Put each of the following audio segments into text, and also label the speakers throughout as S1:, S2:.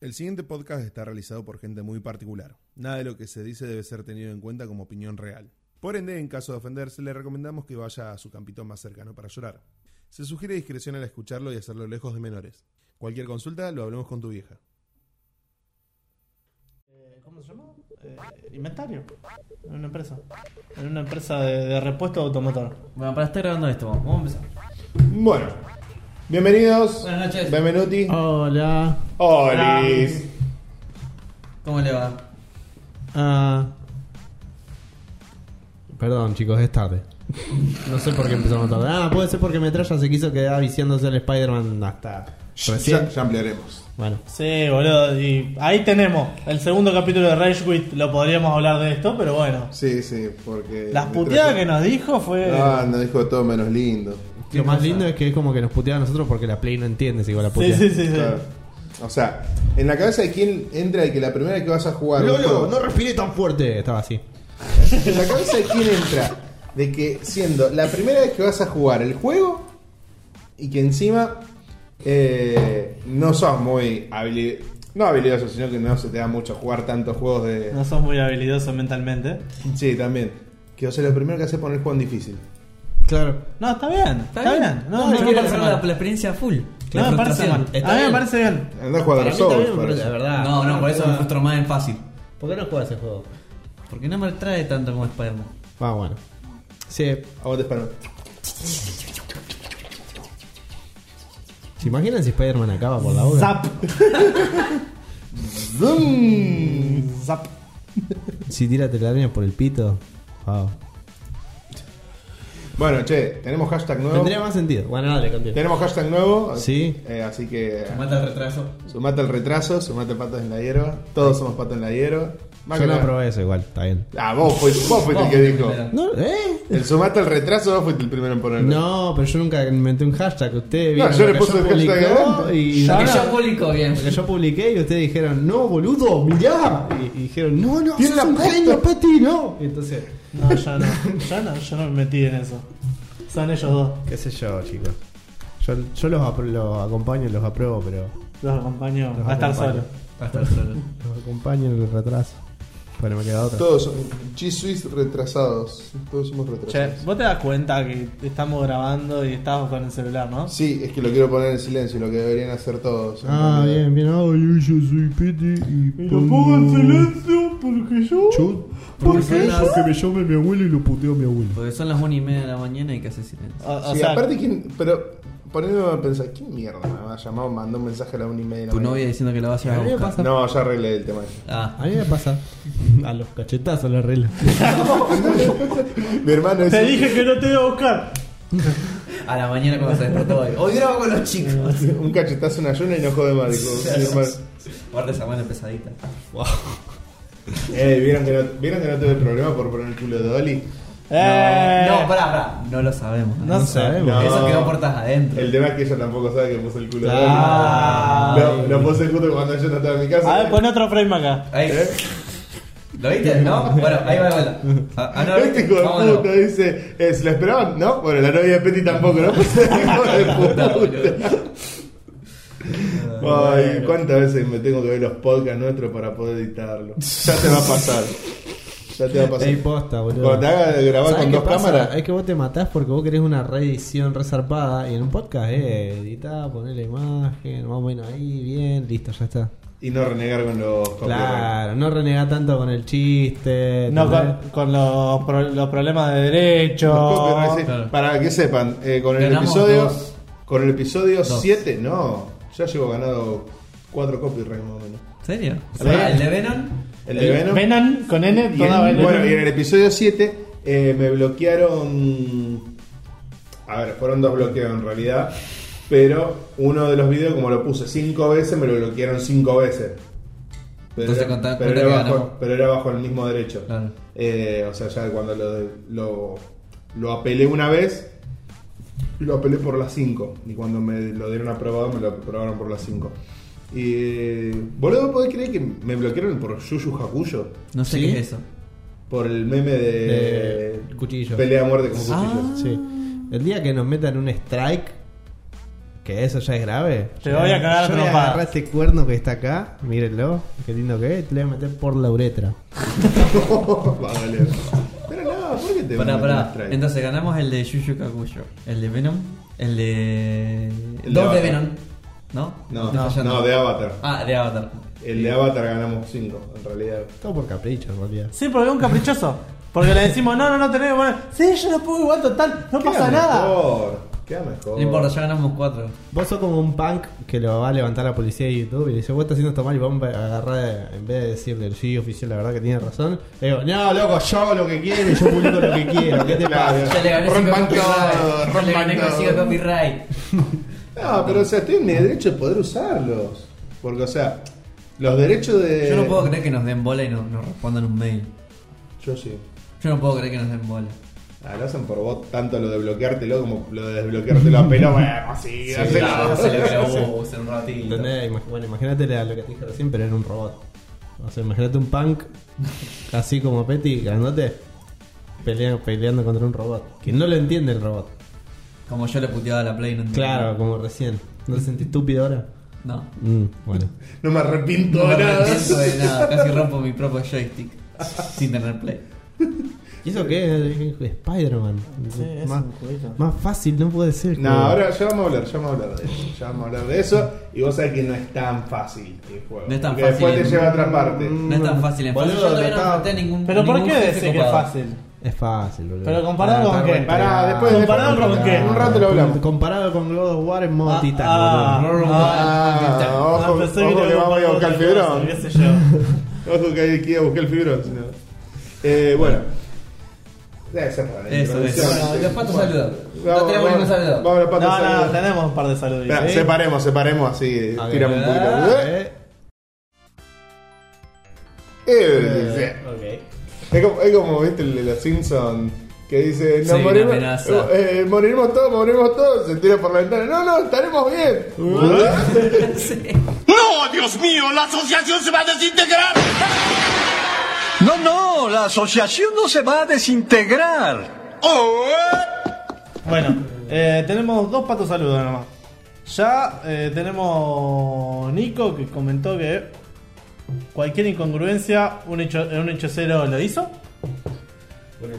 S1: El siguiente podcast está realizado por gente muy particular. Nada de lo que se dice debe ser tenido en cuenta como opinión real. Por ende, en caso de ofenderse, le recomendamos que vaya a su campito más cercano para llorar. Se sugiere discreción al escucharlo y hacerlo lejos de menores. Cualquier consulta lo hablemos con tu vieja.
S2: Eh, ¿Cómo se llama? Eh, inventario. En una empresa. En una empresa de, de repuesto de automotor.
S3: Bueno, para estar grabando esto, vamos a empezar.
S1: Bueno, bienvenidos.
S3: Buenas noches.
S1: Benvenuti.
S2: Hola.
S1: Hola.
S3: ¿Cómo le va?
S2: Ah,
S4: Perdón, chicos, es tarde. No sé por qué empezamos tarde. Ah, puede ser porque Metralla se quiso quedar viciándose al Spider-Man hasta recién.
S1: Ya, ya ampliaremos.
S4: Bueno,
S2: sí, boludo. Y ahí tenemos el segundo capítulo de Rage Quit. Lo podríamos hablar de esto, pero bueno.
S1: Sí, sí, porque.
S2: Las puteadas que nos dijo fue.
S1: Ah, nos dijo todo menos lindo.
S4: lo más lindo es que es como que nos putea a nosotros porque la Play no entiende si igual la
S2: sí,
S4: putea.
S2: sí, sí, sí.
S1: Claro. O sea, en la cabeza de quién entra de que la primera que vas a jugar. un
S4: Lolo,
S1: juego-
S4: no respiré tan fuerte. Estaba así.
S1: En la cabeza de quién entra de que siendo la primera vez que vas a jugar el juego y que encima eh, no sos muy habilidoso, no habilidoso, sino que no se te da mucho jugar tantos juegos de...
S2: No sos muy habilidoso mentalmente.
S4: Ah.
S1: Sí, también. Que o sea, lo primero que haces es poner el juego en difícil.
S4: Claro.
S2: No, está bien. Está, bien. No, no, me
S3: quiero
S2: parece
S3: hacer
S2: mal.
S3: la, la experiencia full.
S2: No
S3: La
S2: me parece
S3: frustración.
S2: mal.
S4: Está
S2: A mí me
S4: bien.
S2: parece bien.
S1: Andás a jugar a
S4: Para
S1: los
S4: mí
S1: Souls,
S4: también,
S1: por
S4: pero la
S1: eso.
S4: verdad.
S3: No, no, por eso me
S4: juega-
S3: frustro más en fácil.
S4: ¿Por qué no juegas ese juego?
S3: Porque no me atrae tanto como Spider-Man.
S4: Ah, bueno. Sí.
S1: A vos te espero.
S4: ¿Se imaginan si Spider-Man acaba por la boca?
S2: Zap.
S1: ¡Zum!
S2: Zap.
S4: Si tira telaraña por el pito. Wow.
S1: Bueno, che, tenemos hashtag
S2: Oh.
S1: nuevo.
S4: Tendría más sentido. Bueno, dale, continúa.
S1: Tenemos hashtag nuevo.
S4: Sí.
S1: Eh, así que...
S3: Me mata el retraso.
S1: Sumate el retraso, sumate patas en la hierba. Todos somos patas en la hierba. Más
S4: Yo
S1: que
S4: no
S1: nada.
S4: probé eso igual, está bien.
S1: Ah, vos fuiste, vos fuiste el que dijo.
S4: No, ¿eh?
S1: El sumate al retraso, vos fuiste el primero en ponerlo.
S4: No, pero yo nunca inventé un hashtag. Ustedes
S1: No,
S4: vieron
S1: yo
S4: lo
S1: le
S4: que
S1: puse el hashtag
S4: publicó
S1: adelante.
S4: y
S3: Lo que
S4: no,
S3: yo
S4: no,
S3: publico bien.
S4: lo que yo publiqué y ustedes dijeron, no, boludo, mirá. Y, y dijeron, no, no,
S1: Tiene
S4: sos
S1: la
S4: un
S1: posta.
S4: genio, Pati, no. Y entonces,
S2: No, yo no. Yo no, yo no me metí en eso. Son ellos dos.
S4: qué sé yo, chicos. Yo, yo los, apro- los acompaño, los apruebo, pero
S2: Los acompaño
S4: Los
S2: a estar
S4: acompaño.
S2: solo.
S3: Hasta el solo.
S4: los acompaño en el retraso. Bueno, me queda otra.
S1: Todos son G-Swiss retrasados. Todos somos
S2: Che,
S1: retrasados.
S2: vos te das cuenta que estamos grabando y estamos con el celular, ¿no?
S1: Sí, es que lo quiero poner en silencio, lo que deberían hacer todos.
S4: Ah, bien, bien. Ah, yo, yo soy Peti y.
S2: silencio porque yo.
S4: Yo,
S3: ¿Por
S4: porque,
S3: qué yo?
S4: porque me llame mi abuelo y lo puteo a mi abuelo.
S3: Porque son las 1 y media de la mañana y que hace silencio.
S2: O, o
S1: Sí,
S2: sea,
S1: aparte, ¿quién, pero poniéndome a pensar, ¿quién mierda me ha llamado? Mandó un mensaje a la una y media. de la
S3: Tu novia
S1: mañana?
S3: diciendo que la vas a ir
S4: A
S3: a
S4: mí me
S3: buscar.
S4: pasa-
S1: No, ya arreglé el tema.
S3: Ah,
S4: A mí me pasa. A los cachetazos la regla.
S1: Mi hermano es.
S2: te dije que no te iba a buscar.
S3: Ah, a la mañana cuando se despertó hoy. Hoy grabo con los chicos.
S1: Un cachetazo, una ayuna y no jode más, dijo. Mi hermano.
S3: Aparte esa mano es pesadita.
S1: Eh, ¿vieron que, no, ¿vieron que no tuve problema por poner el culo de Dolly?
S2: Eh,
S3: No, no, pará, pará. No lo sabemos.
S2: No
S4: No
S2: sé.
S4: sabemos.
S1: No.
S3: Eso quedó puertas adentro.
S1: El tema es que ella tampoco sabe que puse el culo de Dolly.
S3: Ah.
S1: Lo, lo puse justo cuando yo no estaba en mi casa.
S2: A ver, pon otro frame acá.
S3: Ahí.
S1: ¿Eh?
S3: ¿Lo viste? ¿No? Bueno, ahí va de vuelta. Ah, ah, no,
S1: Este hijo de
S3: vámonos.
S1: puta dice, eh, ¿se lo esperaban? No, bueno, la novia de Petty tampoco, ¿no? Pues, hijo de puta.
S3: Puta, boludo.
S1: Ay, cuántas veces me tengo que ver los podcasts nuestros para poder editarlo. Ya te va a pasar. Ya te va a pasar.
S4: Ey, posta, boludo.
S1: Cuando te haga grabar
S4: ¿Sabes
S1: con
S4: qué
S1: dos
S4: pasa?
S1: cámaras.
S4: Es que vos te matás porque vos querés una reedición resarpada. Y en un podcast, eh, editá, poné la imagen, más o menos ahí, bien, listo, ya está.
S1: Y no renegar con los copyright.
S4: Claro, no renegá tanto con el chiste.
S2: No,
S4: Eh, ¿entendés?
S2: con, con los, pro- los problemas de derecho.
S1: Los copyright, sí.
S3: Claro.
S1: Para que sepan, eh, con el
S3: Ganamos
S1: episodio.
S3: dos.
S1: Con el episodio
S3: Dos.
S1: 7, no. Ya llevo ganado cuatro copyrights más o menos.
S3: ¿En serio?
S1: Sí.
S3: Ah, ¿El de Venom?
S1: El de Venom.
S2: Venan con N,
S1: Y en-
S2: toda Venom.
S1: bueno, y en el episodio 7 eh, me bloquearon. A ver, fueron dos bloqueos en realidad. Pero uno de los videos, como lo puse cinco veces, me lo bloquearon cinco veces. Pero,
S3: Entonces,
S1: era,
S3: contá-
S1: pero
S3: cuenta
S1: era
S3: que
S1: bajo,
S3: ganamos.
S1: pero era bajo el mismo derecho.
S3: Claro.
S1: Eh, o sea, ya cuando lo, lo, lo apelé una vez, lo apelé por las 5. Y cuando me lo dieron aprobado, me lo aprobaron por las 5. Y. eh, Boludo, ¿vos ¿podés creer que me bloquearon por Yuyu Hakuyo?
S3: No sé
S4: ¿Sí?
S3: qué es eso.
S1: Por el meme de.
S4: De cuchillo.
S1: Pelea a muerte con
S3: Ah.
S1: cuchillos.
S4: Sí. El día que nos metan un strike, Que eso ya es grave.
S2: Te voy a cagar a
S4: Yo voy
S2: trompadas.
S4: agarrar este cuerno que está acá, mírenlo, qué lindo que es, te lo voy a meter por la uretra.
S1: Va a doler. Pero no, ¿por qué te van
S3: Pará,
S1: a
S3: pará.
S1: mostrar?
S3: Entonces ganamos el de Yuyu Kakuyo, el de Venom, el de.
S1: El de
S3: Dos de
S1: Avatar.
S3: Venom. ¿No?
S1: No,
S3: Estoy
S1: no,
S3: fallando.
S1: de Avatar.
S3: Ah, de Avatar.
S1: El de Avatar ganamos 5, en realidad.
S4: Todo por capricho, en realidad.
S2: Sí, porque es un caprichoso. Porque le decimos, no, no, no tenés. Bueno, sí, yo lo puedo igual, total, no
S1: Queda
S2: pasa nada.
S1: Mejor, queda mejor.
S3: No importa, ya ganamos cuatro.
S4: Vos sos como un punk que lo va a levantar la policía de YouTube y le dice, vos estás haciendo esto mal y vamos a agarrar, en vez de decirle, sí, oficial, la verdad que tiene razón, le digo, no, loco, yo hago lo que quiero y yo publico lo que quiero, ¿qué te
S1: Claro.
S4: pasa?
S3: Ya le gané
S1: Ron
S3: cinco
S1: Banco,
S3: copyright. Ya
S1: Ron
S3: le gané
S1: Banco.
S3: cinco copyright.
S1: No, pero o sea, estoy en mi derecho de poder usarlos. Porque, o sea, los derechos de.
S3: Yo no puedo creer que nos den bola y no- nos respondan un mail.
S1: Yo sí.
S3: Yo no puedo creer que nos den bola.
S1: Ah, lo hacen por vos tanto lo de bloqueártelo como lo de desbloqueártelo a pelo. Bueno, sí, hacelo.
S3: vos en un ratito.
S4: ¿Entendés? Ima- Bueno, imagínate la- lo que te dije recién, pero era un robot. O sea, imagínate un punk así como Petty, grandote, peleando, peleando contra un robot. Que no lo entiende el robot.
S3: Como yo le puteaba a la Play, no entendí.
S4: Claro, como recién. ¿No te sentís estúpido ahora?
S3: No.
S4: Mm, bueno.
S1: No me arrepiento
S3: No me
S1: de nada.
S3: arrepiento de nada, casi rompo mi propio joystick sin tener play.
S4: ¿Y eso qué? es? Spider-Man.
S2: Sí, es
S4: más,
S2: un jueguito.
S4: más fácil no puede ser.
S1: No,
S4: juego.
S1: ahora ya vamos a hablar, ya vamos a hablar de eso. Ya vamos a hablar de eso. Y vos sabés que no es tan fácil el juego.
S3: No es tan
S1: Porque después
S3: fácil. Mm.
S1: te lleva a otra parte.
S3: No es tan fácil en
S4: Boludo,
S3: fácil. Yo todavía no
S4: trataba-
S3: enfrenté ningún.
S2: Pero ¿por
S3: ningún
S2: qué
S3: jefe
S2: decís que es
S3: copado.
S2: fácil?
S4: Es fácil, boludo. Ah,
S2: Pero comparado con
S4: está
S2: qué?
S4: re
S1: Pará, después-
S4: entregado.
S2: ¿Comparado con
S4: Comparado
S2: qué?
S4: con-
S1: Un rato lo hablamos.
S4: Comparado con God of War es modo
S2: Ah,
S4: titán,
S2: ah.
S4: boludo.
S1: Ah, ojo,
S2: Ah, pensé
S1: ojo
S2: te
S1: que
S2: iba
S1: vamos a ir a buscar el
S2: otra cosa,
S1: fibrón.
S3: ¿eh?
S2: qué sé yo.
S1: Ojo que hay que ir a buscar el fibrón. si no. Eh, bueno. Ya, esa es la
S3: Eso, eso.
S1: introducción.
S3: Bueno, los patos saludan. No
S1: Vamos,
S3: tenemos ningún
S1: vamos,
S3: saludo.
S1: Vamos, los patos
S2: No, no,
S1: saludan.
S2: no, tenemos un par de
S1: Esperá,
S2: saludos.
S1: Separemos, separemos así.
S4: Ok.
S1: Tiramos un poquito.
S4: Ah,
S1: Eh,
S4: eh.
S1: eh, dice.
S4: Ok.
S1: Es como, es como, viste el de los Simpsons que dice,
S3: Sí,
S1: no
S3: una
S1: morimos,
S3: amenaza.
S1: eh, eh, moriremos todos, moriremos todos, se tira por la ventana, no, no, estaremos bien.
S3: Sí.
S5: ¡No, Dios mío! ¡La asociación se va a desintegrar! No, no, la asociación no se va a desintegrar.
S2: Bueno, eh, tenemos dos patos saludos nomás. Ya eh, tenemos Nico que comentó que cualquier incongruencia, un, hecho, eh, un hechicero lo hizo.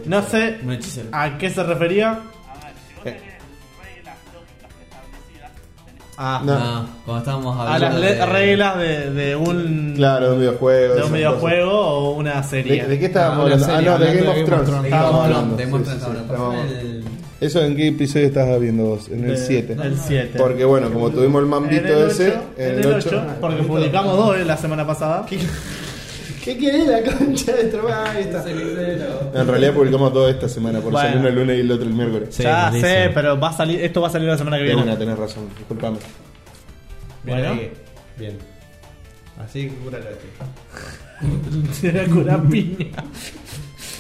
S2: No sé
S3: Un hechicero.
S2: a qué se refería. Eh. Ah,
S1: No.
S3: No, cuando estábamos hablando.
S2: a las le-
S3: de-
S2: reglas de, de un,
S1: Ah, Claro, de un videojuego.
S2: de
S1: esas
S2: un videojuego o una
S1: cosas.
S2: serie.
S1: ¿De, de qué estábamos
S4: Ah, una
S1: hablando? Ah,
S4: serie,
S1: no, de
S4: hablando
S1: Game of Thrones.
S3: de-
S2: Estábamos hablando,
S3: de-
S1: sí,
S3: muestran-
S1: sí, sí,
S3: bueno,
S1: estábamos
S3: pasame
S1: hablando.
S3: el-
S1: ¿Eso en qué episodio estás viendo vos? En el
S2: De-
S1: 7.
S2: del 7.
S1: Porque bueno, como tuvimos el mambito
S2: En Eh, el
S1: ese,
S2: ocho, en el 8, porque publicamos dos eh, la semana pasada.
S4: ¿Qué querés la concha de trabajo? Esta?
S1: En realidad publicamos dos esta semana, por
S2: Bueno.
S1: salir uno el lunes y el otro el miércoles.
S4: Sí,
S2: ya
S4: malísimo.
S2: sé, pero va a salir, esto va a salir la semana que
S1: De
S2: viene.
S1: una, tenés razón, disculpame.
S4: Bien,
S2: Bueno.
S4: ahí. Bien. Así cúralo este.
S2: Será cura piña.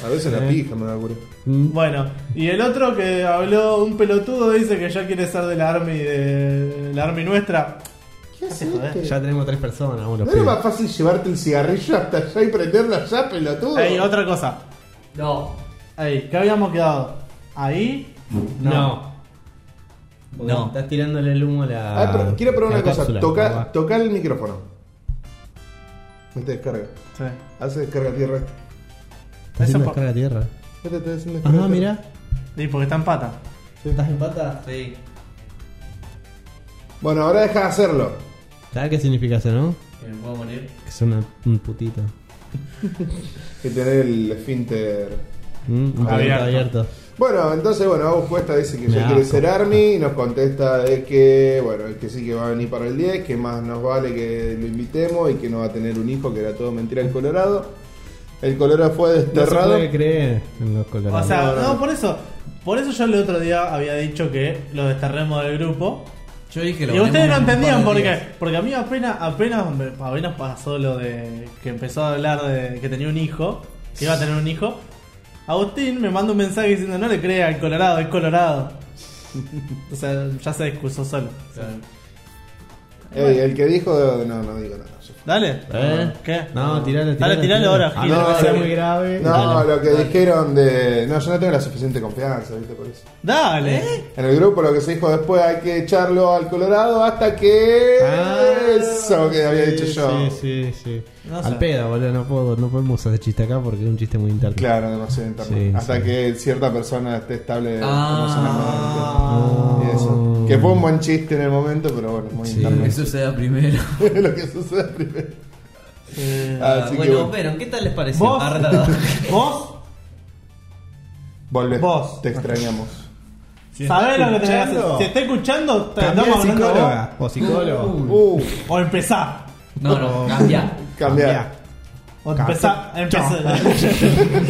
S1: A veces la pija me da cura.
S4: Mm.
S2: Bueno, y el otro que habló un pelotudo dice que ya quiere ser de la Army de la Army nuestra.
S1: ¿Qué
S2: haces, joder?
S1: este?
S4: Ya tenemos tres personas, uno.
S1: ¿No era más fácil llevarte el cigarrillo hasta allá y prenderlo allá, pelotudo?
S2: Ahí, otra cosa.
S3: No.
S2: Ahí, ¿qué habíamos quedado? Ahí.
S4: No.
S3: Porque No.
S4: Estás tirándole el humo a la.
S1: Ah, pero quiero probar
S4: a
S1: una
S4: la
S1: cosa.
S4: cápsula.
S1: Toca,
S4: Ah,
S1: toca el micrófono. No te descarga.
S2: Sí.
S1: Hace descarga tierra. este.
S4: Estás haciendo
S2: Eso por-
S4: descarga a tierra.
S1: No te estás haciendo descarga tierra.
S4: Ah, mira.
S2: Y porque está en pata.
S4: ¿Estás en pata?
S3: Sí.
S1: Bueno, ahora deja de hacerlo.
S4: ¿Sabes qué significa eso, no?
S3: Que me puedo morir.
S4: Que es una, un putito.
S1: Que tener el esfínter.
S4: Mm, un
S2: Abierto.
S4: abierto. abierto.
S1: Bueno, entonces, bueno, Agus Cuesta dice que
S4: Me
S1: ya
S4: da
S1: quiere
S4: asco.
S1: ser Army y nos contesta de que, bueno, que sí que va a venir para el 10, que más nos vale que lo invitemos y que no va a tener un hijo, que era todo mentira el Colorado. El Colorado fue
S4: No se
S1: desterrado.
S4: puede creer en los colorados.
S2: O sea,
S1: no, no.
S2: no, por eso. Por eso yo el otro día había dicho que lo desterremos del grupo.
S3: Yo dije lo
S2: Y ustedes no
S3: ponemos en un
S2: entendían
S3: par
S2: por
S3: de
S2: qué.
S3: días.
S2: Porque a mí apenas, apenas, me- apenas pasó lo de que empezó a hablar de que tenía un hijo, que iba a tener un hijo. Agustín me manda un mensaje diciendo no le crea el Colorado, es Colorado. o sea, ya se excusó solo.
S3: Claro.
S1: Ey, el que dijo, no, no digo nada. yo-
S2: Dale.
S4: ¿Eh?
S2: ¿Qué?
S4: No, tiralo, tiralo.
S2: Dale, tiralo ahora,
S4: Ah,
S2: Gil.
S4: no, va a ser
S1: no.
S4: muy grave.
S1: No, lo que dijeron de. No, yo no tengo la suficiente confianza, ¿viste? Por eso.
S2: Dale.
S4: ¿Eh?
S1: En el grupo lo que se dijo después hay que echarlo al Colorado hasta que.
S4: Ah,
S1: eso que había dicho
S4: sí,
S1: yo.
S4: Sí, sí, sí.
S2: No
S4: Al
S2: sé.
S4: pedo, boludo. No, puedo, no podemos hacer chiste acá porque es un chiste muy interno.
S1: Claro, demasiado interno.
S4: Sí,
S1: hasta
S4: sí.
S1: que cierta persona esté estable
S3: Ah.
S1: emocionalmente. Y eso. Que fue un buen chiste en el momento, pero bueno, muy
S4: Oh. Sí.
S1: interno.
S3: Que suceda primero.
S1: lo que sucede primero.
S2: Eh,
S3: Ah,
S1: Así que
S3: bueno,
S1: bueno.
S3: pero ¿qué tal les pareció?
S2: ¿Vos?
S3: Ah, retardado.
S2: ¿Vos?
S1: Volvé.
S2: Vos.
S1: Te extrañamos.
S2: Si ¿Sabés lo que tenés que hacer?
S4: escuchando,
S2: Si está escuchando, te
S4: Cambiá
S2: estamos
S4: de
S2: hablando vos.
S4: psicóloga. O psicólogo.
S1: Uh,
S2: O empezá.
S3: No, no, cambia.
S1: cambiá.
S2: Uh, O
S4: Ca-
S2: empezá. Empezá,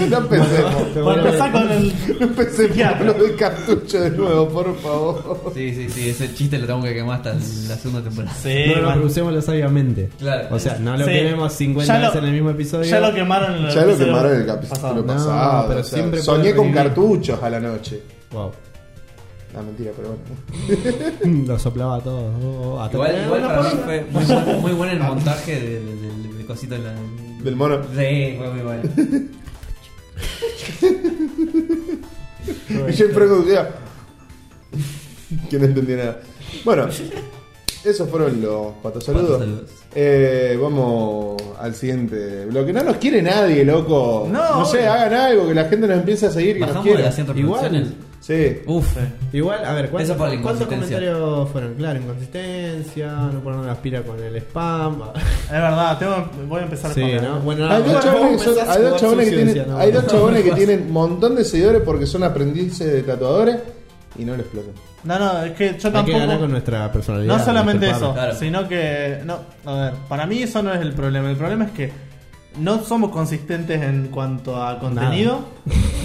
S1: No empecemos.
S2: o empezá con el.
S1: No empecemos
S2: Psiquiatra.
S1: con lo del cartucho de nuevo, por favor.
S3: Sí, sí, sí, ese chiste lo tengo que quemar hasta la segunda temporada.
S2: Sí,
S4: no lo
S2: man.
S4: crucémoslo sabiamente.
S3: Claro.
S4: O sea, no lo
S2: Sí.
S4: queremos 50
S2: Ya lo-
S4: veces en el mismo episodio.
S2: Ya lo quemaron en el
S1: Ya lo
S2: episodio
S1: quemaron en el capítulo
S2: pasado.
S4: No,
S1: pasado.
S4: pero
S1: o sea,
S4: siempre
S1: soñé
S4: puede
S1: con
S4: revivir.
S1: cartuchos a la noche.
S4: Wow.
S1: No, mentira, pero bueno.
S4: lo soplaba todo. Oh, oh, hasta-
S3: Igual, igual
S4: Bueno,
S3: para mí
S4: por-
S3: fue muy, bu- muy bueno el montaje del, del, del cosito de la...
S1: Del mono.
S3: Sí, fue muy bueno.
S1: Y yo en Franco decía. Que no entendía nada. Bueno, esos fueron los patosaludos.
S3: Patosaludos.
S1: Eh, vamos al siguiente bloque. No nos quiere nadie, loco.
S2: No,
S1: sé,
S2: obvio.
S1: hagan algo, que la gente nos empiece a seguir, que nos
S3: Bajamos de
S1: quiera.
S3: las 100
S4: Igual.
S3: reproducciones.
S1: Sí.
S3: Uf.
S4: Igual, a ver, ¿cuántos,
S3: Eso por la
S4: cuántos
S3: inconsistencia.
S4: comentarios fueron? Claro, inconsistencia, no poner las pilas con el spam.
S2: Es verdad, tengo, voy a empezar
S4: Sí,
S2: con
S4: ¿no?
S2: el-
S4: Bueno,
S1: Hay
S4: no,
S1: dos
S4: vos
S1: chabones que son-
S4: empezás
S1: hay dos
S4: a jugar
S1: chabones que
S4: sucio,
S1: tienen,
S4: decía, no,
S1: hay dos
S4: no.
S1: chabones que tienen un montón de seguidores porque son aprendices de tatuadores y no lo explotan.
S2: No, no, es que yo
S4: Hay que ganar
S2: tampoco.
S4: con nuestra personalidad.
S2: No solamente
S4: nuestro
S2: eso,
S4: par.
S3: Claro.
S2: sino que. No, a ver, para mí eso no es el problema. El problema es que no somos consistentes en cuanto a contenido.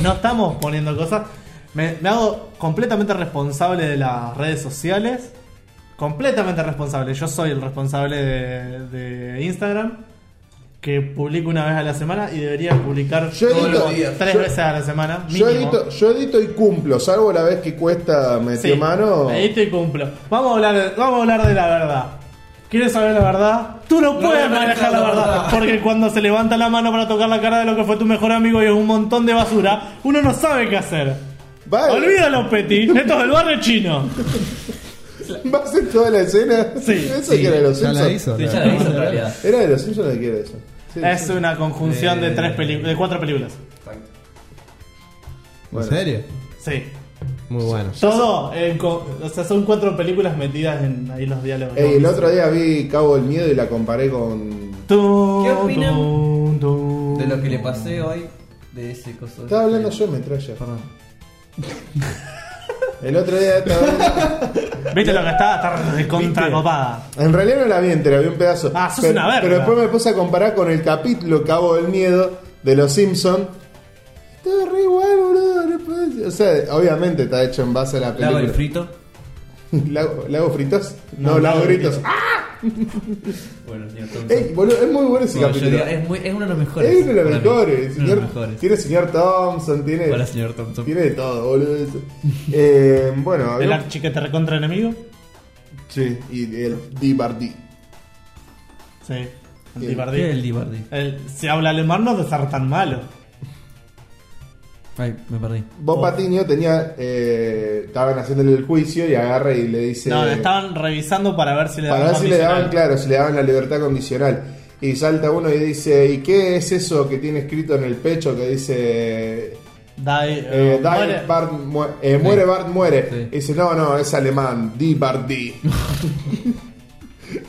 S2: No estamos poniendo cosas. Me, me hago completamente responsable de las redes sociales. Completamente responsable. Yo soy el responsable de, de Instagram. Que publico una vez a la semana y debería publicar
S1: Yo
S3: Todos
S1: edito,
S3: los días.
S2: tres
S1: yo-
S2: veces a la semana.
S1: yo,
S2: mínimo.
S1: edito, yo edito y cumplo, salvo la vez que cuesta metió
S2: Sí,
S1: mano.
S2: edito y cumplo. Vamos a hablar, vamos a hablar de la verdad. ¿Quieres saber la verdad? Tú no puedes
S3: no,
S2: manejar la
S3: no, no,
S2: verdad.
S3: no.
S2: Porque cuando se levanta la mano para tocar la cara de lo que fue tu mejor amigo y es un montón de basura, uno no sabe qué hacer.
S1: Va,
S2: Olvídalo, Petty. Esto es el barrio chino.
S1: va a ser toda la escena.
S2: Sí,
S1: eso
S4: Sí,
S1: que era de los
S4: ya la
S1: Simpsons.
S4: hizo.
S3: Sí,
S4: la-
S3: ya la hizo en realidad.
S1: Era de los Simpsons de que era eso. Sí,
S2: Ah, Es
S1: sí.
S2: una conjunción de
S3: Eh.
S2: tres peli- de cuatro películas.
S4: ¿En serio?
S2: Sí.
S4: Muy bueno.
S2: Todo, en co- o sea, son cuatro películas metidas en ahí los diálogos.
S1: Ey, el otro día vi Cabo del Miedo y la comparé con.
S2: Tun,
S3: ¿Qué opinan
S2: tun, tun.
S3: De lo que le pasé hoy, de ese coso.
S1: Estaba hablando yo, metralla.
S3: Perdón.
S1: El otro día estaba.
S2: ¿Viste lo que está? Está recontra copada.
S1: En realidad no la vi entera, vi un pedazo.
S2: Ah, sos
S1: pero,
S2: una verga.
S1: pero después me puse a comparar con el capítulo Cabo del Miedo de Los Simpsons. Todo re igual, boludo. no puede ser. O sea, obviamente está hecho en base a la
S3: Lago el
S1: película.
S3: frito.
S1: ¿Lago, ¿Lago Fritos? No,
S2: No,
S1: Lago
S2: Lago
S1: Gritos. ¡Ah!
S3: Bueno, señor Thompson.
S1: Ey, boludo, es muy bueno ese
S3: Bueno, yo
S1: capítulo.
S3: digo, es, muy, es uno de los mejores.
S1: Es uno de los
S3: para mí.
S1: mejores.
S3: Uno de
S1: señor-
S3: los mejores.
S1: Tiene señor Thompson, tiene,
S3: Hola, señor Thompson.
S1: tiene de todo, boludo. eso. Eh, bueno,
S2: El
S1: había-
S2: archi que te recontra enemigo.
S1: sí, y el D-Bardi.
S2: Sí.
S1: Bien.
S2: Antibardi.
S3: ¿Qué es el Libardi?
S2: El- si habla alemán no debe ser tan malo.
S3: Ay, me perdí.
S1: Bob Patiño tenía. Eh, estaban haciéndole el juicio y agarra y le dice.
S2: No, le estaban revisando para ver si le
S1: Para
S2: daban
S1: ver si le daban,
S2: condicional.
S1: claro, si le daban la libertad condicional. Y salta uno y dice, ¿y qué es eso que tiene escrito en el pecho que dice...
S2: Die,
S1: eh,
S2: eh,
S1: die,
S2: muere.
S1: Bart mu- eh, muere, Bart muere.
S3: Sí.
S1: Y dice, no, no, es alemán, die Bart die.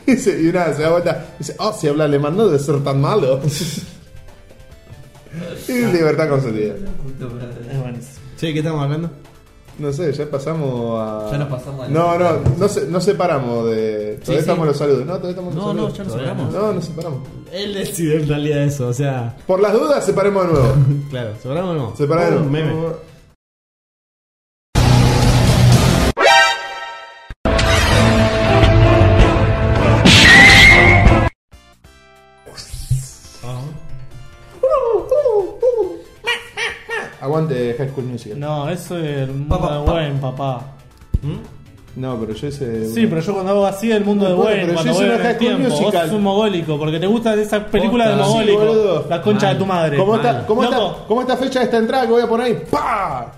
S1: y, dice- y nada, se da vuelta. Dice, oh, si habla alemán no debe ser tan malo. y libertad concedida.
S2: Es buenísimo.
S4: Che, ¿qué estamos hablando?
S1: No sé, ya pasamos a...
S3: Ya nos pasamos a la-
S1: No, no, no, se- no separamos de... Todavía
S3: Sí, sí.
S1: estamos en los saludos. No, todavía estamos en los
S3: No, no,
S1: saludos.
S3: ya nos hablamos.
S1: No, no separamos.
S4: Él decidió en realidad eso, o sea.
S1: Por las dudas, separemos de nuevo.
S4: Claro, ¿sobramos o no?
S1: Separemos.
S4: Un meme.
S1: Aguante High School Musical.
S2: No, eso es el mundo
S3: Papá,
S2: de
S3: papá.
S2: Wayne, papá.
S1: No, pero yo ese.
S2: Sí, pero yo cuando hago así el mundo de
S1: Bueno,
S2: Wayne,
S1: pero
S2: cuando
S1: yo hice
S2: voy en
S1: una
S2: el
S1: High School
S2: tiempo, vos
S1: Musical.
S2: sos un mogólico, porque te gustan esas películas de
S4: Posta.
S1: Sí,
S2: mogólico.
S1: boludo.
S2: la concha
S3: Mal.
S2: de tu madre.
S1: ¿Cómo,
S3: Mal.
S1: está, cómo,
S2: Loco.
S1: está, ¿Cómo está fecha de esta entrada que voy a poner ahí? ¡Pah!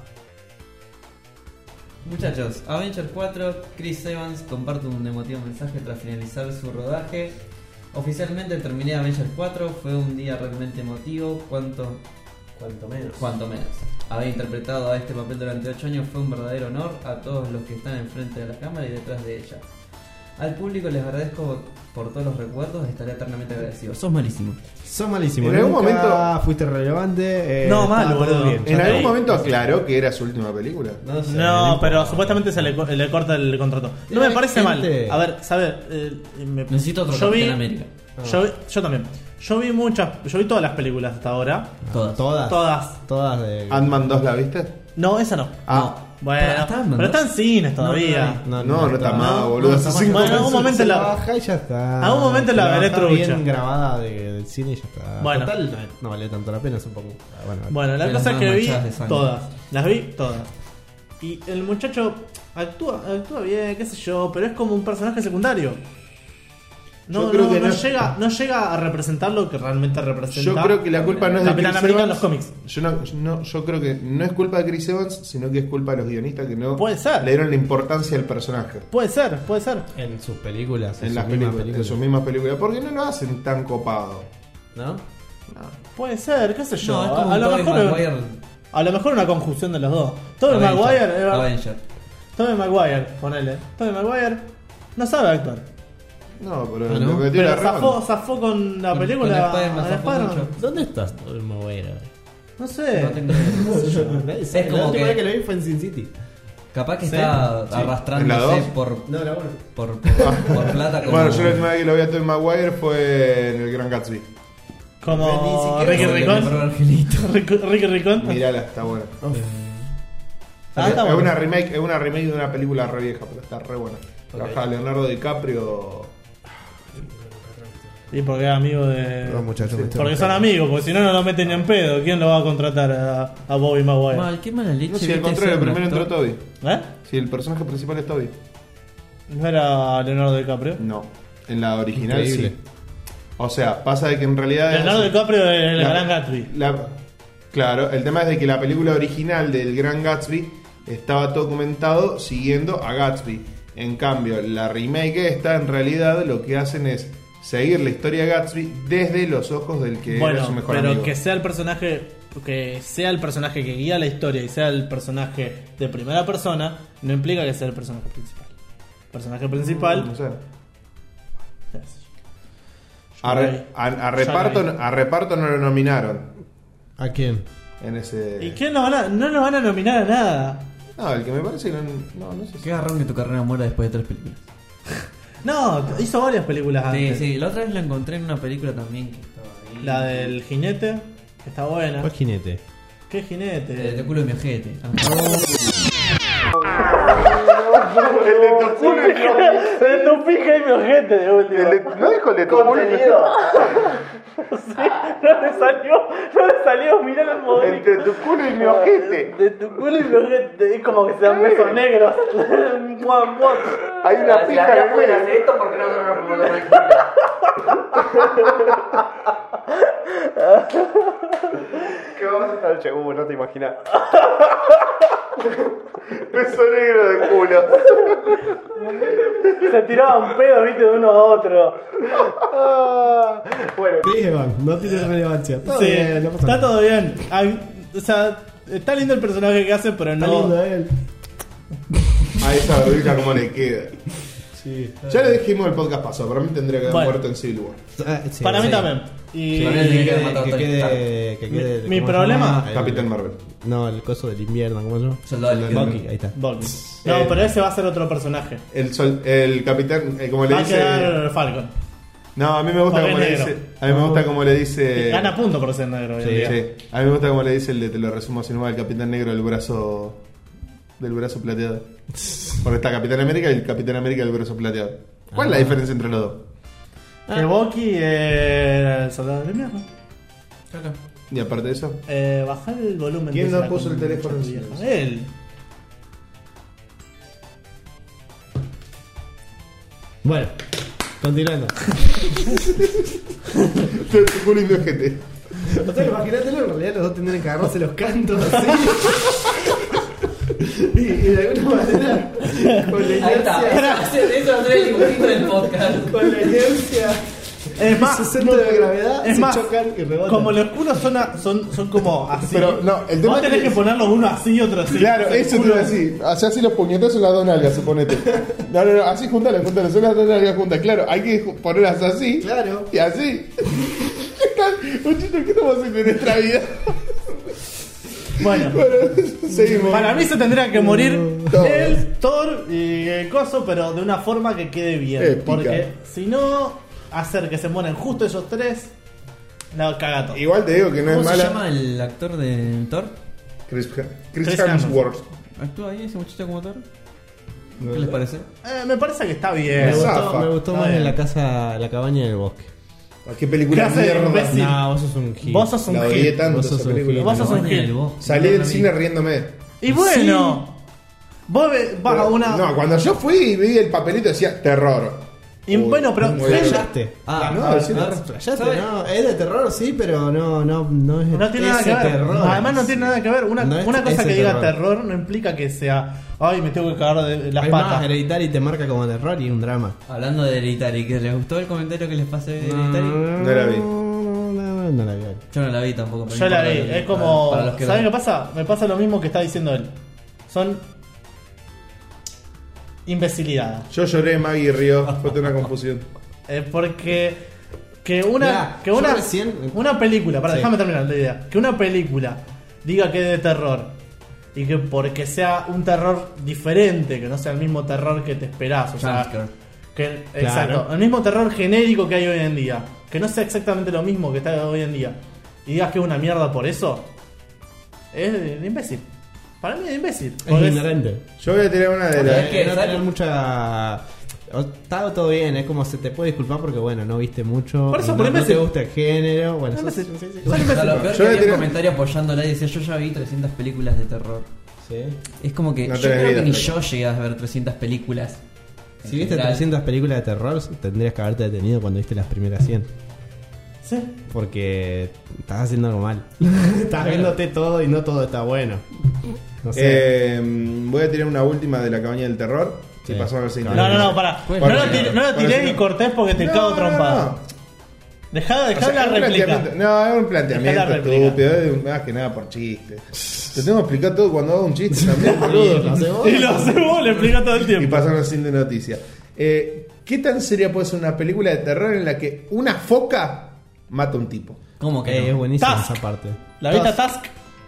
S3: Muchachos, Avengers 4, Chris Evans comparte un emotivo mensaje tras finalizar su rodaje. Oficialmente terminé Avengers 4, fue un día realmente emotivo, cuanto,
S4: Cuanto menos.
S3: cuanto menos. Haber interpretado a este papel durante 8 años fue un verdadero honor a todos los que están enfrente de la cámara y detrás de ella. Al público les agradezco por todos los recuerdos, estaré eternamente agradecido. Sos malísimo.
S4: Sos malísimo.
S1: En algún
S4: Nunca
S1: momento-
S4: fuiste relevante. eh,
S2: No,
S4: estaba
S2: mal,
S4: todo
S2: boludo.
S4: bien.
S1: ¿En
S2: Ya
S1: algún
S2: te-
S1: momento aclaró que era su última película?
S3: No, sé,
S2: No,
S3: me-
S2: pero supuestamente se le, co- le corta el contrato. No
S4: Pero
S2: me
S4: hay
S2: parece mal.
S4: gente-
S2: A ver, sabe, eh, me-
S3: Necesito otro
S2: yo vi,
S3: Capitán América.
S2: Yo, vi- yo también. Yo vi muchas, yo vi todas las películas hasta ahora.
S3: Todas.
S4: Todas.
S2: Todas.
S4: Todas de.
S1: ¿Ant-Man 2 la viste?
S2: No, esa no.
S1: Ah.
S2: Bueno,
S3: Pero está Ant-Man,
S2: pero
S3: ¿no?
S2: están cines todavía.
S1: No, no, está más, Ah, boludo. Hace
S2: está
S1: cinco
S2: mal. Bueno, en
S1: meses.
S2: algún momento la-
S4: baja y ya está.
S2: en algún momento la
S4: Te
S2: veré
S4: baja bien
S2: trucha.
S4: grabada de- del cine y ya está.
S2: Bueno.
S4: Total, no, no vale tanto la pena, es un poco. ah, Bueno,
S2: Bueno, la
S3: De
S2: cosa es
S3: las
S2: que
S3: más
S2: vi
S3: manchadas de sangre.
S2: todas. Las vi todas. Y el muchacho actúa, actúa bien, qué sé yo, pero es como un personaje secundario. No,
S1: Yo creo
S2: no,
S1: que
S2: no
S1: no-
S2: llega, no llega a representar lo que realmente representa.
S1: Yo creo que la culpa no es de
S2: Capitán
S1: Chris
S2: América en
S1: Evans.
S2: los cómics.
S1: Yo, no, yo no- yo creo que no es culpa de Chris Evans, sino que es culpa de los guionistas que no
S2: Puede ser.
S1: le dieron la importancia al personaje.
S2: Puede ser, puede ser.
S4: En sus películas.
S1: En,
S4: sus
S1: las
S4: mismas
S1: películas, en sus mismas películas. Porque no lo hacen tan copado.
S4: ¿No?
S2: Puede ser, qué sé yo.
S3: No, es como
S2: a,
S3: un
S2: lo
S3: Tobey Maguire.
S2: mejor, a lo mejor una conjunción de los dos. Tobey
S3: Avenger.
S2: Maguire, eh,
S3: Avenger.
S2: Tobey Maguire, ponele. Tobey Maguire no sabe actuar.
S1: No, pero
S4: Ah, ¿no?
S1: lo que tiene
S2: Pero
S1: la Raven-
S2: zafó, zafó con la
S3: Con-
S2: película.
S3: con Spider-Man
S2: a
S3: zafó
S2: Spider-Man.
S3: mucho.
S4: ¿Dónde estás, Tobey Maguire?
S2: No sé.
S3: No tengo idea.
S4: Es
S3: como
S4: la última
S3: que-
S4: vez que lo vi fue en Sin City.
S3: Capaz que
S2: Sí,
S3: está
S2: sí.
S1: ¿En la
S3: arrastrándose
S1: dos?
S3: por,
S4: No, la bueno.
S3: por, por, por plata como,
S1: Bueno, yo la última vez que lo vi a Tobey Maguire fue en el Gran Gatsby.
S2: Como
S3: Como
S2: Ricky
S3: el mejor
S2: Ricón.
S3: argelino.
S2: Ricky Ricky Ricón.
S1: Mirala, está buena.
S2: Ah,
S1: es,
S2: está bueno.
S1: una remake, es una remake de una película re vieja, pero está re buena. Trabaja Leonardo DiCaprio.
S2: Y porque es amigo de.
S6: Perdón, muchachos, me estoy
S2: porque son amigos, porque si no, no lo meten ni en pedo. ¿Quién lo va a contratar a, a Bobby Maguire?
S3: Mal, qué mala leche.
S1: No, si
S3: viste,
S1: al contrario,
S3: ser un
S1: primero entró
S3: actor.
S1: Toby.
S2: ¿Eh?
S1: Si el personaje principal es Toby.
S2: ¿No era Leonardo DiCaprio?
S1: No, en la original
S4: Increíble.
S1: sí. O sea, pasa de que en realidad.
S2: Leonardo DiCaprio era el
S1: la-
S2: gran Gatsby.
S1: la- claro, el tema es de que la película original del Gran Gatsby estaba documentado siguiendo a Gatsby. En cambio, la remake esta, en realidad, lo que hacen es seguir la historia de Gatsby desde los ojos del que era su
S2: Bueno,
S1: mejor
S2: pero
S1: amigo.
S2: que sea el personaje. Que sea el personaje que guía la historia y sea el personaje de primera persona, no implica que sea el personaje principal. Personaje principal.
S1: No sé.
S2: es-
S1: A, re- a- a reparto,
S2: Ya
S1: a reparto no lo nominaron
S4: ¿A quién?
S1: en ese.
S2: ¿Y quién lo van a, no lo van a nominar a nada?
S1: No, el que me parece que no. No, no sé si-
S3: Qué garrón que tu carrera muera después de tres películas.
S2: No, hizo varias películas
S3: Ah, Sí,
S2: antes.
S3: sí, la otra vez la encontré en una película también que estaba ahí.
S2: La del jinete, que está buena.
S4: ¿Cuál jinete?
S2: ¿Qué
S3: Eh,
S2: jinete?
S3: de culo de mi ojete. Ah,
S2: De tu pija y mi ojete de último.
S1: ¿No dijo el de
S2: No le salió, no le salió, mirá el modelo.
S1: Entre tu culo y mi ojete.
S2: De tu culo y mi ojete, es como que sean besos negros. Mua, mua.
S1: Hay una pija ¿eh? en el medio.
S3: esto porque no
S1: ¿Qué vamos a estar che? Uh, no te imaginas. Beso negro de culo.
S2: Se tiraban pedos, viste, de uno a otro.
S1: Ah. Bueno,
S4: Esteban, no tiene relevancia. Todo
S2: Sí,
S4: bien, no pasa
S2: está
S4: nada.
S2: todo bien. Ay, O sea, está lindo el personaje que hace, pero
S4: Está
S2: no.
S4: lindo él.
S1: a esa barbilla como le queda.
S4: Sí.
S1: Ya le dijimos el podcast pasado, para mí tendría que haber
S2: Bueno.
S1: muerto en Civil War.
S4: Ah, sí,
S2: Para mí
S4: sí.
S2: también.
S4: Sí,
S2: Y.
S3: Para mí
S4: que,
S3: tiene que
S4: quede,
S3: matar
S4: que,
S3: a
S4: quede, que
S2: Mi-
S4: quede-
S2: mi
S4: ¿cómo se
S2: problema-
S4: llama? El-
S1: Capitán Marvel.
S4: No, el coso del invierno, ¿cómo se llama?
S3: Soldado del
S1: Soldado
S3: invierno.
S1: del
S4: Bucky, ahí está.
S2: Bucky. No,
S1: Eh,
S2: pero ese va a ser otro personaje.
S1: El, sol, el capitán, eh, como le
S2: Va a
S1: dice.
S2: quedar Falcon.
S1: No, a mí me gusta
S2: Ah, Papel
S1: como le
S2: negro.
S1: dice. A mí me gusta como le dice.
S2: Gana punto por ser negro. hoy en
S4: Sí,
S2: día.
S1: Sí, a mí me gusta como le dice el de te lo resumo así nomás, el Capitán Negro del brazo del brazo plateado. Porque está Capitán América y el Capitán América del brazo plateado. ¿Cuál es la diferencia entre los dos?
S2: Ah. Que Bucky era el soldado del invierno.
S3: Claro.
S1: Y aparte de eso,
S2: Eh, bajar el volumen.
S1: ¿Quién
S2: de
S1: no
S2: esa
S1: puso el
S2: concha
S1: teléfono en
S2: vieja.
S1: silencio?
S2: Él.
S4: Bueno, continuando.
S1: Fue lindo gente.
S4: O sea, imagínatelo, en realidad los dos tendrían que agarrarse los cantos así. y, y de alguna manera, con la
S3: Ahí está.
S4: inercia.
S3: Ese- Eso va a ser el dibujito del podcast.
S4: Con la inercia.
S2: Es más,
S4: su centro de gravedad
S2: es
S4: se
S2: más,
S4: chocan y rebotan.
S2: como los culos son, a- son, son como así.
S1: Pero, no, el tema
S2: Vos tenés
S1: es que-
S2: que ponerlos uno así y otro así.
S1: Claro,
S2: O sea, el
S1: eso te
S2: culo-
S1: iba a decir. Hacé así los puñetazos en las dos nalgas, suponete. No, no, no, así juntalas, juntalas. Son las dos nalgas juntas. Claro, hay que ju- ponerlas así.
S4: Claro.
S1: Y así. Un chiste que estamos haciendo en nuestra vida.
S2: Bueno,
S1: Bueno, seguimos.
S2: para mí se tendría que morir
S1: Todos.
S2: el Thor y el Coso, pero de una forma que quede bien.
S1: Épica.
S2: Porque si no, hacer que se mueran justo esos tres, no, cagato.
S1: Igual te digo que no
S3: ¿Cómo
S1: es
S3: se
S1: mala.
S3: llama el actor de Thor?
S1: Chris, Chris
S2: Chris
S1: Hemsworth.
S3: ¿Actúa bien ese muchacho como Thor? ¿Qué les parece?
S2: Eh, me parece que está
S4: Me
S2: bien.
S4: gustó,
S1: Zafa.
S4: me gustó
S2: Está
S4: más
S2: bien.
S4: en la casa, la cabaña del bosque.
S1: ¿A qué película
S2: Clase de
S1: mierda?
S2: imbécil. Sí.
S4: No, vos sos un gil.
S2: Vos sos un
S1: La
S2: gil.
S1: odié tanto
S4: Vos
S1: esa
S4: sos un
S1: película.
S4: gil.
S2: Vos sos un
S3: Cabaña
S2: gil.
S3: del bosque.
S1: Salí
S3: No
S1: del
S3: la vi.
S1: cine riéndome.
S2: Y bueno, vos ve- vas a una.
S1: No, cuando yo fui y vi el papelito decía terror.
S2: Y
S1: Uy,
S2: bueno, pero
S1: muy
S2: Flash-
S1: bien.
S4: Flayaste.
S3: Ah,
S1: No,
S3: ah,
S1: decime-
S3: ah,
S4: Flayaste,
S3: ¿sabe?
S4: no, es de terror, sí, pero no, no, no es
S2: No tiene nada
S4: ese
S2: que ver.
S4: terror.
S2: Además, no tiene nada que ver. Una,
S4: No es
S2: una cosa
S4: ese
S2: que diga
S4: terror.
S2: terror no implica que sea. Ay, me tengo que cagar de las
S4: Es
S2: patas.
S4: más, Hereditary te marca como terror y un drama.
S3: Hablando de Hereditary, ¿que les gustó el comentario que les pasé de Hereditary?
S1: No la vi.
S4: No, no, no, no la vi.
S3: Yo no la vi tampoco. pero
S2: Yo
S3: no
S2: la vi.
S3: importa,
S2: Es
S3: para-
S2: como.
S3: para los que
S2: ¿Sabes
S3: la-
S2: qué pasa? Me pasa lo mismo que está diciendo él. Son. imbecilidad.
S1: Yo lloré, Maggie rió. Fue toda una confusión.
S2: Eh, porque que una
S4: Mirá,
S2: que
S4: yo
S2: una
S4: recién-
S2: una película, para
S4: Sí.
S2: déjame terminar la idea, que una película diga que es de terror y que porque sea un terror diferente, que no sea el mismo terror que te esperás, o sea,
S3: Jumpscare.
S2: que
S4: Claro.
S2: exacto, el mismo terror genérico que hay hoy en día, que no sea exactamente lo mismo que está hoy en día y digas que es una mierda por eso, es de imbécil. Para mí es de imbécil.
S4: Es
S2: porque es-
S4: ignorante.
S1: Yo voy a tirar una de las.
S3: Es que
S4: no
S3: sale-
S4: tener mucha. o- Está todo bien, es como se te puede disculpar porque, bueno, no viste mucho.
S2: Por eso,
S4: no,
S2: por
S4: no
S2: imbécil.
S4: te gusta el género. Bueno,
S2: No, no
S4: sos-
S2: sé,
S4: sí, sí,
S2: son
S4: sí.
S3: O sea,
S2: imbéciles.
S3: lo peor
S1: Yo
S3: que
S1: le
S3: había
S1: tiré-
S3: un comentario apoyándola y decía, yo ya vi 300 películas de terror.
S4: Sí.
S3: Es como que
S1: No
S3: yo
S1: tenés
S3: creo
S1: vida,
S3: que ni
S1: Flaco.
S3: yo llegué a ver 300 películas.
S4: Si viste 300 películas de terror, tendrías que haberte detenido cuando viste las primeras 100.
S2: Sí.
S4: Porque estás haciendo algo mal. estás viéndote todo y no todo está bueno. No sé.
S1: Eh, voy a tirar una última de la cabaña del terror. Si
S4: Sí.
S1: pasamos al siguiente.
S2: No,
S4: Claro.
S2: Ah, no, no, pará.
S3: Pues,
S2: no, lo
S1: bueno,
S2: tiré, no lo
S1: bueno,
S2: tiré
S1: sí,
S2: y
S1: no.
S2: cortés porque te
S1: No,
S2: cago
S1: no,
S2: trompada.
S1: no.
S2: Dejá,
S1: O
S2: dejá
S1: sea,
S2: la
S1: es un
S2: réplica.
S1: planteamiento- No, es un planteamiento
S2: Dejá la réplica.
S1: estúpido. Es más que nada por chiste. Te tengo que explicar todo cuando hago un chiste también,
S4: Boludo, ¿lo
S1: boludo.
S4: hacés vos?
S2: Y lo hacemos, le explica todo el
S1: Y
S2: tiempo.
S1: pasamos al siguiente noticia. Eh, ¿Qué tan seria puede ser una película de terror en la que una foca mata a un tipo?
S3: ¿Cómo que
S4: Eh, es
S3: no?
S4: buenísima
S2: Task.
S4: esa parte.
S2: La vista Task.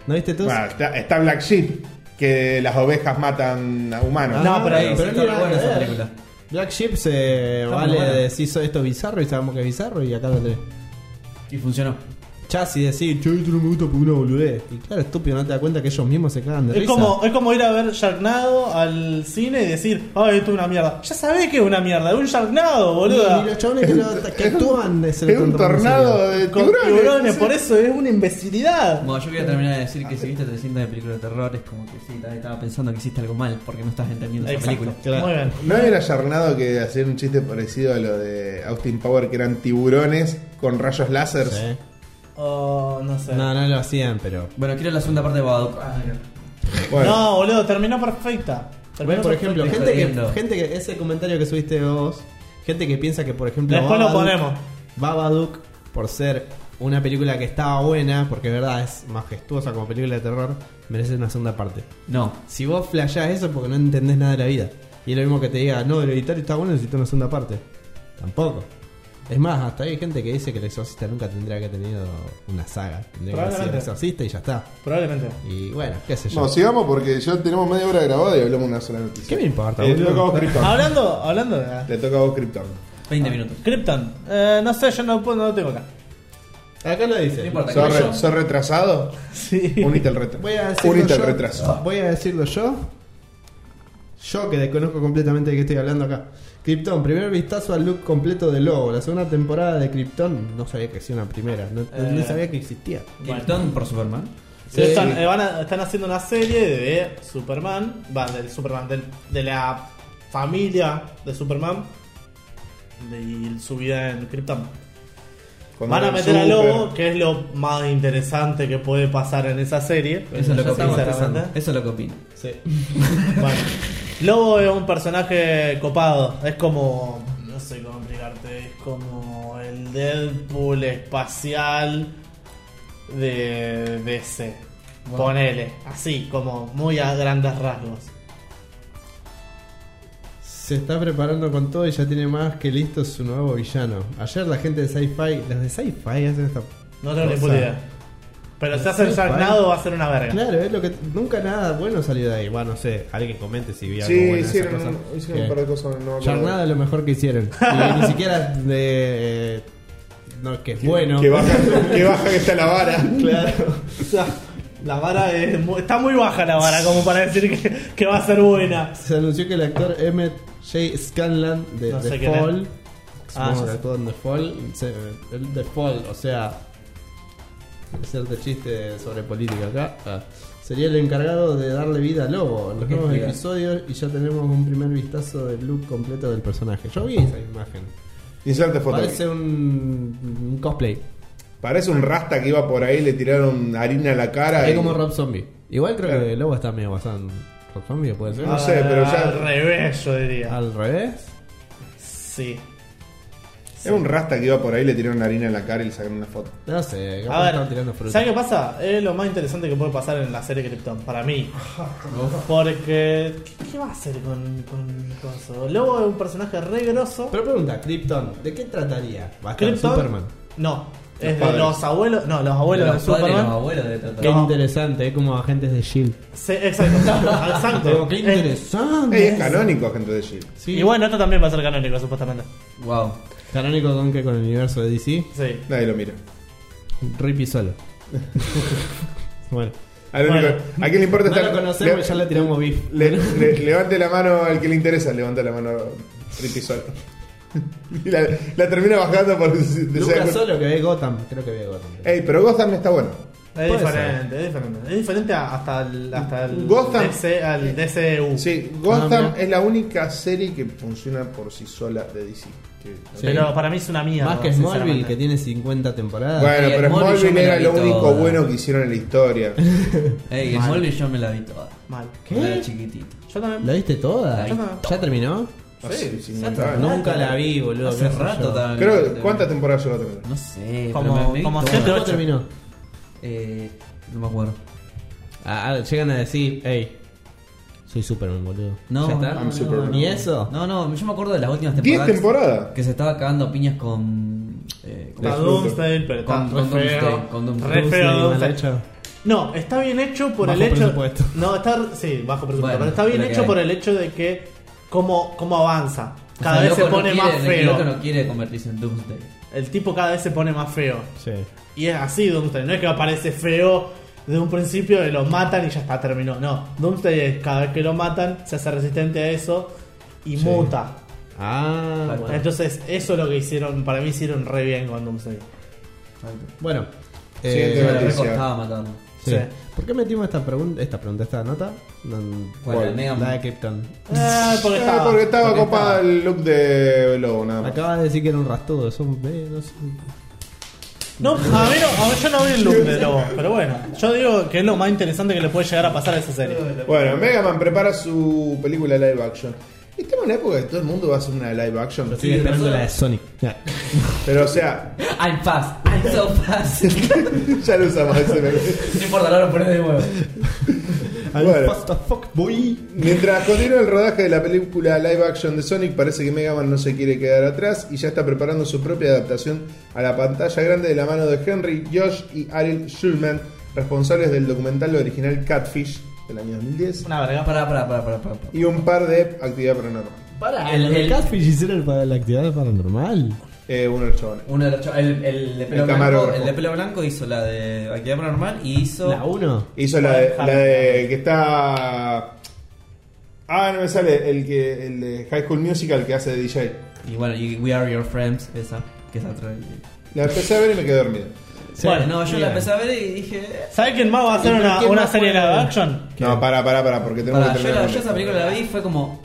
S4: ¿No viste tú?
S1: Bueno, está, está Black Sheep, que las ovejas matan a humanos.
S2: No, pero ahí-
S4: eh,
S3: pero
S4: él
S3: está
S4: era-
S3: buena esa
S4: eh,
S3: película.
S4: Black Sheep se
S3: Está
S4: vale
S3: muy buena.
S4: de si hizo esto bizarro y sabemos que es bizarro y acá lo tenés.
S3: Y funcionó.
S4: Ya si decís, che, esto no me gusta porque una boludez. Y claro, estúpido, no te das cuenta que ellos mismos se cagan de
S2: Es
S4: risa.
S2: como, es como ir a ver Sharknado al cine y decir, ay, esto es una mierda. Ya sabés que es una mierda, es un Sharknado, boluda.
S4: Y los chabones que, no- que actúan se lo
S1: Es un
S4: toman en
S1: tornado
S4: serio.
S1: de
S2: Con
S1: tiburones.
S2: tiburones, por eso es una imbecilidad.
S3: Bueno, yo voy a terminar de decir
S1: Ah,
S3: que si viste 300 de películas de terror es como que sí, tal- estaba pensando que hiciste algo mal porque no estás entendiendo esa
S2: Exacto.
S3: película.
S4: Claro.
S2: Muy bien.
S1: ¿No era Yarnado que hacía un chiste parecido a lo de Austin Power, que eran tiburones con rayos láser?
S4: Sí.
S2: Oh, no sé.
S4: No, no lo hacían, pero.
S3: Bueno, quiero la segunda parte de Babadook. Ah, no.
S1: Bueno,
S2: No, boludo, terminó perfecta. Terminó
S4: por
S2: perfecta.
S4: ejemplo,
S3: estoy
S4: gente que,
S3: jodiendo.
S4: gente que. Ese comentario que subiste vos. Gente que piensa que, por ejemplo.
S2: Después lo ponemos.
S4: Babadook, por ser una película que estaba buena, porque es verdad es majestuosa como película de terror, merece una segunda parte.
S3: No.
S4: Si vos flashás eso porque no entendés nada de la vida. Y es lo mismo que te diga, no, el editor está bueno, necesito una segunda parte. Tampoco. Es más, hasta hay gente que dice que el exorcista nunca tendría que haber tenido una saga. Tendría que haber sido el
S2: Probablemente.
S4: exorcista y ya está.
S2: Probablemente.
S4: Y bueno, qué sé yo.
S1: no, sigamos porque ya tenemos media hora grabada y hablamos una sola
S4: ¿Qué
S1: noticia.
S4: me importa?
S1: Eh, te toca a vos,
S4: boludo?
S1: Krypton.
S2: Hablando, hablando de.
S1: Te toca a vos, Krypton.
S3: 20 minutos.
S2: Krypton, eh, no sé, yo no, puedo- no lo tengo acá.
S4: Acá lo dice.
S3: No importa.
S1: ¿Sos, re-
S3: yo-
S1: sos retrasado?
S2: Sí.
S1: Unite al retraso.
S4: Voy a decirlo
S1: Unite al
S4: yo.
S1: retraso.
S4: Voy a decirlo yo. Yo que desconozco completamente de qué estoy hablando acá. Krypton, primer vistazo al look completo de Lobo. La segunda temporada de Krypton, no sabía que existía una primera, no, no- no
S2: Eh.
S4: sabía que existía.
S3: Krypton por Superman.
S2: Sí,
S4: Sí.
S2: Están, eh, van a- están haciendo una serie de Superman, va, del Superman, del- de la familia de Superman, de- y su vida en Krypton.
S1: Cuando
S2: Van a
S1: era el
S2: meter a Lobo,
S1: super.
S2: que es lo más interesante que puede pasar en esa serie.
S3: Eso es lo que
S2: Ya
S3: opino.
S2: sinceramente.
S3: Eso es lo que opino.
S2: Sí. Bueno, Lobo es un personaje copado. Es como. No sé cómo explicarte. Es como el Deadpool espacial de DC.
S3: Bueno.
S2: Ponele. Así, como muy a grandes rasgos.
S4: Se está preparando con todo y ya tiene más que listo su nuevo villano. Ayer la gente de Sci-Fi, los de Sci-Fi hacen esta.
S2: No tengo ni
S4: cosa.
S2: puta idea. Pero si hacen
S4: Sí,
S2: sarnado va a ser una verga.
S4: Claro, es lo que nunca nada bueno salió de ahí. Bueno, no sé, alguien comente si vio
S1: Sí,
S4: algo bueno de esa
S1: hicieron,
S4: cosa.
S1: un- hicieron
S4: Que-
S1: un par de cosas. No, me acuerdo.
S4: Charnada es lo mejor que hicieron. Y ni siquiera de. eh, No, es que es bueno.
S1: Que baja, que baja que está la vara.
S2: Claro. O sea, la vara es mu- está muy baja la vara como para decir que, que va a ser buena.
S4: Se anunció que el actor Emmett J. Scanlan de
S2: No sé
S4: The
S2: quién es.
S4: Fall.
S2: Ah,
S4: Supongo
S2: ya
S4: que
S2: sé.
S4: actuó en The Fall. se- el The Fall, o sea. Cierto chiste sobre política acá. ah, Sería el encargado de darle vida a Lobo en los
S3: Qué
S4: nuevos
S3: genial.
S4: episodios y ya tenemos un primer vistazo del look completo del personaje. Yo vi esa imagen.
S1: Inserte foto.
S4: Parece un, un cosplay.
S1: Parece un rasta que iba por ahí, le tiraron harina a la cara.
S4: Es
S1: y-
S4: como Rob Zombie. Igual creo
S1: Claro.
S4: que Lobo está medio basado en Rob Zombie, puede ser.
S2: Ah,
S1: No sé, pero ya-
S2: Al revés, yo diría.
S4: Al revés.
S2: Sí.
S1: Es un rasta que iba por ahí, le tiraron harina en la cara y le sacaron una foto.
S4: No sé, capaz
S2: A ver,
S4: están tirando fruta.
S2: ¿sabes qué pasa? Es lo más interesante que puede pasar en la serie Krypton, para mí. Porque, ¿qué, qué va a hacer con, con, con eso? Lobo es un personaje re grosso.
S4: Pero pregunta, Krypton, ¿de qué trataría? Va a estar
S2: Krypton-
S4: Superman.
S2: No,
S1: Los
S2: es de
S1: padres.
S2: los abuelos. No, los abuelos de
S3: los padres y
S2: Superman.
S3: los abuelos de Tata.
S4: Qué
S2: No.
S4: interesante, es como agentes de Shield.
S2: Sí, exacto, exacto.
S4: Pero qué
S2: Eh, Es-
S4: interesante.
S1: Ey, es canónico, gente de Shield.
S4: Sí.
S2: Y bueno, esto también va a ser canónico, supuestamente.
S3: Wow.
S4: Canónico con que con el universo de DC,
S2: Sí.
S1: Nadie lo mira.
S4: Rippy solo. bueno.
S1: Al único-
S2: Bueno,
S1: ¿A quién le importa
S4: No
S1: estar?
S4: lo conocemos,
S1: le-
S4: ya le tiramos beef.
S1: le- le- levante la mano al que le interesa, levanta la mano Ricky Solo. Y la, la termina bajando por
S4: Lucas
S1: deseo.
S4: solo que ve Gotham, creo que ve Gotham.
S2: Eh,
S1: Ey, pero Gotham está bueno.
S2: Es
S4: Puede
S2: diferente, es diferente. Es diferente a- hasta el, hasta el
S1: Gotham.
S2: DC, al DCU.
S1: Sí, Gotham
S4: Ah, mira.
S1: es la única serie que funciona por sí sola de DC. Que-
S4: Sí.
S2: Pero para mí es una mierda.
S4: Más que Smallville,
S2: sinceramente.
S4: que tiene 50 temporadas.
S1: Bueno,
S3: y
S1: pero
S3: Smallville yo
S1: Smallville
S3: me la
S1: era lo
S3: vi
S1: único
S3: toda.
S1: bueno que hicieron en la historia.
S3: Ey,
S2: Mal.
S3: Smallville yo me la vi toda.
S2: Mal.
S3: Cuando era chiquitito.
S2: Yo también.
S4: ¿La viste toda?
S3: La vi
S4: ¿Ya terminó?
S1: Hace 50
S3: está,
S1: años.
S4: Nunca la vi, boludo.
S3: Hace
S4: qué sé
S3: rato
S4: yo.
S3: también.
S1: Creo que, ¿cuántas temporadas llegó a tener?
S3: No sé,
S2: Como-
S3: pero me- me
S2: como
S3: vi
S2: siempre.
S3: todas.
S4: ¿Cómo terminó?
S3: Eh, no me acuerdo.
S4: Ah, ah, llegan a decir, hey, soy Superman, boludo.
S3: No,
S4: ¿Ya está?
S3: no,
S1: I'm Superman.
S4: ¿Ni eso?
S3: No, no, yo me acuerdo de las últimas
S1: ¿Diez
S3: temporadas.
S1: temporadas?
S3: Que se estaba cagando a piñas con. Eh,
S2: Está
S1: La
S3: con-
S2: Doomsday, pero está
S3: Con- con
S2: re
S3: Doomsday,
S2: feo.
S3: con Doomsday.
S2: Re feo
S4: Sí, mal
S2: Doomsday.
S4: hecho.
S2: No, está bien hecho por
S4: Bajo
S2: el hecho.
S4: presupuesto.
S2: No, está. Sí, bajo presupuesto.
S3: Bueno,
S2: pero está bien
S3: pero que
S2: hecho
S3: hay.
S2: por el hecho de que. Cómo, cómo avanza.
S3: o
S2: Cada
S3: sea,
S2: vez
S3: el
S2: se
S3: loco no
S2: pone
S3: quiere-
S2: más
S3: El
S2: feo.
S3: loco no quiere convertirse en Doomsday.
S2: El tipo cada vez se pone más feo.
S4: Sí.
S2: Y es así Doomsday, no es que aparece feo de un principio y lo matan y ya está, terminó. No, Doomsday es cada vez que lo matan, se hace resistente a eso y
S4: Sí.
S2: muta.
S4: Ah, bueno.
S2: Entonces, eso es lo que hicieron, para mí hicieron re bien con Doomsday.
S4: Bueno,
S1: Siguiente
S3: Yo
S4: eh,
S3: la
S1: noticia.
S3: recostaba matando.
S4: sí.
S2: Sí.
S4: ¿Por qué metimos esta pregunta, esta pregunta, esta nota? No,
S3: ¿Cuál?
S4: no,
S3: La Mega
S4: La de
S3: Man.
S4: Krypton.
S2: Ah, porque
S1: Eh,
S2: estaba.
S1: porque estaba
S2: porque
S1: copada
S2: estaba.
S1: el look de Lobo, nada más.
S4: Acabas de decir que era un rastudo, son eh, no sé.
S2: No, a mí no, a mí yo no vi el look de lobo, pero bueno, yo digo que es lo más interesante que le puede llegar a pasar a esa serie.
S1: Bueno, Mega Man prepara su película live action. Estamos en la época de todo el mundo va a hacer una live action.
S4: Estoy esperando la de Sonic.
S1: Pero o sea,
S3: I'm fast, I'm so fast. no
S1: ya lo usamos ese meme.
S3: importa, ahora lo pones de nuevo.
S4: I'm
S1: Bueno.
S4: fast as fuck, boy.
S1: Mientras continúa el rodaje de la película live action de Sonic, parece que Mega Man no se quiere quedar atrás y ya está preparando su propia adaptación a la pantalla grande de la mano de Henry, Josh y Ariel Schulman, responsables del documental original Catfish del año 2010
S2: Una verga.
S3: Ah, Pará, pará, pará, pará. pará.
S1: y un par de actividad paranormal.
S4: Para,
S3: el-
S4: el,
S3: el-
S4: Catfish hicieron para la actividad paranormal.
S1: Eh, uno de los chabones.
S3: Uno de los chav- el, el de pelo
S1: El
S3: blanco,
S1: camarógrafo.
S3: el de pelo blanco hizo la de Actividad Paranormal y hizo
S4: La 1.
S1: Hizo la de, la de que está. Ah, no me sale. El que el de High School Musical que hace de DJ.
S3: y bueno, y We Are Your Friends, esa, que es otra.
S1: La empecé a ver y me quedé dormido.
S3: Bueno, no, yo la empecé a ver y dije, "Eh".
S2: ¿Sabes quién más va a hacer
S4: ¿Y pero
S2: una,
S4: quién
S2: una
S4: más
S2: serie de
S4: puede?
S2: live action?
S1: No, para, para, para, porque tenemos
S3: Pará,
S1: que
S3: yo, la,
S1: terminar.
S3: yo esa película la vi y fue como.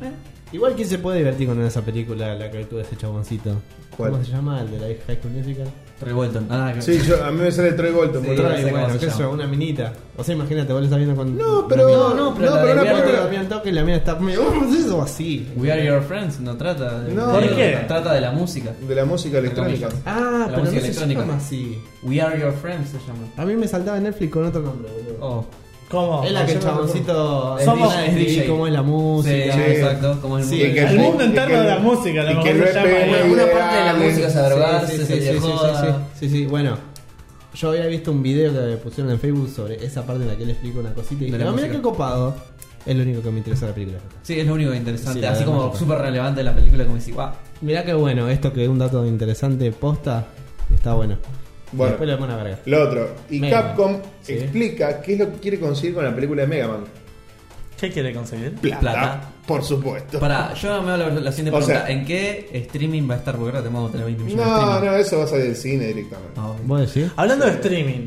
S3: eh,
S4: Igual quién se puede divertir con esa película, la que actúa ese chaboncito.
S1: ¿Cuál?
S4: ¿Cómo se llama? El de la High School Musical.
S3: Troy Bolton. Ah, que-
S1: Sí, yo, a mí me sale Troy Bolton.
S3: Sí,
S1: boludo.
S3: no sé
S4: Troy,
S3: cómo
S4: bueno,
S3: se
S4: qué sé yo,
S3: llama.
S4: una minita. O sea, imagínate, vos lo estás viendo con.
S1: No, pero.
S4: No,
S1: No,
S4: no,
S3: pero
S1: pero, una
S4: la
S3: la de Blair-
S4: película
S1: película-
S4: la miran toque y la mina está. ¡Oh, eso así!
S3: We Are Your Friends no trata de,
S1: No.
S3: de-
S2: ¿Por qué?
S3: trata de la música.
S1: De la música electrónica.
S4: Ah,
S3: La
S4: pero no
S3: música
S4: se
S3: electrónica.
S4: llama así.
S3: We Are Your Friends se llama.
S4: A mí me saltaba en Netflix con otro nombre, boludo.
S3: Oh.
S2: ¿Cómo?
S4: es la que el
S1: yo no
S4: chaboncito.
S3: Somos-
S4: es DJ, cómo es la música.
S3: Sí,
S1: Sí.
S3: ah, exacto. Como el
S4: Sí,
S3: mundo
S1: Y
S3: del
S1: que
S2: El
S1: fue-
S2: mundo
S1: y
S2: entero
S1: que-
S2: de la música, la
S1: y
S2: mejor
S1: que
S2: se
S1: no es
S2: llama,
S1: pena,
S2: ¿no?
S3: Alguna
S1: ideal,
S3: parte de la música se drogarse,
S4: sí, sí,
S3: se
S4: sí, sí,
S3: joda.
S4: sí, sí, sí, bueno. Yo había visto un video que me pusieron en Facebook sobre esa parte en la que él explica una cosita y
S3: De
S4: dije,
S3: la
S4: "Ah, mira
S3: música".
S4: qué copado. Es lo único que me interesa de la película.
S3: Sí, es lo único
S4: Sí,
S3: interesante.
S4: la
S3: así como
S4: música.
S3: súper relevante de la película, como decís, guau.
S4: Mirá qué bueno, esto que es un dato interesante posta, está bueno.
S1: Bueno.
S4: Después le damos una verga.
S1: Lo otro. Y
S4: Mega Man.
S1: Capcom
S4: Sí.
S1: explica qué es lo que quiere conseguir con la película de Mega Man.
S2: ¿Qué quiere conseguir?
S1: Plata.
S3: Plata.
S1: Por supuesto.
S3: Pará, yo me voy a la, la siguiente
S1: O
S3: pregunta.
S1: sea-
S3: ¿En qué streaming va a estar? Porque ahora tenemos que tener 20 millones de
S1: No,
S3: streaming.
S1: no, eso va a salir del cine directamente.
S3: Ah, ok.
S4: ¿Vos decís?
S2: Hablando de streaming,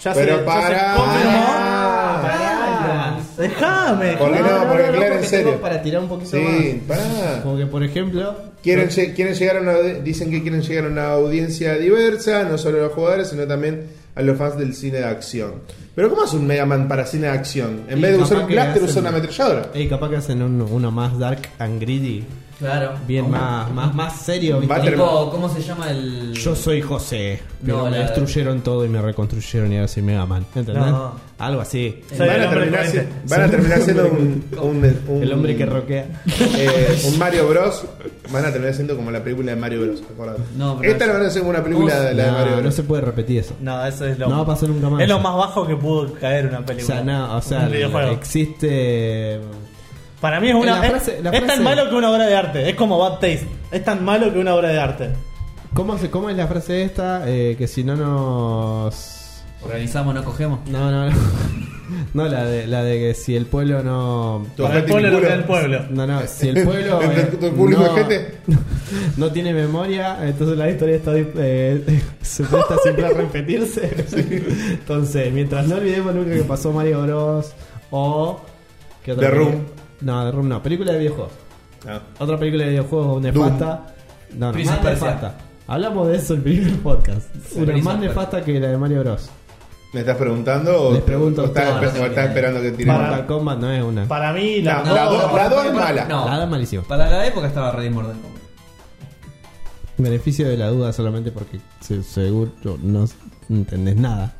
S2: ya se,
S1: Pero
S2: ya se
S1: pará.
S2: confirmó. Déjame.
S1: ¿Por qué no? Ah, porque claro, en
S4: porque
S1: serio.
S4: tengo Para tirar un poquito
S1: Sí,
S4: más.
S1: pará.
S4: Como que, por ejemplo,
S1: Quieren, lle- quieren llegar a una, audi- dicen que quieren llegar a una audiencia diversa, no solo a los jugadores, sino también a los fans del cine de acción. Pero ¿cómo hace un Mega Man para cine de acción? En
S4: Y
S1: vez de
S4: capaz
S1: usar un
S4: que
S1: blaster,
S4: hacen-
S1: usa una ametralladora.
S4: Ey, capaz que hacen un- uno más dark and greedy.
S3: Claro.
S4: Bien
S3: Como-
S4: más, más, más serio. ¿viste?
S1: Battle-
S3: Tipo, ¿cómo se llama el...?
S4: Yo soy José, pero
S3: No,
S4: me
S3: la-
S4: destruyeron todo y me reconstruyeron y ahora soy Mega Man. ¿Entendés?
S2: No. Eh.
S4: Algo así.
S2: Soy
S1: Van
S2: el
S1: a,
S2: hombre
S1: terminar, si-
S2: coherente.
S1: van a terminar siendo un, un- un-
S4: El hombre que roquea.
S1: eh, un Mario Bros. Van a terminar siendo como la película de Mario Bros. acordate.
S3: No, pero
S1: Esta la van a hacer como una película
S3: ¿Cómo
S1: de la de Mario
S4: No, no
S1: Bros.
S4: se puede repetir eso.
S2: No, eso es lo
S4: No va a pasar nunca más.
S2: Es lo más bajo que pudo caer una
S4: O
S2: película.
S4: sea, no, o sea,
S2: un videojuego.
S4: existe.
S2: Para mí es una.
S4: La
S2: es-
S4: frase- la
S2: es
S4: frase-
S2: tan malo que una obra de arte. Es como Bad Taste. Es tan malo que una obra de arte.
S4: ¿Cómo, se, ¿Cómo es la frase esta? Eh, que si no nos.
S3: Organizamos, no cogemos.
S4: No, no, no. No, la de, la de que si el pueblo no.
S1: Tu
S2: Para el
S1: ojete y mi
S2: pueblo lo
S1: culo.
S2: que el pueblo.
S4: No, no, si el pueblo.
S1: ¿Tu-
S4: eh,
S1: tu público
S4: no,
S1: ojete?
S4: no tiene memoria, entonces la historia está. Eh, se presta siempre a repetirse. Entonces, mientras no olvidemos nunca que pasó Mario Bros. o. ¿qué
S1: The Room.
S4: película? No, The Room no, película de videojuegos.
S1: Ah.
S4: Otra película de videojuegos nefasta. No, no,
S3: Prince
S4: más
S3: of Persia.
S4: nefasta. Hablamos de eso el primer podcast. Una
S3: Prince
S4: más
S3: of Persia.
S4: nefasta que la de Mario Bros.
S1: ¿Me estás preguntando o,
S4: Les pregunto
S1: o
S4: a
S1: estás,
S4: ustedes.
S1: espe- o estás esperando que tire
S2: Para-
S1: una-
S4: Mortal Kombat no es una.
S2: Para mí, la.
S1: No. La dos- la dos es mala.
S3: No.
S4: La da malísima.
S3: Para la época estaba re Mortal Kombat.
S4: Beneficio de la duda solamente porque se- seguro no entendés nada.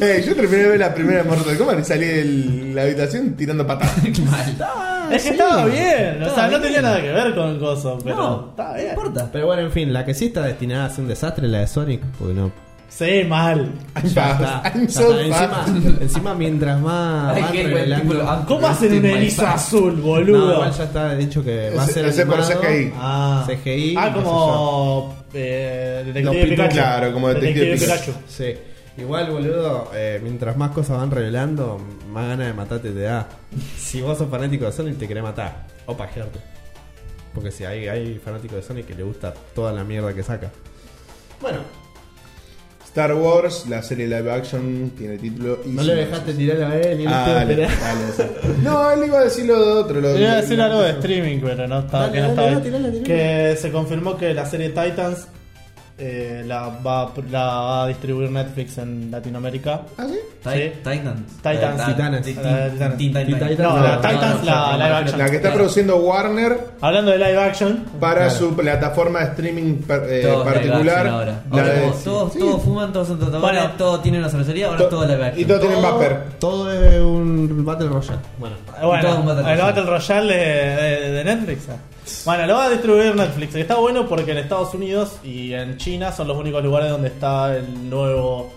S1: Eh, yo terminé de ver la primera de Mortal Kombat y salí de la habitación tirando patadas.
S3: Mal.
S2: es que
S4: sí.
S2: estaba bien. O sea,
S3: Estaba
S2: no tenía
S3: bien.
S2: nada que ver con cosas, pero.
S3: No,
S2: estaba
S3: no
S2: bien.
S3: importa.
S4: Pero bueno, en fin, la que sí está destinada a ser un desastre es la de Sonic. Porque no.
S2: Sí, mal.
S4: Ya está,
S1: Ah, I'm
S4: ya
S1: so
S4: está.
S1: fast.
S4: Encima, encima, mientras
S2: Ah,
S4: más.
S3: Ay,
S4: van
S3: qué buen
S4: revelando-
S3: título. Ah,
S2: ¿Cómo hacen
S3: Rest in
S2: una
S3: my
S2: eriza
S3: past.
S2: azul,
S4: No,
S2: boludo?
S4: igual ya está dicho que va a
S1: Ese-
S4: ser
S1: ese por
S4: animado.
S1: CGI.
S2: Ah,
S4: CGI,
S2: Ah,
S4: no sé
S2: como. Eh, Detective
S1: Los
S2: Pikachu.
S1: Pikachu, claro, como Detective Pikachu.
S4: Sí. Igual, boludo, eh, mientras más cosas van revelando, más ganas de matarte te da. Si vos sos fanático de Sonic, te querés matar. O pajearte. Porque si hay, hay fanático de Sonic que le gusta toda la mierda que saca. Bueno,
S1: Star Wars, la serie live action, tiene título. y
S4: no le
S1: sin-
S4: dejaste tirar a él ni
S1: Ah,
S4: a
S1: dale,
S4: esperar.
S1: dale, sí. No, él iba a decir lo de otro. Lo,
S2: Yo iba a
S1: lo-
S2: decir
S1: lo-
S2: algo de streaming, pero no estaba.
S4: Dale,
S2: que no
S4: dale,
S2: estaba
S4: no,
S2: ahí.
S4: tirala, tirala.
S2: Que se confirmó que la serie Titans eh, la, va, la va a distribuir Netflix en Latinoamérica.
S1: ¿Ah, sí?
S3: Ti-
S2: Sí.
S3: Titans.
S2: Titans.
S4: Titanes.
S3: Ti- ti-
S2: Ah, Titanes.
S3: Teen Titans.
S4: Titans.
S2: No,
S4: No,
S2: la
S4: no,
S2: Titans,
S3: no,
S2: la
S3: no,
S2: live
S3: no,
S2: action.
S1: La que está
S3: Claro.
S1: produciendo Warner
S2: Hablando de live action,
S1: para
S4: Claro.
S1: su plataforma de streaming per- eh,
S3: Todos live
S1: particular.
S3: action ahora.
S1: La
S3: Ahora
S1: de-
S3: como todos, todos fuman, todos son tatuadores,
S2: Bueno.
S3: todos tienen una cervecería, ahora
S1: To-
S3: todos live
S1: y
S3: action.
S1: todos tienen vapor.
S4: Todo es un Battle Royale. Bueno,
S3: todo
S2: bueno,
S3: un Battle
S2: el
S3: Royale.
S2: Battle Royale de, de- de Netflix. eh. Bueno, lo va a distribuir Netflix. Y está bueno porque en Estados Unidos y en China son los únicos lugares donde está el nuevo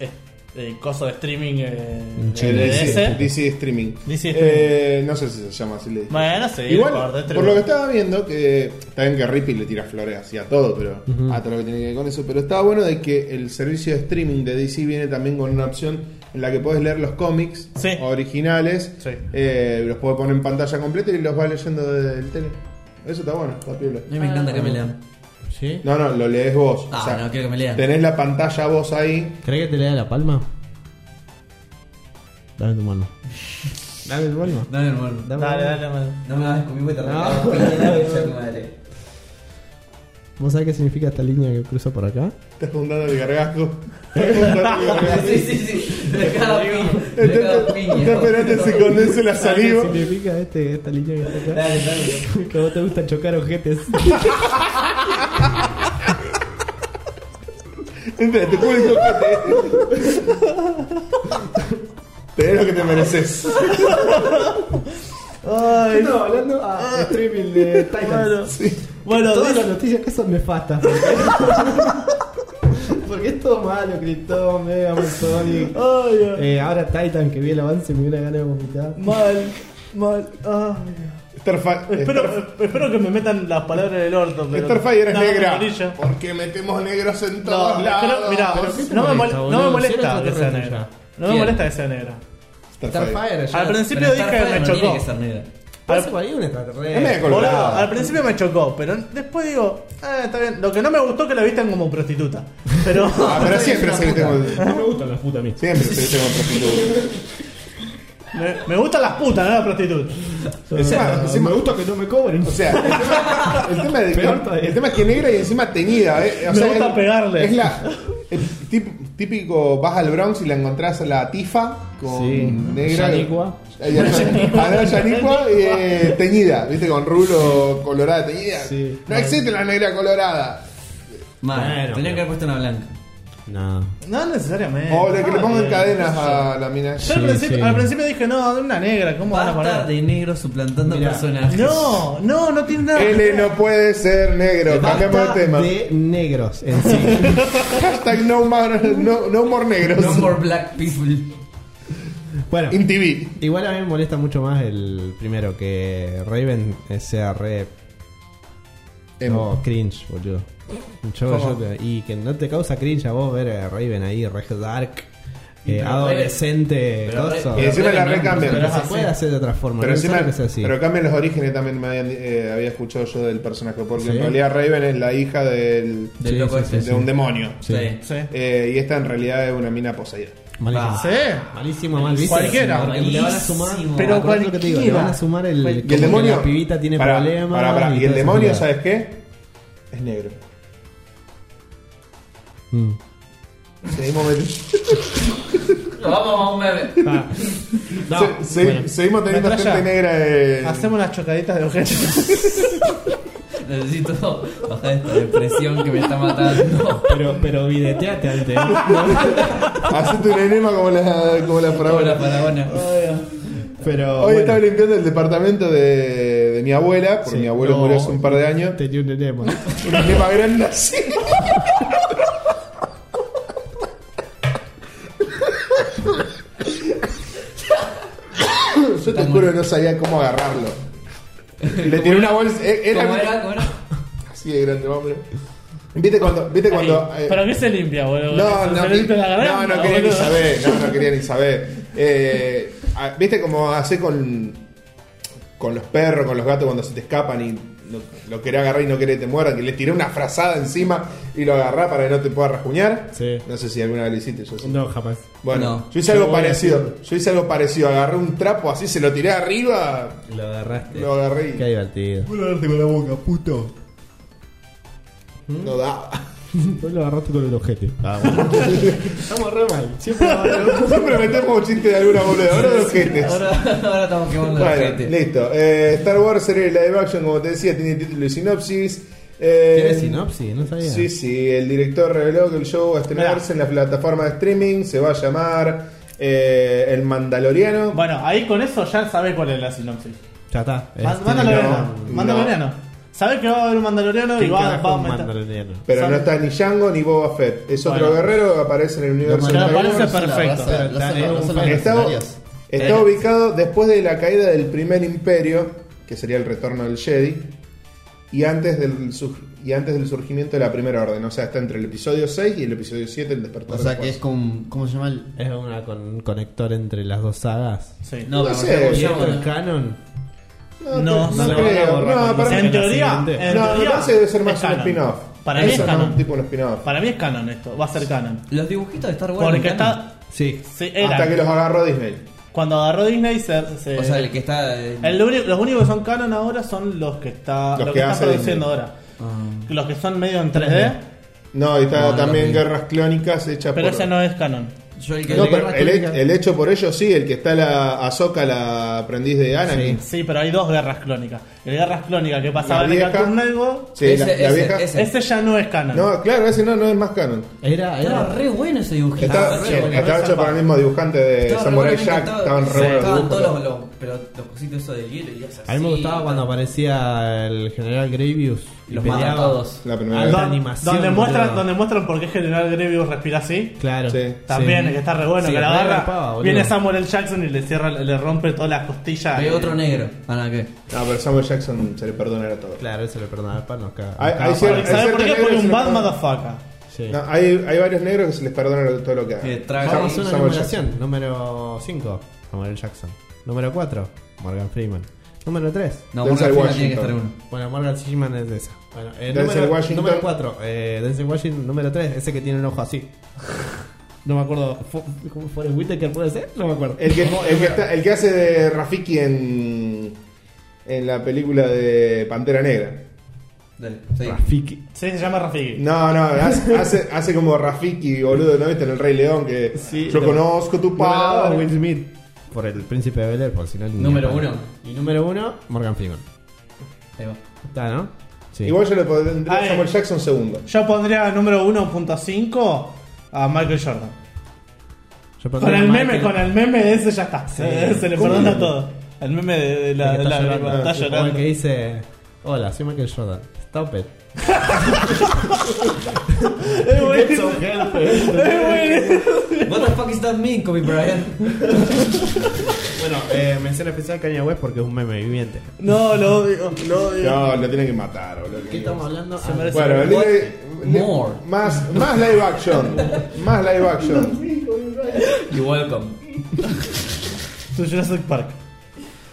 S2: eh, eh, coso de streaming eh,
S1: Eh,
S2: de
S1: DC,
S2: DC.
S1: DC Streaming.
S2: DC
S1: Eh, no sé si se llama así. le dije.
S2: Bueno, sí, no importa,
S1: Igual,
S2: este
S1: por lo
S2: lugar.
S1: que estaba viendo, que está bien que Rippy le tira flores así a todo, pero a todo lo que tiene que ver con eso. Pero estaba bueno de que el servicio de streaming de DC viene también con una opción en la que puedes leer los cómics
S2: Sí.
S1: originales,
S2: Sí.
S1: eh, los puedes poner en pantalla completa y los vas leyendo desde el tele. Eso está bueno, está piola.
S3: A mí me encanta que me lean.
S4: ¿sí?
S1: No, no, lo lees vos.
S3: Ah,
S1: O sea,
S3: no, quiero que me lean.
S1: Tenés la pantalla vos ahí.
S4: ¿Crees que te le da la palma? Dame tu mano. Dame el Volvo.
S3: Dale, hermano.
S4: Dame
S2: Dale,
S4: el
S2: dale, dale.
S3: No me hagas conmigo y te
S4: No.
S3: regalo. Concha de tu madre.
S4: Volvo. ¿Vos sabés qué significa esta línea que cruza por acá?
S1: Estás apuntando al gargajo. Estás apuntando al gargajo.
S3: Sí, sí, sí. Le cago piña. Le cago
S1: Está
S3: piña.
S1: está esperando que se condense la
S4: ¿Sabés
S1: saliva.
S4: ¿Qué significa este, esta línea que está acá?
S3: Dale, dale.
S4: Que a vos te gusta chocar ojetes.
S1: Entra, te pones el Te des lo que te mereces.
S2: Ay,
S4: Estamos hablando a streaming de
S2: bueno.
S4: Titans.
S2: Bueno,
S4: Todas
S2: dice-
S4: las noticias que son nefastas. Porque es todo malo, Krypton, Mega Man, Sonic.
S2: Ay, Dios.
S4: Eh, ahora Titan, que vi el avance, me dio una gana de vomitar.
S2: Mal, mal. Ay, Dios.
S1: Starfa-
S2: Espero,
S1: Star-
S2: eh, espero que me metan las palabras en el orto. Pero
S1: Starfire es
S2: No,
S1: negra.
S2: amarilla.
S1: Porque metemos negros en
S2: No,
S1: todos
S2: es que
S1: lados.
S2: no, mirá,
S4: ¿qué te
S2: no me, mol- no me
S4: molesta, boludo?
S2: molesta que
S4: Si eres
S2: sea
S4: extraterrestre
S2: negra.
S4: ya.
S2: No me
S3: ¿Quién?
S2: molesta que sea negra.
S4: Starfire,
S2: Al
S4: ya.
S2: principio
S3: Pero
S2: dije que me
S3: Starfire no
S2: chocó.
S3: Tiene que ser negra.
S4: Parece por ahí un extraterrestre.
S1: Es medio
S2: Boludo, al
S1: colorado.
S2: principio me chocó, pero después digo, eh, está bien. Lo que no me gustó que la visten como prostituta. Pero.
S1: Ah, pero siempre se viste con.
S7: No me gustan las putas a mí.
S1: Siempre se viste con prostituta.
S2: me, me gustan las putas, no las prostitutas.
S1: Encima, encima-
S4: gusta que no me cobren.
S1: O sea, el tema, el tema, de-
S4: Peor todavía.
S1: el tema es que negra y encima teñida. eh. O
S2: Me
S1: sea,
S2: gusta
S1: el-
S2: pegarle.
S1: Es la. el tip- típico, vas al Bronx y la encontrás a la Tifa con
S4: Sí,
S1: negra.
S4: Yanicua.
S1: A la- a la Yanicua eh, teñida, ¿viste? Con rulo colorada teñida.
S4: Sí.
S1: no existe la negra colorada.
S3: Mal.
S4: Bueno,
S3: Tenía
S4: pero-
S3: que haber puesto una blanca.
S4: No.
S2: No necesariamente.
S1: O le que le
S2: Ah,
S1: pongan
S2: bien.
S1: cadenas a la mina.
S2: Yo al,
S4: Sí,
S2: principio,
S4: sí.
S2: al principio dije, no, de una negra, ¿cómo van a
S3: Basta
S2: poner?
S3: de negro suplantando
S4: Mirá.
S3: personajes.
S2: No, no, no tiene nada. que
S1: L
S2: ver.
S1: no puede ser negro. Cambiamos de tema.
S4: Eh, de negros en sí.
S1: Hashtag no more, no, no more negros.
S3: No more black people.
S4: bueno,
S1: In TV.
S4: igual a mí me molesta mucho más el primero, que Raven sea re. No, cringe, boludo. Yo-
S1: Em, ¿Cómo?
S4: yo- y que no te causa cringe a vos ver a Raven ahí, re dark, eh,
S3: Pero
S4: adolescente,
S3: Pero re-
S4: cosa.
S1: Y
S3: pero
S1: encima la
S3: no,
S1: recambian.
S3: pero
S4: Pero
S3: es
S4: se
S3: así.
S4: puede hacer de otra forma,
S1: Pero
S4: no es
S1: encima,
S4: necesario que sea así.
S1: pero cambian los orígenes también me habían, eh, había escuchado yo del personaje, porque
S4: Sí.
S1: en realidad Raven es la hija del,
S3: Del
S4: Sí,
S3: loco
S4: sí,
S3: este.
S1: de un demonio.
S3: Sí.
S2: Sí.
S1: Eh, y esta en realidad es una mina poseída.
S4: Malísimo.
S3: Ah.
S2: Sí.
S4: Malísimo, mal, ¿viste?
S2: Cualquiera.
S4: Porque Le van a sumar.
S3: Malísimo.
S2: Pero
S4: acordate lo que te digo, le van a sumar el.
S1: Y el
S4: como que
S1: demonio.
S4: La pibita tiene
S1: Pará,
S4: problemas.
S1: pará, pará. Y, el
S4: todas esas
S1: demonio,
S4: cosas.
S1: ¿sabes qué? Es negro.
S4: Mm.
S1: Seguimos, meti-
S3: Vamos a un meme.
S4: Ah. No,
S1: se- se-
S4: bueno.
S1: seguimos teniendo
S2: Metralla.
S1: gente negra. en-
S2: Hacemos unas chocaditas de objetos.
S3: Necesito bajar esta depresión que me está matando.
S4: Pero, pero videteate antes. ¿eh?
S1: Hacete un enema como la, como la
S3: Como la
S1: faraona.
S3: paragona.
S4: Pero.
S1: Hoy
S4: bueno,
S1: estaba limpiando el departamento de, de mi abuela, porque
S4: Sí.
S1: mi abuelo
S4: No.
S1: murió hace un par de años.
S4: tenía un enema.
S1: Un enema grande así. Yo te juro que no sabía cómo agarrarlo. Le tiré una bolsa. eh,
S3: ¿Cómo era?
S1: Era
S3: ¿Cómo era?
S1: así de grande, hombre. ¿Viste cuando.? ¿Viste cuando.? eh,
S2: Pero que se limpia, boludo.
S1: no,
S2: Se
S1: no,
S2: limpia
S1: que-
S2: la garganta,
S1: no, no quería ni
S2: boludo.
S1: saber, no, no quería ni saber. Eh, ah, ¿Viste cómo hace con, con los perros, con los gatos cuando se te escapan y lo, lo querés agarrar y no querés que te mueran? Que le tiré una frazada encima y lo agarrá para que no te pueda rasguñar.
S4: Sí.
S1: No sé si alguna vez lo hiciste. Yo sí.
S4: No, jamás.
S1: Bueno,
S3: No.
S1: yo hice algo parecido. Yo hice algo parecido. Agarré un trapo así, se lo tiré arriba,
S4: Lo agarraste.
S1: lo agarré
S4: Qué
S1: y...
S4: divertido.
S1: con la boca, puto. No da.
S4: Vos lo agarraste con el ojete. Estamos re mal. Siempre
S1: Siempre metemos un chiste de alguna boluda. Ahora de los jetes.
S3: Ahora, ahora estamos quemando la
S1: Bueno,
S3: gente.
S1: listo. Eh, Star Wars serie live action, como te decía, tiene título y sinopsis. Eh,
S4: ¿Tiene sinopsis? No sabía.
S1: Sí, sí. El director reveló que el show va a estrenarse en la plataforma de streaming. Se va a llamar eh, El Mandaloriano.
S2: Bueno, ahí con eso ya sabés cuál es la sinopsis.
S4: Ya está. Este, Es-
S2: Man-
S4: tiene
S2: Mandaloriano.
S1: no,
S2: Mandaloriano. Sabés que va a haber un mandaloriano y
S4: ¿Quién
S2: va,
S4: carajo
S2: va a
S4: es
S2: meter.
S4: mandaloriano?
S1: pero
S2: Sam-
S1: no está ni Django ni Boba Fett. Es otro
S2: Bueno.
S1: guerrero que aparece en el universo.
S4: Lo
S1: de
S2: Me
S1: Star
S2: parece
S1: Wars.
S2: perfecto.
S4: Pero
S8: Los-
S4: está-
S8: los- los-
S4: es un
S8: los-
S4: fan.
S1: Está,
S8: Mercenarios.
S1: está ubicado después de la caída del primer imperio, que sería el retorno del Jedi, y antes del, sur- y antes del surgimiento de la primera orden. O sea, está entre el episodio 6 y el episodio 7, el despertar
S8: O
S1: de la
S8: sea que es
S1: fuerza.
S8: con. ¿Cómo se llama el.?
S4: Es una con un conector entre las dos sagas.
S2: Sí.
S3: No,
S1: No
S3: pero
S1: sé,
S3: ya
S4: ¿Y esto
S3: volvemos.
S4: es canon?
S1: No,
S2: No,
S1: no,
S2: se lo
S4: van a
S1: creo.
S4: borrar
S1: No,
S4: cuando
S1: para
S4: se
S1: mí,
S2: en
S4: la
S2: teoría,
S4: siguiente.
S2: en
S1: no, me
S2: teoría
S1: parece que debe ser más
S2: es
S1: un
S2: canon.
S1: spin-off.
S2: Para mí es
S1: Eso no, un
S2: canon.
S1: tipo un spin-off.
S2: Para mí es canon esto, va a ser canon.
S3: Los dibujitos de Star Wars.
S2: Porque
S3: eran-
S2: está.
S4: Sí.
S2: Sí,
S1: Hasta
S2: eran.
S1: que los agarró Disney.
S2: Cuando agarró Disney se... se-
S3: O sea, el que está. eh,
S2: el único- los únicos que son canon ahora son los que está,
S1: Los
S2: lo que
S1: que
S2: está
S1: hace
S2: produciendo
S1: Disney.
S2: ahora.
S3: ah.
S2: Los que son medio en 3D,
S1: No, y está
S3: No, no,
S1: también
S3: no.
S1: Guerras Clónicas hechas
S2: pero
S1: por.
S2: ese no es canon.
S3: Yo el que
S1: No,
S3: el
S1: pero
S3: que-
S1: el, e- he- el hecho por ellos sí, el que está la Azoka, la aprendiz de Anakin.
S2: Sí, pero hay dos guerras clónicas. El guerras clónicas que pasaba
S1: La
S2: en el
S1: vieja.
S2: Cartoon Network,
S1: Sí, la,
S3: Ese-
S1: la
S3: ese-
S1: vieja.
S3: ese.
S2: ese ya no es canon.
S1: No, claro, ese no, no es más canon.
S4: Era,
S3: Estaba
S4: era.
S3: re bueno ese dibujito.
S1: Está,
S3: Estaba
S1: sí,
S3: re bueno.
S1: está hecho por el mismo dibujante de
S3: Estaba re
S1: eh, Samurai
S3: bueno, me
S1: Jack,
S3: encantaba.
S1: estaban re
S3: Sí,
S1: buenos
S3: Estaban
S1: dibujos.
S3: todos los, los- pero los cositos esos de hielo y esas
S4: A mí me
S3: así,
S4: gustaba
S3: tal.
S4: cuando aparecía el general Gravius y
S3: Los mata a
S4: peleaba.
S3: todos.
S1: La primera
S4: Ah,
S1: vez.
S4: no.
S2: Don-
S4: animación,
S2: donde, muestran,
S4: boludo.
S2: donde muestran por qué General Grevius respira así.
S4: Claro.
S1: Sí.
S2: También,
S4: Sí.
S2: que está re bueno,
S4: Sí,
S2: que la
S4: re
S2: agarra.
S4: garpaba, boludo.
S2: viene Samuel L. Jackson y le cierra, le rompe todas las costillas.
S3: Ve otro negro. Ah, no, ¿qué?
S1: Ah, pero Samuel Jackson se le perdonará todo.
S4: Claro, eso le perdonaba al pan, nos caga-
S1: Hay-
S4: nos
S1: hay
S4: caga
S1: cier-
S4: palo.
S1: hay-
S2: ¿Sabes por qué?
S1: Ese
S2: Porque
S1: negro
S2: un
S1: se
S2: bad
S1: llama-
S2: motherfucker.
S4: Sí.
S1: No, hay, hay varios negros que se les perdona todo lo que
S3: Que
S1: hagan.
S3: traga-
S1: Sam-
S4: Vamos a una
S1: Samuel
S4: numeración. Número 5, Samuel Jackson. Número 4, Morgan Freeman. Número 3.
S3: No,
S1: Denzel
S3: Morgan Freeman
S1: Washington.
S3: tiene que estar uno.
S4: Bueno, Morgan Freeman es de esa. Bueno, eh,
S1: Denzel
S4: número,
S1: Washington.
S4: número 4, eh, Denzel Washington. Número 3, ese que tiene un ojo así. No me acuerdo. fu- ¿Cómo fue Whittaker puede ser? No me acuerdo.
S1: El que, el, que está- el que hace de Rafiki en, en la película de Pantera Negra.
S3: Dale, sí.
S4: Rafiki.
S2: Sí, se llama Rafiki.
S1: No, no, hace, hace, hace como Rafiki, boludo, ¿no viste? En El Rey León, que
S4: Sí,
S1: yo
S4: no.
S1: conozco tu
S4: Número dos, Will
S1: padre.
S4: Smith. Por el príncipe de Bel Air, por si no. ni
S3: Número
S4: a palo.
S3: uno.
S4: Y número 1, Morgan Freeman.
S3: Ahí va.
S4: Está, ¿no? Sí.
S1: Igual yo le pondría
S3: Ah,
S1: a
S2: Ay.
S3: eh.
S1: Samuel Jackson segundo.
S2: Yo pondría número 1.5 a Michael Jordan.
S4: Yo
S2: Con
S4: pondría
S2: el
S4: Michael-
S2: meme, con el meme de ese ya está. Se, se le
S1: ¿Cómo?
S2: perdona todo. El meme de, de la,
S4: El que
S2: de
S4: está
S2: la-
S4: llorando.
S2: está
S4: Como
S2: llorando.
S4: el que dice: Hola, soy Michael Jordan. Stop it.
S2: Es buenísimo. Es buenísimo.
S3: What the fuck is that mean, Kobe Bryant?
S4: Bueno, eh, mención especial Kanye West porque es un meme viviente.
S2: No, lo odio, lo odio.
S1: No, lo tienen que matar, boludo.
S4: ¿Qué estamos hablando?
S2: Se merece-
S1: Bueno, el de-
S3: More.
S1: Más, más live action. más live action.
S3: You welcome.
S2: Tu Jurassic Park.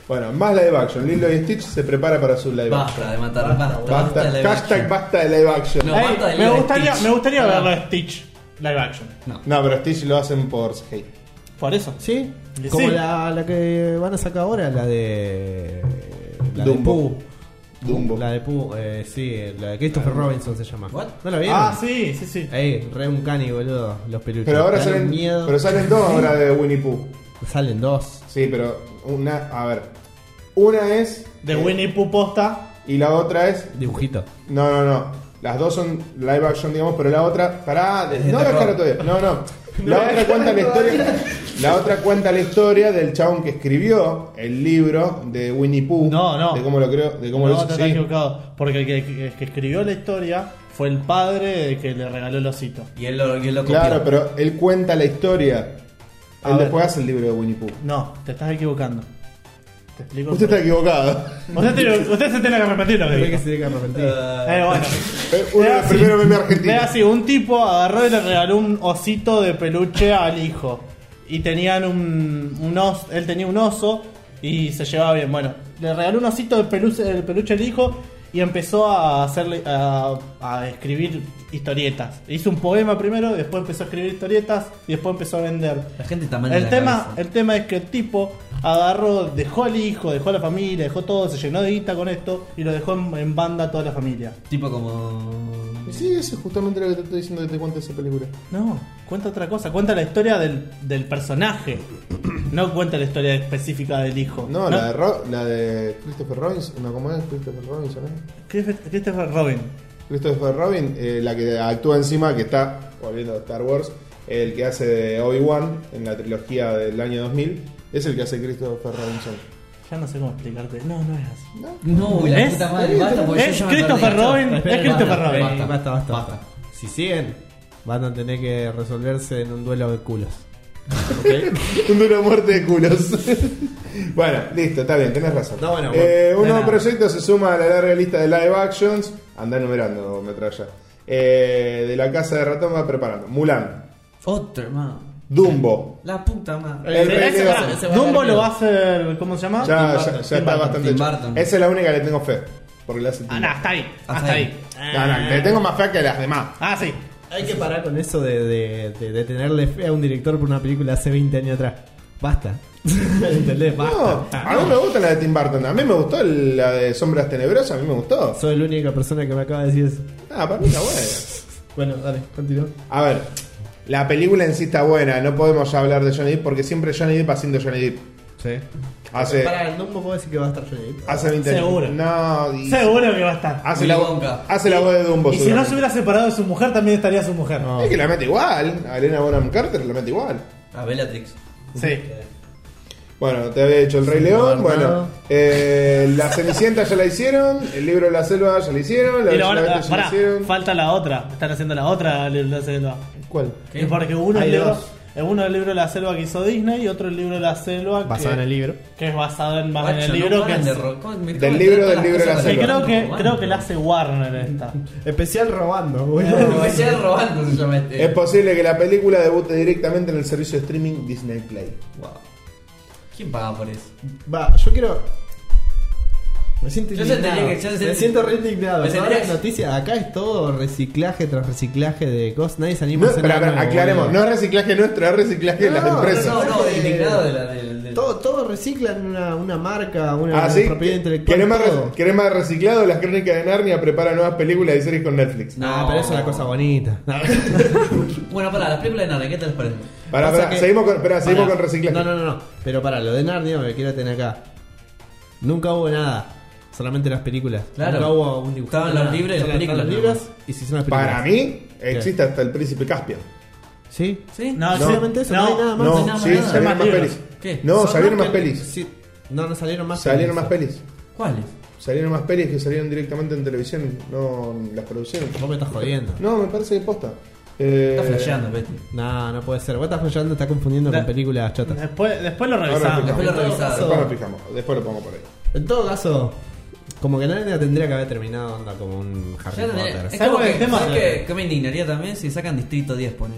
S1: Bueno, más live action. Lilo y Stitch se prepara para su live action.
S3: Basta de matar, basta.
S1: Basta,
S3: Basta de la
S1: hashtag basta de live action.
S3: No,
S2: Ey,
S3: basta de
S2: me,
S3: Lilo de
S2: gustaría,
S3: Stitch.
S2: me gustaría
S3: Ah.
S2: verlo de Stitch live action.
S1: No, pero Stitch lo hacen por hate.
S2: Por eso.
S4: ¿Sí?
S2: Sí.
S4: Como La, la que van a sacar ahora, la de. La
S1: Dumbo.
S4: de Pooh.
S1: Dumbo.
S4: La de Pooh, eh, sí, la de Christopher Robinson se llama.
S3: What?
S4: ¿No la vieron?
S2: Ah, sí, sí, sí.
S4: Ey, re un cani, boludo, los peluches.
S1: Pero ahora
S4: Dan un
S1: salen,
S4: miedo.
S1: pero salen dos ahora de Winnie Pooh.
S4: Salen dos.
S1: Sí, pero una, a ver. Una es
S2: De Winnie Pooh posta.
S1: y la otra es
S4: Dibujito.
S1: No, no, no. Las dos son live action, digamos, pero la otra. Pará, de-
S3: Es de
S1: no
S3: terror.
S1: dejarla todavía. No, no. La otra cuenta la historia. La otra cuenta la historia del chabón que escribió el libro de Winnie Pooh.
S2: No, no.
S1: De cómo lo creo, de cómo
S2: no,
S1: lo
S2: te
S1: hizo.
S2: estás
S1: sí.
S2: equivocado. Porque el que, el que escribió la historia fue el padre de que le regaló el osito.
S3: Y él lo, y él lo
S1: Claro,
S3: copió.
S1: pero él cuenta la historia.
S2: A
S1: él
S2: ver.
S1: después hace el libro de Winnie Pooh.
S2: No, te estás equivocando. Te explico.
S1: Usted
S2: por
S1: está
S2: qué.
S1: equivocado.
S2: usted, tiene- usted se tiene que arrepentir lo que
S4: Creo que
S2: dijo.
S4: se tiene que arrepentir.
S3: Ah,
S2: Eh, bueno.
S1: Eh, Uno de los primeros memes argentinos.
S2: Ve así, un tipo agarró y le regaló un osito de peluche al hijo. Y tenían un, un os- él tenía un oso y se llevaba bien. Bueno, le regaló un osito de peluche, de peluche al hijo y empezó a hacerle a, a escribir historietas. Hizo un poema primero, después empezó a escribir historietas y después empezó a vender.
S3: La gente está mal de
S2: El
S3: la
S2: tema,
S3: cabeza.
S2: el tema es que el tipo agarró, dejó al hijo, dejó a la familia, dejó todo, se llenó de guita con esto y lo dejó en, en banda a toda la familia.
S3: Tipo como.
S1: Sí, eso es justamente lo que te estoy diciendo que te cuente esa película.
S2: No, cuenta otra cosa, cuenta la historia del, del personaje. No cuenta la historia específica del hijo.
S1: No, La, de Ro- la de Christopher Robinson. No, ¿cómo es Christopher Robinson? eh?
S2: Christopher Christopher Robin.
S1: Christopher Robin, eh, la que actúa encima, que está volviendo a Star Wars, el que hace de Obi-Wan en la trilogía del año 2000, es el que hace Christopher Robinson.
S2: Ya no sé cómo explicarte. No, no es así.
S3: No, la
S2: ¿Es?
S3: puta madre, basta porque
S2: ¿Es
S3: yo ya me
S2: Christopher
S3: perdí, chao.
S2: Robin?
S4: Esperen,
S2: Es Christopher
S4: basta,
S2: Robin.
S4: Basta, basta, basta,
S3: Eh, Basta.
S4: basta. Si siguen, van a tener que resolverse en un duelo de culos. ¿Ok?
S1: Un duro muerte de culos. bueno, listo, está bien, tenés razón.
S4: No, bueno,
S1: Eh, un
S4: bueno, no,
S1: nuevo
S4: no.
S1: proyecto se suma a la larga lista de live actions. Anda numerando, metralla. Eh, de la casa de ratón va preparando. Mulan,
S3: Otra, hermano.
S1: Dumbo.
S3: La puta madre.
S1: El
S2: Ese-
S1: Rey
S2: ese
S1: León.
S2: va-
S3: Ese va a
S2: Dumbo
S3: dar
S2: lo
S3: miedo.
S2: va a hacer. ¿Cómo se llama?
S1: Ya, ya- ya
S3: Burton, Tim
S1: está
S3: Burton,
S1: bastante
S3: Tim
S1: hecho.
S3: Burton.
S1: Esa es la única que le tengo fe. Porque la hace
S2: Ah,
S1: Tim
S2: no, hasta ahí. Hasta,
S3: Hasta
S2: ahí.
S3: ahí.
S1: No, no, le tengo más fe que las demás.
S2: Ah, sí.
S4: Hay que parar con eso de, de, de- de tenerle fe a un director por una película hace 20 años atrás. Basta. ¿Entendés?
S1: No,
S4: Basta.
S1: a mí me gusta la de Tim Burton. A mí me gustó la de Sombras Tenebrosas, a mí me gustó.
S4: Soy la única persona que me acaba de decir eso.
S1: Ah, para mí está buena.
S2: Bueno, dale, continúa.
S1: A ver, la película en sí está buena, no podemos ya hablar de Johnny Depp porque siempre Johnny Depp haciendo Johnny Depp.
S4: Sí.
S1: Hace,
S4: Para, no me puedo decir que va Eh, a estar Johnny Depp.
S1: hace 20 años.
S2: Seguro.
S1: No, y-
S2: Seguro que va a estar.
S1: Hace
S3: Willy
S1: la,
S3: Wonka.
S1: hace la voz de Dumbo.
S2: Y si no
S1: Ah, seguramente. Ah.
S2: se hubiera separado de su mujer, también estaría su mujer.
S1: Es que la mete igual. A Elena Bonham Carter la mete igual.
S3: A Ah, Bellatrix.
S2: Sí.
S1: Bueno, te había dicho El Rey León.
S4: no,
S1: Bueno,
S4: no.
S1: eh, La Cenicienta ya la hicieron. El libro de la selva ya la hicieron. La
S2: Y
S1: Bella
S2: lo van
S1: y la
S2: a-
S1: Bestia ya la
S2: pará,
S1: hicieron.
S2: falta la otra. Están haciendo la otra libro de la selva.
S1: ¿Cuál?
S3: ¿Qué?
S2: Porque uno es,
S4: Hay
S2: el libro,
S4: dos.
S2: es uno el libro de la selva que hizo Disney y otro el libro de la selva
S4: Basado
S2: que,
S4: en el libro.
S2: que es basado en, más en
S3: Guacho,
S2: el
S3: no
S2: libro que,
S3: paran
S2: es-
S3: de ro- me
S1: Del
S3: cago en
S1: libro,
S3: todas
S1: del
S3: las
S1: libro de la
S3: cosas
S2: que
S1: selva.
S2: creo que
S3: robando.
S2: creo que la hace Warner esta.
S4: Especial robando, boludo.
S3: Me hacía robando se llama este.
S4: Eh,
S1: Es posible que la película debute directamente en el servicio de streaming Disney Play.
S3: Wow. ¿Quién paga por eso?
S4: Va, yo quiero. Me siento
S3: Yo
S4: indignado.
S3: sentiría que- yo
S4: me
S3: sent-
S4: siento re indignado.
S3: me
S4: Ahora
S3: sentiría-
S4: las noticias, acá es todo reciclaje tras reciclaje de cosas. Nadie se anima
S1: No,
S4: a hacer
S1: pero,
S4: nada
S1: pero
S4: nuevo,
S1: aclaremos,
S4: boludo.
S1: no es reciclaje nuestro, es reciclaje de las
S4: No, no,
S1: empresas.
S3: No, no,
S4: Eso.
S3: de indignado de la del. del-
S4: Todo, todo reciclan una, una marca, una
S1: Ah, sí.
S4: propiedad intelectual.
S1: ¿Querés más, re-
S4: todo.
S1: querés más reciclado? Las crónicas de Narnia prepara nuevas películas y series con Netflix.
S4: No, Ah, pero eso es una cosa bonita.
S3: Bueno, pará, las películas de Narnia, ¿qué te les parece?
S1: Pará,
S4: Pasa
S1: pará,
S4: que-
S1: seguimos con, pará, seguimos
S4: Pará.
S1: con reciclaje.
S4: No, no, no, no. Pero para, lo de Narnia me quiero tener acá. Nunca hubo nada. Solamente las películas.
S3: Claro.
S4: Nunca hubo un dibujante.
S3: Estaban los
S4: nada.
S3: libros y las
S4: Solo estaban
S3: películas,
S4: los
S3: nada
S4: libros y se hicieron las películas.
S1: Para mí, existe hasta el príncipe Caspian.
S4: ¿Sí?
S3: ¿Sí?
S2: No,
S4: No, solamente eso, no,
S2: no,
S4: hay nada más.
S1: No,
S3: nada más,
S1: sí,
S3: nada.
S1: salieron más
S2: Hay más
S1: pelis.
S2: libros.
S3: ¿Qué?
S1: No,
S4: Son
S1: salieron más
S4: que-
S1: pelis.
S4: Sí. No, no salieron más
S1: Salieron
S4: pelis.
S1: más pelis.
S3: ¿Cuáles?
S1: Salieron más pelis que salieron directamente en televisión, no las producieron.
S4: Vos me estás jodiendo.
S1: No, me parece que posta. Eh,
S3: Está flasheando, Betty.
S4: No, no puede ser. Vos estás fallando, estás confundiendo
S2: Da-
S4: con películas chotas.
S2: Después, después lo
S1: Ahora
S2: revisamos.
S1: lo
S3: Después lo
S1: fijamos.
S3: revisamos.
S1: Después lo fijamos. Después lo pongo por ahí.
S4: En todo caso, como que Narnia tendría que haber terminado onda como un Harry
S3: Ya tendría-
S4: Potter.
S3: es
S2: ¿Sabes
S3: como
S2: cuál es
S3: que,
S2: el tema?
S3: ¿sabes que, que me indignaría también si sacan Distrito 10, ponen.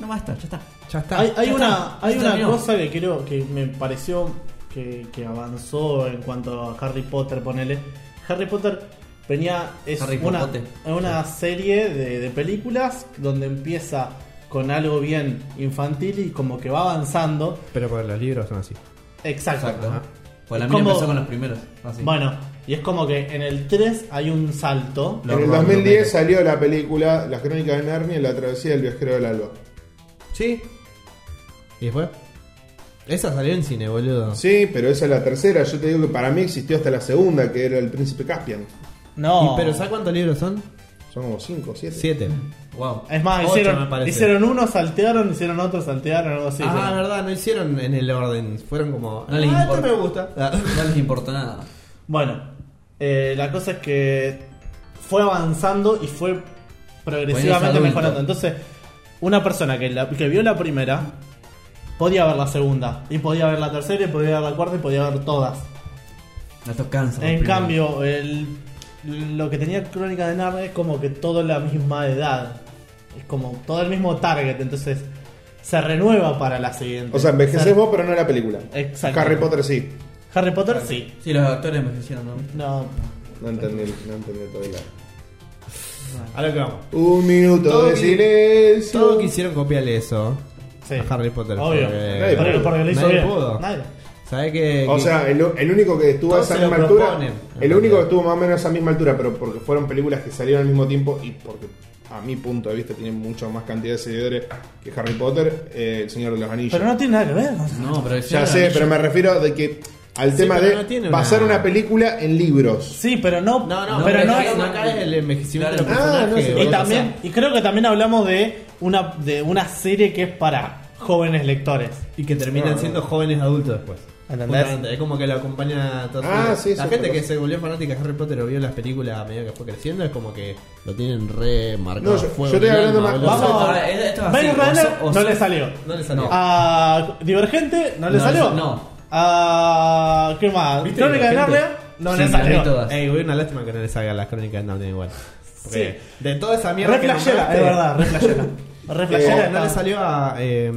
S3: No va a estar, ya está.
S4: Ya está.
S2: Hay, hay
S3: Ya
S2: una,
S3: está,
S2: hay
S3: ya
S2: una
S3: terminó.
S2: cosa que creo que me pareció que, que avanzó en cuanto a Harry Potter, ponele. Harry Potter venía es
S3: Harry
S2: una,
S3: Potter.
S2: es una serie de, de películas donde empieza con algo bien infantil y como que va avanzando.
S4: Pero por los libros son así.
S2: Exacto.
S3: Exacto.
S2: Ajá.
S3: Pues la
S2: ¿Cómo?
S3: mía empezó con los primeros. Así.
S2: Bueno, y es como que en el 3 hay un salto.
S3: Lo
S1: en el
S3: rondo,
S1: 2010
S3: Betty.
S1: salió la película Las crónicas de Narnia y la travesía del viajero del alba.
S4: Sí. ¿Y después? Esa salió en cine, boludo.
S1: Sí, pero esa es la tercera. Yo te digo que para mí existió hasta la segunda, que era el príncipe Caspian.
S2: No.
S4: ¿Y pero ¿sabes cuántos libros son?
S1: Son como 5 o 7.
S4: Siete.
S3: Wow.
S2: es más,
S4: Ocho, me
S2: hicieron,
S4: parece.
S2: hicieron uno, saltearon, hicieron otro, saltearon, algo así.
S4: ah,
S2: ¿no?
S4: verdad, no hicieron en el orden. Fueron como.
S3: No les
S4: ah, esto
S3: importa".
S4: me gusta. Ah.
S3: No les importó nada.
S2: Bueno, eh, la cosa es que fue avanzando y fue
S3: Bueno, es
S2: progresivamente
S3: adulto.
S2: mejorando. Entonces, una persona que, la- que vio la primera podía ver la segunda, y podía ver la tercera, y podía ver la cuarta, y podía ver todas.
S3: No te cansa.
S2: en cambio, el- lo que tenía Crónica de Narnia es como que todo la misma edad. Es como todo el mismo target. Entonces, se renueva para la siguiente.
S1: O sea, envejeces
S2: Se-
S1: vos, pero no la película.
S2: Exacto.
S1: Harry Potter sí.
S2: Harry Potter, sí.
S3: Sí, los actores me hicieron, ¿no?
S2: No.
S1: No entendí, no entendí todo el lado.
S4: Ah, A lo que vamos.
S1: Un minuto
S4: Todo
S1: de
S4: qui-
S1: silencio.
S4: Todos quisieron copiarle eso
S2: Sí.
S4: a Harry Potter.
S2: Obvio.
S1: Nadie
S4: Porque,
S2: Porque,
S1: pudo.
S2: porque lo hizo
S4: nadie
S2: bien.
S4: pudo.
S2: Nadie.
S4: ¿Sabes qué?
S1: O sea, el, el único que estuvo a
S4: Eh, Todos
S1: esa
S4: se lo
S1: misma altura.
S4: proponen.
S1: El único que estuvo más o menos a esa misma altura, pero porque fueron películas que salieron al mismo tiempo y porque, a mi punto de vista, tienen mucho más cantidad de seguidores que Harry Potter, eh, El Señor de los Anillos.
S2: Pero no tiene nada que ver. o sea.
S3: No, pero el
S1: ya
S3: Señor
S1: sé,
S3: de los
S1: pero me refiero de que al
S4: Sí,
S1: tema
S4: pero
S1: de
S4: no tiene una-
S1: pasar una película en libros.
S2: Sí, pero no.
S4: no, no,
S3: No,
S2: pero no
S4: es,
S2: es.
S4: acá es el envejecimiento
S3: Claro.
S1: Ah,
S4: de los
S1: no sé.
S4: personajes.
S2: Y
S4: boludo.
S2: también. Y creo que también hablamos de una, de una serie que es para jóvenes lectores.
S4: Y que terminan
S1: No, no.
S4: siendo jóvenes adultos después.
S2: ¿Entendés?
S4: Justamente, Es como que lo acompaña a toda su
S1: Ah,
S4: vida.
S1: sí,
S4: La
S1: sí,
S4: gente
S1: otra
S4: que
S1: cosa.
S4: se volvió fanática de Harry Potter o vio las películas a medida que fue creciendo es como que lo tienen re marcado.
S1: No, yo-
S4: fuego
S1: yo estoy
S4: en el
S1: hablando
S4: alma,
S1: más-
S4: boludo.
S3: Vamos.
S2: Vamos.
S3: Ahora, Ah, esto- esto es
S2: Ben
S3: así,
S2: Runner
S3: o so- o
S2: no
S3: so-
S2: le salió.
S4: No le salió.
S3: Ah,
S2: A Divergente no le
S3: No,
S2: salió.
S3: no.
S2: A. ¿Qué más?
S4: ¿Viste
S2: Crónica de
S4: Divergente?
S2: Narnia no
S3: Sí,
S2: le
S3: las vi
S2: salió.
S3: todas.
S4: Ey, güey, una lástima que no les salgan las crónicas de Narnia igual. Porque de toda esa mierda. que
S2: Reflashera,
S4: nombraste, eh,
S2: es verdad, reflashera. Reflashera
S4: No le salió a eh,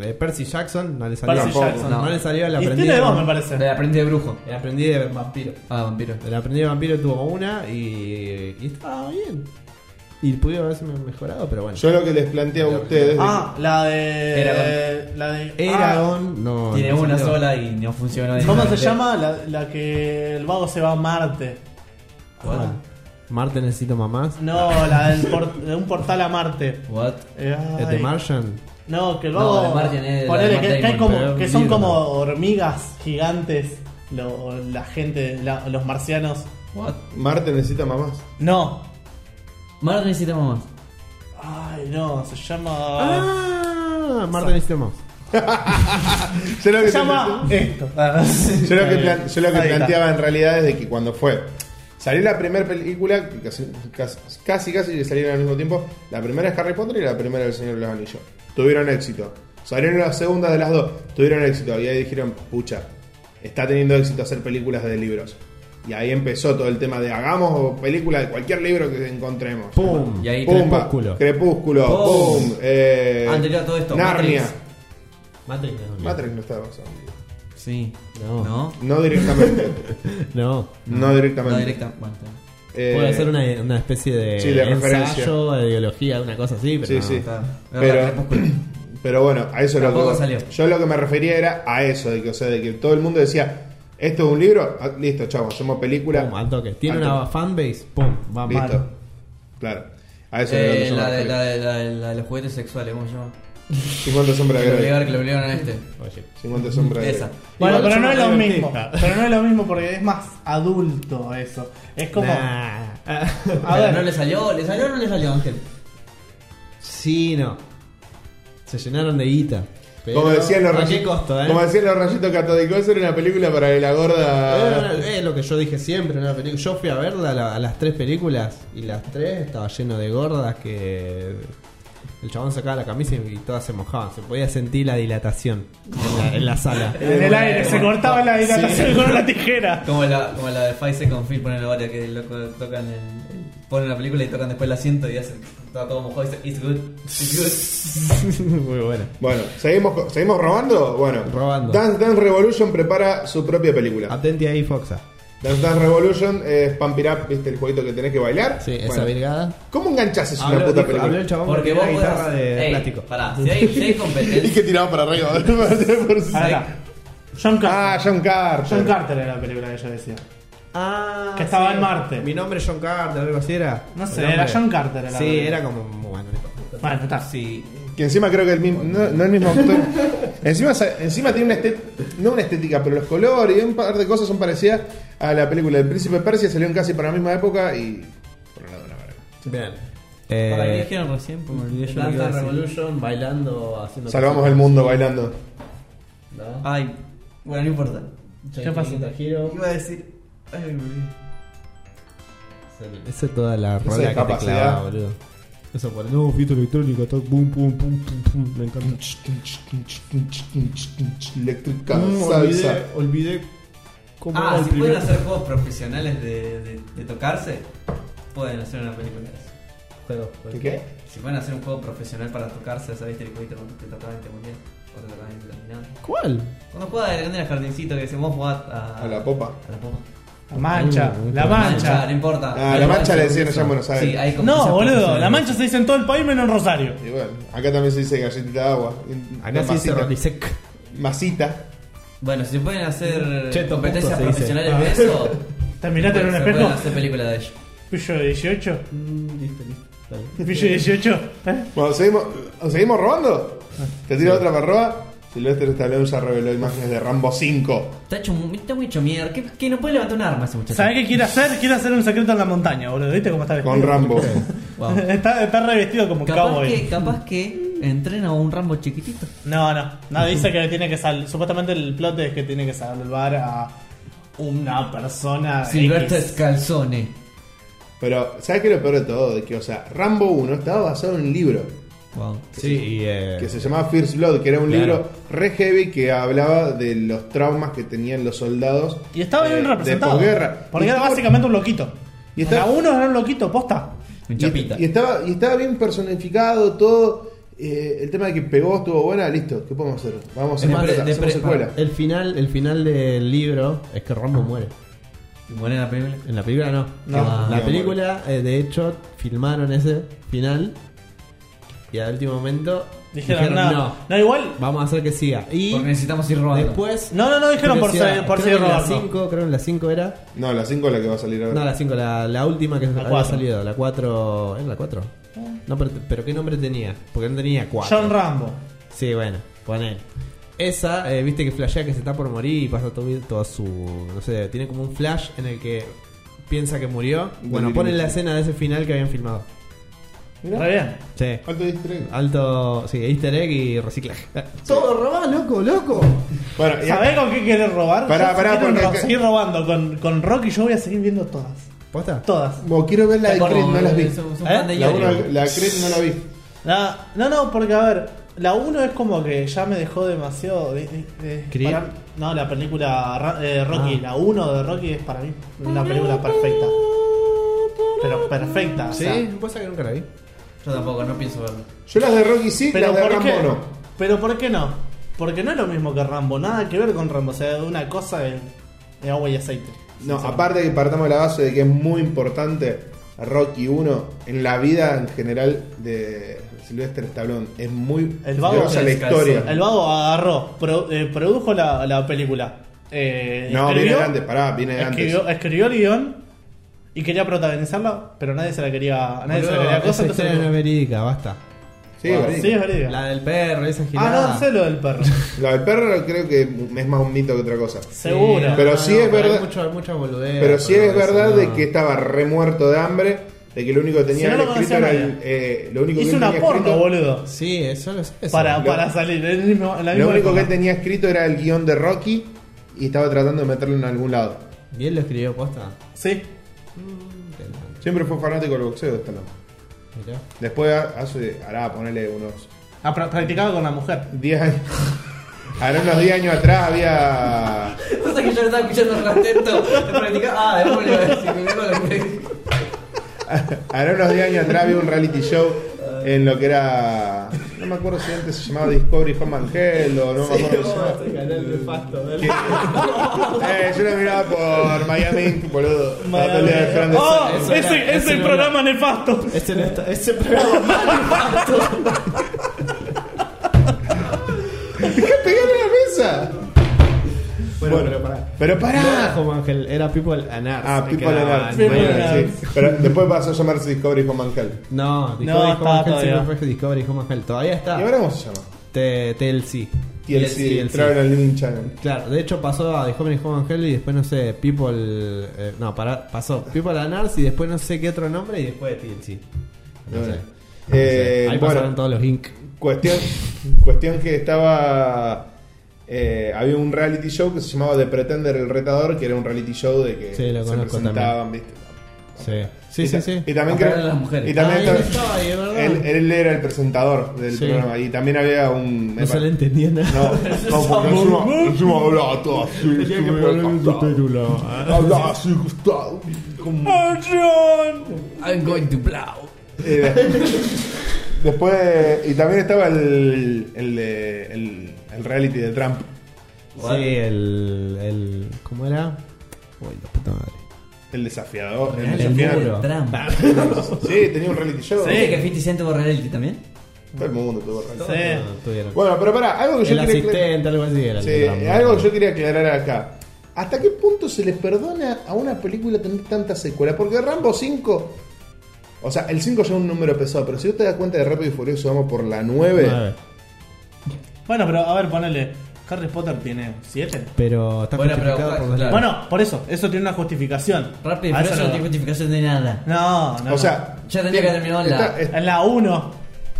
S4: eh, Percy Jackson, no le salió
S2: Percy
S4: Tampoco.
S2: Jackson.
S4: No. le salió a la
S2: Y
S4: aprendiz.
S2: tiene de vos, me
S3: Anillos.
S2: parece.
S3: Le aprendí de brujo.
S4: El aprendiz de vampiro.
S3: Ah, vampiro.
S4: El aprendiz de vampiro tuvo una y, y estaba bien. Y pudiera haberse mejorado, pero bueno.
S1: Yo lo que les planteo a ustedes.
S2: Ah, la de.
S3: Eragon.
S2: La de. ah,
S4: Eragon, no.
S3: Tiene
S4: no
S3: una
S4: salió.
S3: sola y no funciona.
S2: ¿Cómo se
S3: directamente.
S2: llama? La, la que el vago se va a Marte.
S4: ¿Cuál? Marte necesito mamás.
S2: No, la del por- de un portal a Marte.
S3: What?
S2: Eh, ay.
S4: ¿Es de Martian?
S2: No, que el
S3: No,
S2: vago.
S3: de Martian es la
S2: ponele
S3: de Matt
S2: que, que hay
S3: Damon,
S2: como-
S3: pero
S2: que
S3: es
S2: son
S3: un libro,
S2: como
S3: ¿no?
S2: hormigas gigantes. lo- la gente, la- los marcianos.
S3: What?
S1: Marte necesita mamás.
S2: No.
S3: Marte necesitamos más.
S2: Ay, no, se llama.
S4: Ah, Marte necesito mamás.
S1: Yo lo que,
S2: se llama esto.
S1: yo lo que, plan- yo lo que
S2: Ahí está.
S1: planteaba en realidad es de que cuando fue. Salió la primera película, que casi, casi, casi, casi que salieron al mismo tiempo. La primera es Harry Potter y la primera es El Señor de los Anillos. Tuvieron éxito. Salieron las segundas de las dos. Tuvieron éxito. Y ahí dijeron, pucha, está teniendo éxito hacer películas de libros. Y ahí empezó todo el tema de hagamos película de cualquier libro que encontremos.
S4: ¡Pum!
S3: Y ahí
S1: Pumba,
S4: Crepúsculo.
S1: Crepúsculo,
S3: Pum.
S1: pum, eh,
S3: Anterior a todo esto,
S1: Narnia.
S3: Matrix.
S4: Matrix no.
S1: Matrix no está basado.
S3: Sí.
S4: No.
S3: No.
S1: No directamente.
S4: No.
S1: no directamente.
S3: No directa. Bueno, está bien.
S1: Eh,
S4: Puede ser una, una especie de,
S1: Sí, de
S4: ensayo,
S1: referencia.
S4: de ideología, una cosa así, pero
S1: Sí,
S4: no.
S1: sí.
S3: Está.
S1: Pero, pero bueno, a eso es lo que
S3: Tampoco
S1: voy.
S3: salió.
S1: Yo lo que me refería era a eso, de que, o sea, de que todo el mundo decía, esto es un libro, Ah, listo, chavo, hacemos película.
S4: Pum, al toque. Tiene
S1: Al
S4: una fanbase, pum, va
S1: toque. Listo.
S4: mal.
S1: Claro. A eso es lo que
S3: Eh,
S1: yo me
S3: la, de,
S1: refería.
S3: la, de, la, de, la de los juguetes sexuales, ¿cómo se llama?
S1: ¿Y cuántas sombras
S3: Que lo
S1: de Grey?
S3: obligaron, que lo obligaron a este.
S4: Oye.
S1: 50 sombras de
S3: Esa.
S1: Grey.
S2: Bueno,
S4: Igual
S2: pero
S4: yo
S2: no
S4: me
S2: es lo
S4: divertí.
S2: mismo. Pero no es lo mismo porque es más adulto eso. Es como.
S4: Nah.
S2: A
S3: Pero
S2: ver.
S3: no le salió, ¿le salió o no le salió, Ángel?
S4: Sí, no. Se llenaron de guita. Pero,
S1: Como decían los
S4: ¿A qué
S1: rayitos.
S4: costo, eh?
S1: Como decían los rayitos catódicos, era una película para que la
S4: Eh,
S1: gorda.
S4: no, no, es lo que yo dije siempre, una película. Yo fui a verla a, la- a las tres películas y las tres estaba lleno de gordas que el chabón sacaba la camisa y todas se mojaban. Se podía sentir la dilatación en la, en la sala.
S2: En el aire, se cortaba la dilatación con una tijera.
S3: Como la, como la de Five Second Film, ponen ahora que loco tocan el, el- ponen la película y tocan después el asiento y hacen todo, todo mojado y dicen, it's good, it's
S4: Muy buena.
S1: Bueno, ¿seguimos, co- ¿seguimos robando? Bueno,
S4: Robando. Ah.
S1: Dance Dance Revolution prepara su propia película.
S4: Atenti ahí, Foxa.
S1: Dance Dance Revolution es Pump It Up, ¿viste? El jueguito que tenés que bailar.
S4: Sí,
S1: Bueno,
S4: esa virgada.
S1: ¿Cómo enganchás eso a una
S4: Habló,
S1: puta
S4: dijo- habló el
S1: película?
S3: good.
S4: chabón
S3: Porque
S4: con
S3: vos
S4: una
S3: podés
S4: guitarra
S3: hacer-
S4: de
S3: Ey,
S4: plástico.
S3: Pará, si hay, si hay
S1: Y
S3: competencia.
S1: que tiraba para arriba. Por si-
S2: Ahora, John
S1: ah,
S2: Carter.
S1: John Carter.
S2: John Carter era la película que yo decía.
S4: Ah,
S2: Que estaba en Marte.
S4: Mi nombre es John Carter, algo así era.
S2: No sé,
S4: El nombre.
S2: era John Carter, era
S4: sí,
S2: la-
S4: era como. Bueno, no importa.
S2: Bueno, está.
S3: Sí.
S1: Que encima creo que el mismo, no, no el mismo actor. encima, sa- encima tiene una estética, no una estética, pero los colores y un par de cosas son parecidas a la película del Príncipe Persia, salieron casi para la misma época y. Por un lado, una verga.
S4: Bien.
S3: ¿Para qué
S4: Eh,
S3: dijeron recién? Porque me olvidé yo lo
S4: Dance
S3: que iba a
S4: Dance
S3: decir.
S4: Revolution bailando, haciendo.
S1: Salvamos
S4: cosas.
S1: el mundo bailando.
S4: ¿No?
S3: Ay, bueno, no importa.
S2: ¿Qué pasó?
S4: Giro.
S3: Iba a decir... Ay, me olvidé.
S4: Esa es toda la
S1: es
S4: rola que te
S1: capacidad.
S4: clavaba, boludo. Eso por no, fito electrónica, todo boom, pum, pum, pum, pum, me encanta.
S1: Eléctrica
S4: Mm,
S1: salsa.
S4: olvidé cómo
S3: Ah, si
S4: primer-
S3: pueden hacer juegos profesionales de, de, de tocarse, pueden hacer una película de eso.
S4: Pero, pues,
S1: ¿Qué? ¿Qué?
S3: Si pueden hacer un juego profesional para tocarse, ¿sabes el este jueguito cuando te tocaban y te morías? O te tocaban y te terminaban.
S4: ¿Cuál?
S3: Cuando jugaba de en el jardincito que decimos vos jugás a,
S1: A la popa.
S3: a la popa.
S2: La mancha,
S4: Mm,
S2: la
S4: la
S3: Mancha, no
S2: mancha.
S3: importa.
S1: Ah, la mancha le decían allá en Buenos Aires.
S3: Sí, hay competencias
S2: No, boludo, la
S3: profesionales.
S2: mancha se dice en todo el país menos en Rosario.
S1: Y bueno, acá también se dice galletita de agua.
S4: Acá se dice Rolisec.
S1: Masita.
S3: Bueno, si pueden hacer
S4: Cheto,
S3: competencias
S4: punto, se dice.
S3: profesionales de eso,
S2: ¿Te miraste Ah. en un
S3: se pueden
S2: espejo?
S3: hacer películas de ello.
S2: Pillo 18.
S4: Mm, Listo, listo. Está bien.
S2: Pillo 18. ¿Eh?
S1: Bueno, ¿seguimos, ¿seguimos robando? ¿Te tiro otra para robar? Silvestre Stallone ya reveló imágenes de Rambo 5.
S3: Está hecho, mu- está muy hecho mierda. Que, que no puede levantar un arma ese muchacho.
S2: ¿Sabés qué quiere hacer? Quiere hacer un secreto en la montaña, boludo. ¿Viste cómo está
S1: Con
S2: vestido?
S1: Rambo.
S3: Wow.
S2: está, está revestido como
S3: capaz,
S2: cowboy.
S3: que, capaz que entrena a un Rambo chiquitito.
S2: No, no. No, dice que tiene que salir. Supuestamente el plot es que tiene que salvar a una persona.
S3: Silvestre
S2: Ah, X.
S3: Calzone.
S1: Pero, ¿sabes qué es lo peor de todo? De que, o sea, Rambo 1 estaba basado en un libro
S3: Wow.
S4: Sí, y. Eh,
S1: que se llamaba First Blood, que era un
S4: Claro.
S1: libro re heavy que hablaba de los traumas que tenían los soldados.
S2: Y estaba
S1: eh,
S2: bien representado.
S1: De posguerra.
S2: Porque
S1: Y
S2: era
S1: estaba-
S2: básicamente un loquito.
S1: Y está-
S2: La uno era un loquito, posta.
S1: y-
S3: Un
S1: este,
S3: chapita.
S1: Y, estaba, y estaba bien personificado todo. Eh, el tema de que pegó estuvo buena, listo. ¿Qué podemos hacer? Vamos a
S3: Es más,
S1: hacer
S3: de- de
S1: hacemos
S3: prepa.
S1: secuela.
S4: El final, el final del libro es que Rambo muere.
S3: ¿Y muere en la película?
S4: En la película no.
S2: No.
S4: Ah.
S1: No,
S4: la película, eh, de hecho, filmaron ese final. Y al último momento.
S2: Dijeron, no, no. igual.
S4: Vamos a hacer que siga. Y
S3: Porque necesitamos ir robando.
S4: después.
S2: No, no, no dijeron por
S4: curiosidad,
S2: ser, por
S4: creo
S2: ser
S4: que en la
S2: Roberto.
S4: 5, creo que en la 5 era.
S1: No, la 5 es la que va a salir ahora.
S4: No, la 5, la, la última que había
S2: cuatro. Eh.
S4: salido. La 4. ¿Era la 4? No, pero, pero ¿qué nombre tenía? Porque no tenía 4.
S2: John Rambo.
S4: Sí, bueno, poner. Esa, eh, viste que flashea que se está por morir y pasa todo, toda su. No sé, tiene como un flash en el que piensa que murió. Bueno, ponen la escena de ese final que habían filmado.
S2: Re bien.
S4: Sí.
S1: Falta easter egg.
S4: Alto, sí, easter egg y reciclaje. Eh, Todo robado, loco, loco.
S1: Bueno, y-
S2: ¿Sabés con qué querés robar?
S1: Pará,
S2: Yo,
S1: pará,
S2: si quieren
S1: porque
S2: ro-
S1: acá-
S2: seguir robando con, con Rocky, yo voy a seguir viendo todas.
S4: ¿Posta?
S2: Todas.
S1: Vos, quiero ver la de
S3: Como-
S1: Creed, no las vi.
S3: somos un
S2: ¿Eh?
S3: fan de
S1: La,
S3: Yuri.
S1: uno- la de Creed no la vi.
S2: La- no, no, porque a ver, la 1 es como que ya me dejó demasiado. de- de- de-
S4: ¿Creed?
S2: para- no, la película Ra- eh, Rocky,
S4: Ah.
S2: la 1 de Rocky es para mí una película perfecta. Pero perfecta, o
S4: Sí,
S2: sea.
S4: pasa que nunca la vi.
S3: Yo tampoco, no pienso verlo.
S1: Yo las de Rocky sí,
S2: Pero
S1: las de
S2: ¿por qué?
S1: Rambo no.
S2: Pero ¿por qué no? Porque no es lo mismo que Rambo, nada que ver con Rambo, o sea, una cosa de, de agua y aceite.
S1: No, aparte que partamos de la base de que es muy importante Rocky 1 en la vida en general de Sylvester Stallone. Es muy
S2: El vago
S1: grosa
S3: que
S1: la
S3: descalzó.
S1: historia.
S2: El vago agarró, pro- eh, produjo la, la película. eh,
S1: No, viene
S2: escribió-
S1: de antes, pará, viene de antes.
S2: escribió, escribió el guión y quería protagonizarla, pero nadie se la quería. Nadie se la
S4: Boludo,
S2: quería cosa,
S4: esa
S2: entonces. "Ah,
S4: historia no es verídica, basta.
S1: Sí, Barry.
S2: Sí, es verídica.
S4: La del perro, esa
S2: Ah,
S4: girada.
S2: no, sé lo del perro.
S1: La del perro creo que es más un mito que otra cosa.
S2: Seguro.
S1: Pero sí es verdad-
S4: Hay mucho, mucha boludez.
S1: Pero sí es
S4: eso
S1: verdad
S4: no.
S1: de que estaba re muerto de hambre, de que lo único que tenía
S2: Si no lo
S1: escrito
S2: conocía
S1: era
S2: nadie.
S1: el, eh, lo único que
S2: Hizo
S1: él
S2: una
S1: tenía
S2: porno,
S1: escrito-
S2: boludo.
S4: Sí, eso lo sé.
S2: Para,
S1: Lo-
S2: para salir. en el mismo- en la
S1: Lo
S2: misma
S1: único que él
S2: época.
S1: tenía escrito era el guión de Rocky y estaba tratando de meterlo en algún lado.
S4: Y él lo escribió posta.
S2: Sí.
S4: Interesante.
S1: Siempre fue fanático del boxeo Stallone.
S4: Mirá.
S1: Después ha- hace, hará, ponerle unos
S2: Ah, pra- practicaba con la mujer.
S1: 10 años. Ahora unos 10 años atrás había.
S3: Pasa que yo lo estaba escuchando re atento. de practicar- Ah, después le voy a decir. me acuerdo lo que-
S1: Ahora unos 10 años atrás había un reality show en lo que era. No me acuerdo si antes se llamaba Discovery Home Angel o no me acuerdo. si era- Eh, yo lo miraba por Miami, boludo.
S2: Miami.
S1: Todo el día de Fernández.
S2: ¡Oh!
S4: eso era-
S2: ese
S4: eso
S2: ese
S4: era-
S2: programa nefasto.
S4: Ese, Este no está- ese programa
S1: ¡Deja pegarle a la mesa!
S4: Bueno,
S1: Bueno,
S4: pero pará.
S1: pero pará.
S4: Como Ángel, era People and Arts.
S1: Ah,
S4: Me
S1: People
S4: quedaba-
S1: and Arts.
S2: People
S1: Bueno,
S2: and
S1: sí. Pero después pasó a llamarse Discovery Home Angel.
S4: No, Discovery
S2: No,
S4: Home
S2: estaba
S4: Health siempre
S2: todavía.
S4: fue Discovery Home Health. Todavía
S1: ¿Y
S4: está.
S1: ahora cómo se llama?
S4: Ah. T- TLC.
S1: TLC,
S4: TLC.
S1: entraron al Living Channel.
S4: Claro, de hecho pasó a Discovery Home Health y después no sé, People. eh, no, para, pasó People and Arts y después no sé qué otro nombre y después TLC. No sé. No sé.
S1: Eh,
S4: Ahí pasaron
S1: bueno,
S4: todos los Inc.
S1: cuestión, cuestión que estaba. eh, había un reality show que se llamaba The Pretender el Retador, que era un reality show de que
S4: Sí, lo
S1: se
S4: conozco
S1: presentaban, ¿viste?
S4: Sí, sí,
S1: Y
S4: sí.
S1: ta-
S4: sí.
S1: Y también
S3: Acá
S1: creo-
S3: eran las mujeres.
S1: Y también
S4: Ah, él
S1: estaba-
S4: estaba ahí, es verdad.
S1: él, él era el presentador del
S4: Sí.
S1: programa. Y también había un.
S4: No se le entendía nada.
S1: No, no, porque encima, encima hablaba todo así.
S4: Tenía que
S1: encima
S4: poner un
S1: cantaba.
S4: subtítulo.
S1: Hablaba así, Gustavo. como-
S2: ¡Oh, John!
S3: I'm going to plow.
S1: Eh, Después, y también estaba el, el, de- el, el reality de Trump.
S4: Sí, el, el. ¿Cómo era? Uy, la puta madre.
S1: El desafiador. El,
S4: El
S1: desafiante.
S4: muro.
S3: Trampa.
S1: Ah. Sí, tenía un reality show.
S3: ¿Sabías que 50 Cent tuvo reality también?
S1: Todo el mundo tuvo reality.
S2: Sí.
S4: No, Ah, tuvieron.
S1: Bueno, pero pará, algo que yo
S4: el
S1: quería aclarar.
S4: asistente, algo así era. el
S1: Sí,
S4: programa.
S1: algo que yo quería aclarar acá. ¿Hasta qué punto se les perdona a una película tener tantas secuelas? Porque Rambo 5. O sea, el 5 ya es un número pesado, pero si vos te das cuenta de Rápido y Furioso, vamos por la 9.
S4: Nueve.
S2: Bueno, pero a ver, ponele. Harry Potter tiene 7.
S4: Pero está
S3: Bueno, pero,
S4: justificado por los
S3: claro.
S2: Bueno, por eso, eso tiene una justificación.
S3: Rápido
S2: A
S3: y
S2: Ah, eso
S3: Furioso no
S2: lo-
S3: tiene justificación de nada.
S2: No, no.
S1: O sea,
S3: Ya tenía que haber terminado la-
S1: está-
S2: En la 1.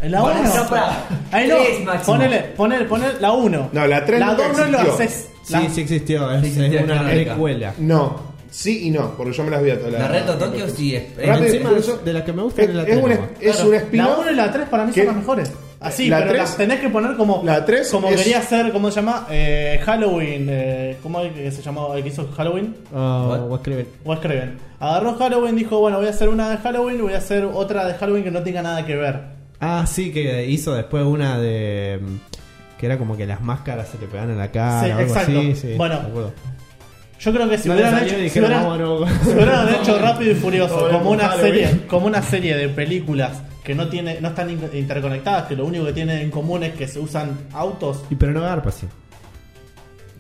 S2: En la 1.
S3: Bueno, no, pará.
S2: Ahí no.
S3: Tres máximo.
S2: Ponele, ponele, ponele la 1.
S1: No, la tres
S2: La
S1: nunca
S2: 2 no lo
S1: existió.
S2: haces. La-
S4: Sí, sí existió, es,
S3: Sí existió,
S4: es una
S3: claro.
S4: precuela.
S1: No, sí y no, porque yo me las vi a todas.
S3: La Reto
S1: Reto
S3: Tokio sí es. es-
S1: Rápido y
S4: Encima
S1: Furioso-
S4: de las que me gustan
S1: Es,
S4: es la
S1: es,
S4: tres
S1: un,
S4: nomás.
S1: es
S2: claro,
S1: un
S2: La
S1: spin-off.
S2: 1 y la 3 para mí
S1: que-
S2: son las mejores. Así,
S1: La
S2: pero
S1: tres-
S2: las tenés que poner como.
S1: La tres
S2: Como
S1: es-
S2: quería hacer, ¿cómo se llama? Eh, Halloween. Eh, ¿Cómo es que se llamó? ¿El que hizo Halloween?
S4: Ah,
S3: What?
S4: Wes Craven.
S2: Wes Craven. Agarró Halloween, dijo, bueno, voy a hacer una de Halloween, voy a hacer otra de Halloween que no tenga nada que ver.
S4: Ah, sí, que hizo después una de. mm, Que era como que las máscaras se le pegaban en la cara.
S2: Sí,
S4: o algo
S2: exacto.
S4: así, sí,
S2: Bueno.
S4: me acuerdo.
S2: Yo creo que si
S4: No le
S2: hubieran
S4: salió
S2: hecho,
S4: y
S2: si
S4: dijeron,
S2: hubieran,
S4: "Vámonos".
S2: si hubieran hecho Rápido y Furioso
S1: Todo
S2: como
S1: bien,
S2: una
S1: dale,
S2: serie,
S1: bien.
S2: como una serie de películas que no tiene, no están in- interconectadas, que lo único que tienen en común es que se usan autos,
S4: Y pero no garpa, sí.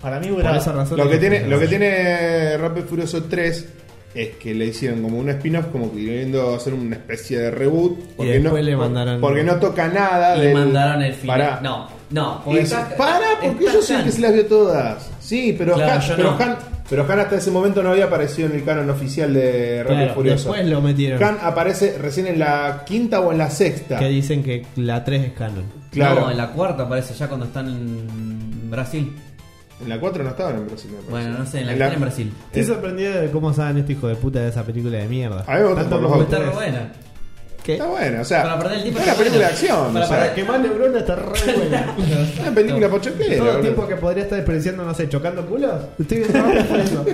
S2: para mí
S4: Por
S2: hubiera
S4: esa razón.
S1: Lo que tiene, lo que tiene Rápido y Furioso 3 es que le hicieron como un spin-off, como queriendo hacer una especie de reboot.
S4: después
S1: no,
S4: le mandaron-
S1: Porque no toca nada.
S3: Y
S1: Ah, del-
S3: mandaron el final.
S1: Pará.
S3: No, no.
S1: Y dice, para, porque yo sé
S3: siempre
S1: que se las vio todas. Sí, pero,
S3: Claro,
S1: Han,
S3: yo
S1: pero,
S3: no.
S1: Han, pero Han hasta ese momento no había aparecido en el canon oficial de Rápido
S4: Claro,
S1: y Furioso.
S4: después lo metieron.
S1: Han aparece recién en la quinta o en la sexta.
S4: Que dicen que la 3 es canon.
S1: Claro.
S3: No, en la cuarta parece, ya cuando están en Brasil.
S1: En la 4 no estaban en Brasil. me parece.
S3: Bueno, no sé, en la que están en Brasil.
S4: Estoy sorprendido de cómo saben este hijo de puta de esa película de mierda.
S1: Eh. A mí me gusta por los
S4: como
S1: autos.
S3: Está re
S4: ustedes.
S3: buena.
S1: Eh,
S4: ¿Qué?
S1: Está bueno, o sea.
S3: Para perder el tiempo
S1: es una
S3: está
S1: película de
S3: bueno.
S1: acción.
S3: Para
S1: o sea,
S3: perder-
S4: Que más neurona está re buena.
S1: es una película pochoclera.
S4: Todo el
S1: boludo.
S4: tiempo que podría estar desperdiciando, no sé, chocando culos. Estoy viendo ahora por eso.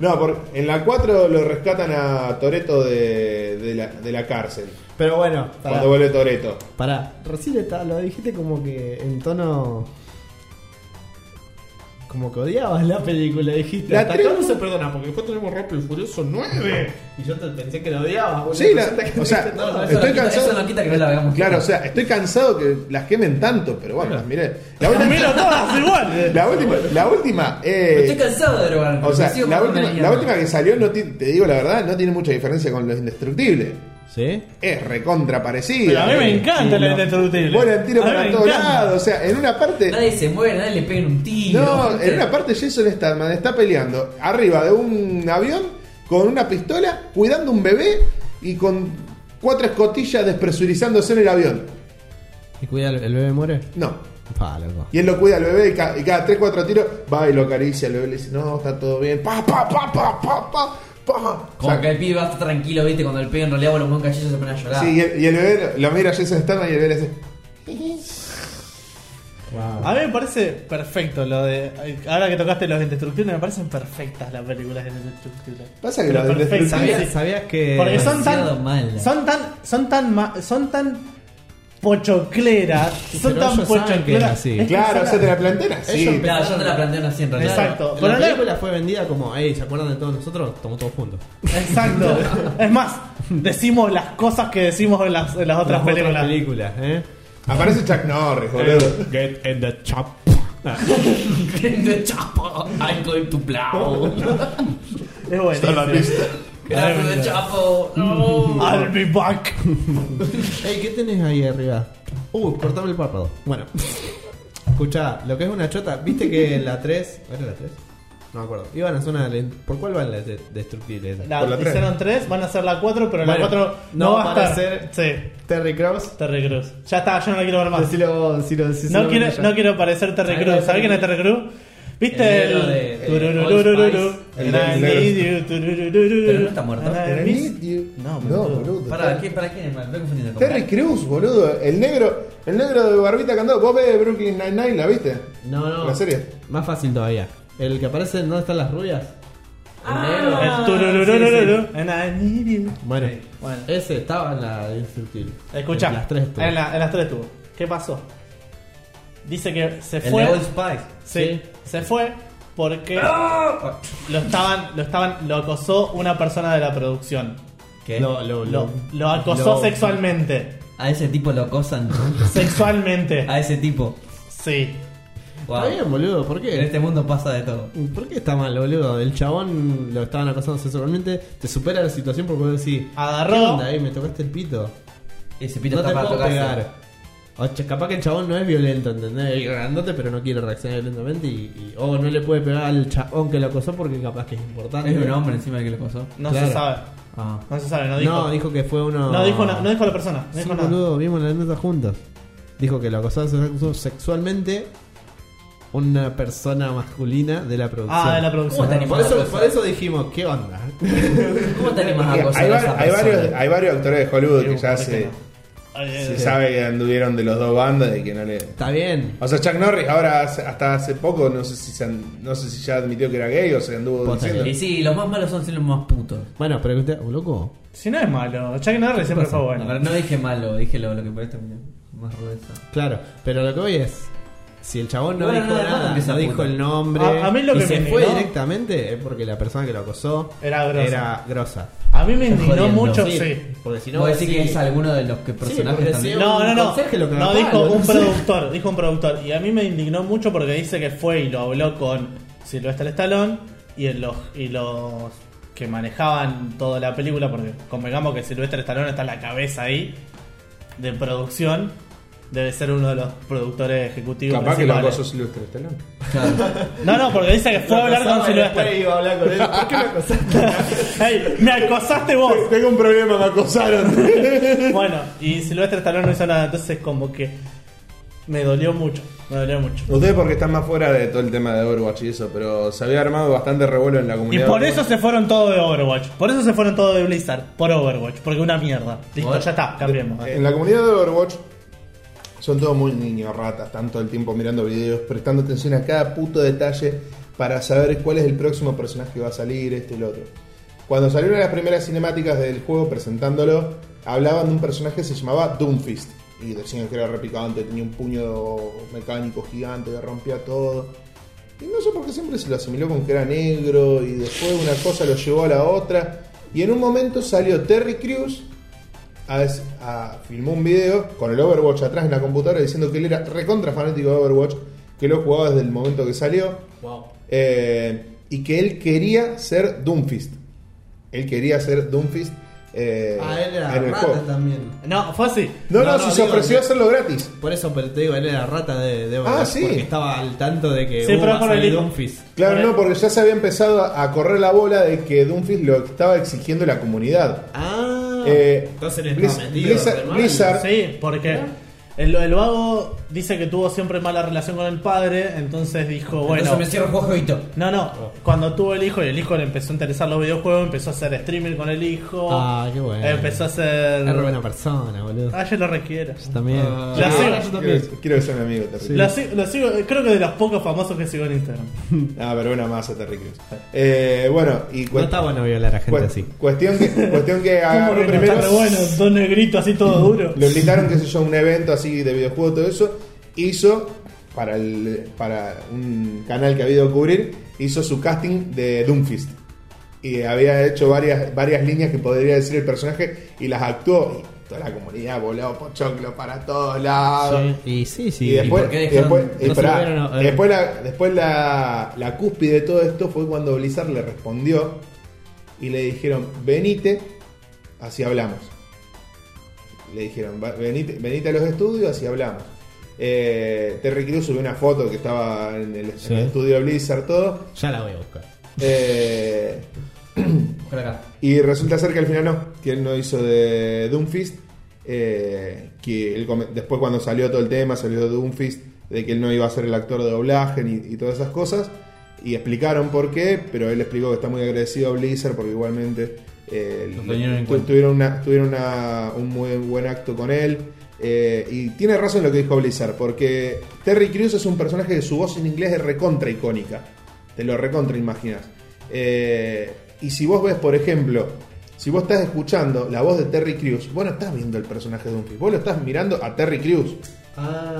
S1: No, por- en la 4 lo rescatan a Toreto de, de la, de la cárcel.
S4: Pero bueno, pará.
S1: Cuando vuelve Toreto.
S4: pará. Recién está- lo dijiste como que en tono. Como que odiabas la película, dijiste.
S1: La
S4: Hasta
S1: tres-
S4: acá no se perdona, porque después tenemos Rápido y Furioso 9. Y yo te pensé que lo odiabas, boludo.
S1: Sí, la-
S4: Resulta que
S1: o sea,
S4: dijiste,
S3: No,
S4: no,
S3: no,
S4: es-
S3: eso,
S1: Estoy
S3: no quita,
S1: cansado.
S3: eso no quita que no la veamos.
S1: Claro, o sea, estoy cansado que las quemen tanto, pero bueno, las miré. La
S2: Miro
S1: última.
S2: todas igual.
S1: La última, la última eh,
S3: Estoy cansado de drogarme.
S1: o sea,
S3: me sigo
S1: la
S3: comiendo
S1: última,
S3: una
S1: la
S3: mierda.
S1: última que salió, no ti- te digo la verdad, no tiene mucha diferencia con los indestructibles.
S4: ¿Sí?
S1: Es recontra parecida.
S2: Pero a mí me
S1: Eh,
S2: encanta la indestructible.
S1: Vuela el tiro
S2: A mí
S1: para
S2: me
S1: todos
S2: encanta.
S1: lados. O sea, en una parte.
S3: Nadie se muere, nadie le peguen un tiro.
S1: No,
S3: ¿viste?
S1: en una parte Jason Statham está peleando arriba de un avión con una pistola, cuidando un bebé y con cuatro escotillas despresurizándose en el avión.
S4: ¿Y cuida, el bebé muere?
S1: No.
S4: Pa, loco.
S1: Y él lo cuida al bebé y ca- y cada 3, 4 tiros va y lo acaricia al bebé le dice, no, está todo bien. Pa, pa, pa, pa, pa, pa, pa. O
S3: Como
S1: sea,
S3: que el pibe va a estar tranquilo, viste, cuando el pibe en realidad, bueno, un cachillo se pone a llorar.
S1: sí, y el, y el bebé lo mira a Jason Statham y el bebé le hace... Ah,
S2: A mí me parece perfecto lo de. Ahora que tocaste los indestructibles, me parecen perfectas las películas de los indestructibles.
S1: Pasa que
S2: Pero
S1: los
S2: perfectas,
S1: indestructibles-
S2: sí.
S4: ¿Sabías que.?
S2: Porque son
S3: demasiado
S2: tan,
S3: malas.
S2: son tan. Son tan. ma- Son tan. Pochocleras. Son tan
S4: Pero ellos saben que es
S2: pochocleras.
S4: así.
S2: Es que
S1: Claro, o
S2: son
S1: sea, te
S2: las-
S1: la plantean así.
S4: Ellos-
S3: Claro, yo te la planteo así en realidad.
S2: Exacto.
S4: La
S2: Pero no-
S4: película fue vendida como, hey, ¿se acuerdan de todos nosotros? Estamos todos juntos.
S2: Exacto. es más, decimos las cosas que decimos en las, en las otras películas.
S4: películas, ¿eh?
S1: Aparece Chuck Norris, boludo.
S4: Get in the chop.
S3: Gente chapo, algo en tu plato.
S2: Es buenísimo.
S3: Grande chapo, no.
S2: I'll be back.
S4: Ey, ¿qué tenés ahí arriba? Uh, cortame el párpado. Bueno. Escuchá, lo que es una chota, viste que en la 3. ¿Era la 3? No me acuerdo. Iban a hacer una. lent- ¿Por cuál van las de- destructibles?
S2: La,
S1: Por la tres.
S2: hicieron tres, van a hacer la cuatro, pero
S4: Bueno,
S2: la cuatro no,
S4: no
S2: va
S4: van a
S2: a estar. Sí,
S4: Terry Cross.
S2: Terry Crews. Ya está, yo no la quiero ver más.
S4: Decilo, decilo, decilo.
S2: No quiero, no quiero parecer Terry
S4: Ahí
S2: Crews.
S4: está.
S2: ¿Sabés quién es Terry Crews? ¿Viste
S3: El
S2: el.
S3: negro de-
S2: Turururururu.
S3: de
S2: And
S1: Old Spice.
S2: I
S1: El negro.
S2: need you, tururururu.
S3: Pero no está muerto.
S2: And I
S1: Pero
S2: miss-
S1: ni- ni-
S2: No,
S1: no,
S2: boludo.
S1: boludo.
S3: ¿Para, qué, ¿Para quién es mal? Estoy confundiendo con
S1: Terry Crews, boludo. El negro, el negro de barbita cantado. ¿Vos ves Brooklyn Nine-Nine? ¿La viste?
S4: No, no.
S1: ¿La serie?
S4: Más fácil todavía. El que aparece en ¿Dónde están las rubias?
S3: El negro.
S2: Ah. El turururururu. And I need you.
S4: Bueno,
S2: bueno.
S4: ese estaba en la instructible.
S2: Escuchá.
S4: En las tres estuvo.
S2: En, la- en las tres tuvo. ¿Qué pasó? Dice que se
S3: El
S2: fue.
S3: de Old Spice.
S2: Sí,
S4: Sí.
S2: Se fue porque lo estaban, lo estaban, lo acosó una persona de la producción.
S3: ¿Qué?
S4: Lo, Ah, lo,
S2: Lo,
S4: lo,
S2: lo acosó
S4: lo-
S2: sexualmente.
S3: A ese tipo lo acosan.
S2: Sexualmente.
S3: A ese tipo.
S2: Sí.
S3: Wow.
S4: Está bien, boludo, ¿por
S3: En
S4: qué?
S3: este mundo pasa de todo.
S4: ¿Por qué está mal, boludo? El chabón lo estaban acosando sexualmente. Te supera la situación porque vos decís.
S2: Agarró.
S4: ¿Qué onda, eh? Me tocaste el pito.
S3: Ese pito
S4: no
S3: está
S4: te
S3: para
S4: puedo
S3: tocarse.
S4: pegar. O che, capaz que el chabón no es violento, ¿entendés? Es grandote, pero no quiere reaccionar violentamente. Y, y- o no le puede pegar al chabón que lo acosó porque capaz que es importante.
S3: Es un hombre encima el que lo acosó.
S2: No
S4: Claro.
S2: se sabe.
S3: Ah.
S2: No se sabe, no
S4: No,
S2: dijo.
S4: dijo, que fue uno.
S2: No dijo, na- no dijo la persona. No
S4: Sí,
S2: dijo nada.
S4: boludo, vimos la nota juntos. Dijo que lo acosaba sexu- sexualmente una persona masculina de la producción.
S2: Ah, de la
S3: ¿Cómo te
S2: producción.
S3: animás?
S4: Por eso, por eso dijimos, ¿qué onda?
S3: ¿Cómo te animas a
S1: Hay,
S3: acosar a
S1: va-
S3: esa
S1: hay varios,
S3: persona?
S1: hay varios actores de Hollywood que
S2: Sí,
S1: ya
S2: ¿por
S1: se,
S2: qué no? Ay, ay,
S1: se
S2: ay.
S1: sabe que anduvieron de los dos bandas y que no le.
S4: Está bien.
S1: O sea, Chuck Norris ahora hace- hasta hace poco no sé si se an- no sé si ya admitió que era gay o se anduvo
S4: Posta
S1: diciendo.
S3: Y sí, los más malos son siempre los más putos.
S4: Bueno, pero que usted, oh, loco.
S2: Si no es malo. Chuck Norris siempre fue
S3: No, pero
S2: bueno.
S3: no dije malo, dije lo, lo que parece más rudeza.
S4: Claro, pero lo que voy es. Si el chabón no
S3: Bueno,
S4: dijo
S3: no, después
S4: nada,
S3: empieza
S4: no
S3: a
S4: dijo
S3: putear.
S4: el nombre
S2: A- a mí lo
S4: y
S2: que
S4: se
S2: me
S4: fue
S2: indignó-
S4: directamente es porque la persona que lo acosó
S2: Era grosa.
S4: era grosa.
S2: A mí me indignó
S3: jodiendo.
S2: mucho,
S3: Sí.
S2: sí.
S4: Porque si no,
S3: ¿Vos decís
S4: sí,
S3: que es alguno de los que personajes
S4: porque
S3: también?
S4: sí,
S2: No, no,
S4: Un
S2: no.
S4: conserje lo cagó
S2: No,
S4: a
S2: dijo
S4: palo,
S2: un
S4: no sé.
S2: productor, dijo un productor. Y a mí me indignó mucho porque dice que fue y lo habló con Sylvester Stallone y en los, y los que manejaban toda la película, porque convengamos que Sylvester Stallone está en la cabeza ahí de producción, debe ser uno de los productores ejecutivos.
S1: Capaz que lo
S2: principales.
S1: acosó Silvestre Stallone.
S3: Claro.
S2: No, no, porque dice que fue a hablar con
S4: Acosaba y después
S2: Sylvester.
S4: iba a hablar con él. ¿Por qué me acosaste?
S2: Ey, me acosaste vos.
S1: Tengo un problema, me acosaron.
S2: Bueno, y Silvestre Stallone no hizo nada, entonces como que me dolió mucho, me dolió mucho.
S1: Ustedes porque están más fuera de todo el tema de Overwatch y eso, pero se había armado bastante revuelo en la
S2: Y
S1: comunidad.
S2: por eso se fueron todos de Overwatch, por eso se fueron todos de Blizzard, por Overwatch, porque una mierda. Listo,
S3: Bueno.
S2: ya está, cambiemos.
S1: En la comunidad de Overwatch son todos muy niños ratas, están todo el tiempo mirando videos, prestando atención a cada puto detalle para saber cuál es el próximo personaje que va a salir, este y el otro. Cuando salieron las primeras cinemáticas del juego presentándolo, hablaban de un personaje que se llamaba Doomfist. Y decían que era replicante, tenía un puño mecánico gigante que rompía todo. Y no sé por qué siempre se lo asimiló con que era negro y después una cosa lo llevó a la otra. Y en un momento salió Terry Crews a, des- a- filmó un video con el Overwatch atrás en la computadora diciendo que él era recontra fanático de Overwatch, que lo jugaba desde el momento que salió eh, y que él quería ser Doomfist. Él quería ser Doomfist eh,
S4: Ah, él
S1: en
S4: era
S1: el
S4: rata
S1: juego.
S4: también.
S2: No, fue así.
S1: No, no,
S4: No,
S1: si
S4: no,
S1: se
S4: digo
S1: ofreció
S4: que-
S1: a hacerlo gratis.
S4: Por eso, pero te digo, él era rata de, de Overwatch,
S1: sí.
S4: Porque estaba al tanto de que
S2: Ah, Sí, pero
S4: va a
S2: por el
S4: salir
S2: hilo.
S4: Dumfries.
S1: Claro,
S2: Por
S1: no,
S2: el-
S1: porque ya se había empezado a a correr la bola de que Doomfist lo estaba exigiendo la comunidad.
S4: Ah,
S1: Eh,
S4: entonces le
S1: Blizz-
S4: estaba metido.
S1: Blizzard-
S4: re mal.
S1: Blizzard-
S2: Sí, porque el, el vago dice que tuvo siempre mala relación con el padre, entonces dijo, bueno...
S3: Entonces me cierro el juego, jueguito.
S2: No, no, cuando tuvo el hijo y el hijo le empezó a interesar los videojuegos, empezó a hacer streamer con el hijo.
S4: Ah, qué bueno.
S2: Empezó a hacer...
S4: Es re buena persona, boludo.
S2: Ah, yo lo requiero.
S4: Yo también.
S2: La
S4: Sí,
S2: sigo.
S4: yo también.
S1: Eh, Quiero, quiero que sea mi amigo Terry.
S2: Lo sig- lo sigo, creo que de los pocos famosos que sigo en Instagram.
S1: Ah, pero una masa Terry Crews. Eh, bueno, y
S4: No
S1: cuen-
S4: está bueno violar a gente
S1: Cue-
S4: así.
S1: Cuestión que, cuestión que agarró
S2: ¿Cómo que no?
S1: primero.
S2: Pero bueno, dos negritos así todo duro.
S1: Lo invitaron, qué sé yo, a un evento así de videojuego, todo eso. Hizo, para, el, para un canal que ha habido cubrir, hizo su casting de Doomfist. Y había hecho varias, varias líneas que podría decir el personaje y las actuó. Y toda la comunidad voló pochoclo para todos lados.
S4: Y sí, sí.
S1: Ah, Y después,
S3: por qué
S1: y
S3: dejaron-
S1: después,
S4: no
S1: esperá,
S4: se volvieron a-
S1: y después la, después la, la cúspide de todo esto fue cuando Blizzard le respondió y le dijeron, venite, así hablamos. Le dijeron, "Va- venite, venite a los estudios, así hablamos. Eh, Terry Crews subió una foto que estaba en el, en
S4: Sí.
S1: el estudio de Blizzard, todo.
S4: Ya la voy a buscar.
S1: Eh,
S3: Buscar acá.
S1: y resulta ser que al final no, que él no hizo de Doomfist. eh, que él come- después cuando salió todo el tema, salió Doomfist, de que él no iba a ser el actor de doblaje ni, y todas esas cosas. Y explicaron por qué, pero él explicó que está muy agradecido a Blizzard porque igualmente eh,
S3: Lo tenían en
S1: tu-
S3: cuenta.
S1: tuvieron, una- tuvieron una- un muy buen acto con él. eh, y tiene razón lo que dijo Blizzard, porque Terry Crews es un personaje que su voz en inglés es recontra icónica. Te lo recontra imaginas. Eh, y si vos ves, por ejemplo, si vos estás escuchando la voz de Terry Crews, vos no estás viendo el personaje de Dumfries, vos lo estás mirando a Terry Crews.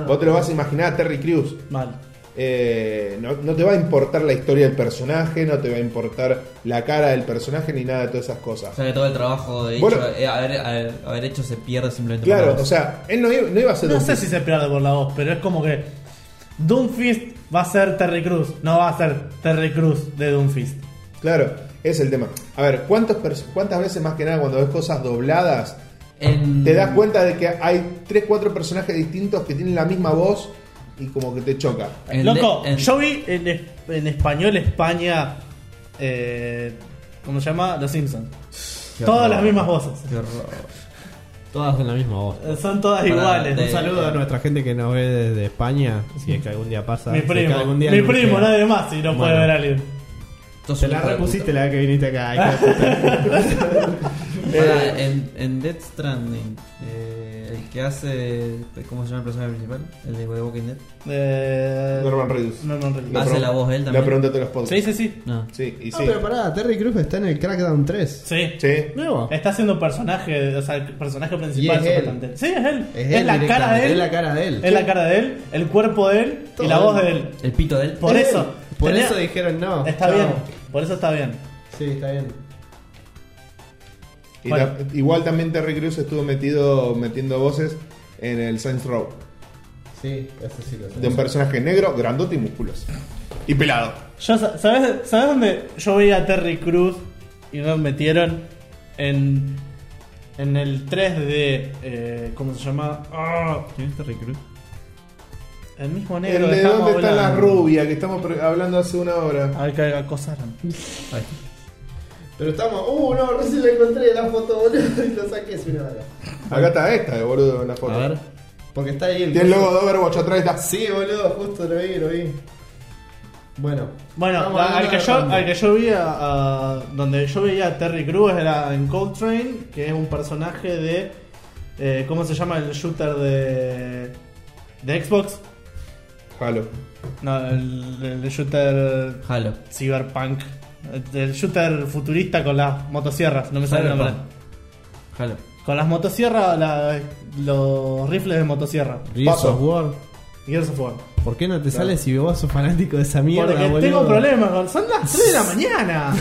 S1: Vos te lo vas a imaginar a Terry Crews.
S2: Mal.
S1: Eh, no, no te va a importar la historia del personaje, no te va a importar la cara del personaje ni nada de todas esas cosas.
S3: O sea que todo el trabajo de
S1: Bueno.
S3: hecho, eh, haber, haber- haber hecho se pierde simplemente
S1: Claro,
S3: por
S1: o sea, él no iba, no iba a ser
S2: No sé
S1: Dumfries.
S2: si se pierde por la voz, pero es como que Doomfist va a ser Terry Cruz, no va a ser Terry Cruz de Doomfist.
S1: Claro, es el tema. A ver, ¿cuántas, pers- ¿cuántas veces más que nada cuando ves cosas dobladas
S3: En-
S1: te das cuenta de que hay 3, 4 personajes distintos que tienen la misma voz y como que te choca?
S3: en-
S2: Loco,
S3: en-
S2: yo vi en, es- en español España, eh, ¿cómo se llama? Los Simpsons.
S3: Qué
S2: Todas
S3: horror.
S2: las mismas voces.
S3: Qué horror.
S4: Todas con la misma voz.
S2: Eh, Son todas
S3: Pará,
S2: iguales.
S3: de-
S4: Un saludo a nuestra gente que nos ve desde España. Si es que algún día pasa.
S2: mi
S4: si es que
S2: primo,
S4: algún día
S2: mi
S4: nos
S2: primo,
S4: llega.
S2: nadie más si no puede
S4: Bueno.
S2: ver a alguien.
S3: Sos
S4: Te
S3: un
S4: la
S3: hijo de
S4: repusiste
S3: puta.
S4: la vez que viniste acá.
S2: Ah.
S4: hijo de puta.
S3: Pará, en, en Death Stranding, eh, el El que hace. ¿Cómo se llama el personaje principal? El de The Walking Dead.
S2: Eh,
S1: Norman Reedus.
S2: Norman Reedus.
S1: Lo
S3: Hace
S1: pro-
S3: la voz él también.
S1: Lo pregunté a todos los
S2: Sí,
S1: podcasts.
S2: sí, sí.
S3: No.
S1: Sí, y
S4: No,
S1: sí.
S4: pero pará, Terry Cruz está en el Crackdown 3.
S2: Sí.
S1: Sí.
S4: Nuevo.
S2: Está siendo personaje, o sea, el personaje principal.
S4: Y es él.
S2: supuestamente. Sí, es él.
S4: Es
S2: Es,
S4: él
S2: la cara de
S4: directamente,
S2: él.
S4: es la cara de él.
S2: Es la cara de él, el cuerpo de él
S4: Todo
S2: y la voz
S4: él.
S2: de él.
S3: El pito de él.
S2: Por
S4: Él.
S2: eso.
S4: Por
S2: Tenía-
S4: eso dijeron no.
S2: Está
S4: chao.
S2: bien. Por eso está bien.
S4: Sí, está bien.
S1: Y
S2: Bueno.
S1: ta- igual también Terry Crews estuvo metido metiendo voces en el Saints Row.
S4: Sí, eso sí lo sé.
S1: De un personaje negro, grandote y musculoso. Y pelado.
S2: Yo, sa- ¿sabes, ¿Sabes dónde yo veía a Terry Cruz y nos metieron? En, en el 3 de. eh, ¿Cómo se llama? Ah,
S7: ¿Quién está Rick Cruz?
S2: el mismo
S1: El
S2: negro. que
S1: de
S2: estábamos
S1: dónde está la
S2: hablando.
S1: rubia que estamos pre- hablando hace una hora.
S2: A ver que acosaron.
S4: Pero estamos. Uh, no, recién la encontré la foto, boludo. Y la saqué, es una bala.
S1: Acá está esta, eh, boludo, en la foto.
S4: A ver. Porque está ahí el.
S1: Tiene el logo de Overwatch atrás está.
S4: Sí, boludo, justo lo vi, lo vi. Bueno.
S2: Bueno,
S4: Estamos
S2: la- al,
S4: hablando
S2: que
S4: de
S2: yo,
S4: Rambo.
S2: al que yo vi a- a- donde yo veía a Terry Crews era en Coltrane, que es un personaje de. eh, ¿Cómo se llama el shooter de. de Xbox?
S1: Halo.
S2: No, el, el shooter.
S3: Halo.
S2: Cyberpunk. El shooter futurista con las motosierras, no me sale el nombre.
S3: Cyberpunk. Halo.
S2: Con las motosierras, la- los rifles de motosierra.
S4: Gears
S1: Paso.
S4: of War.
S2: Gears of War.
S4: ¿Por qué no te sale si vos sos fanático de esa mierda,
S2: Porque
S4: boludo?
S2: tengo problemas con. Son las 3 de la mañana.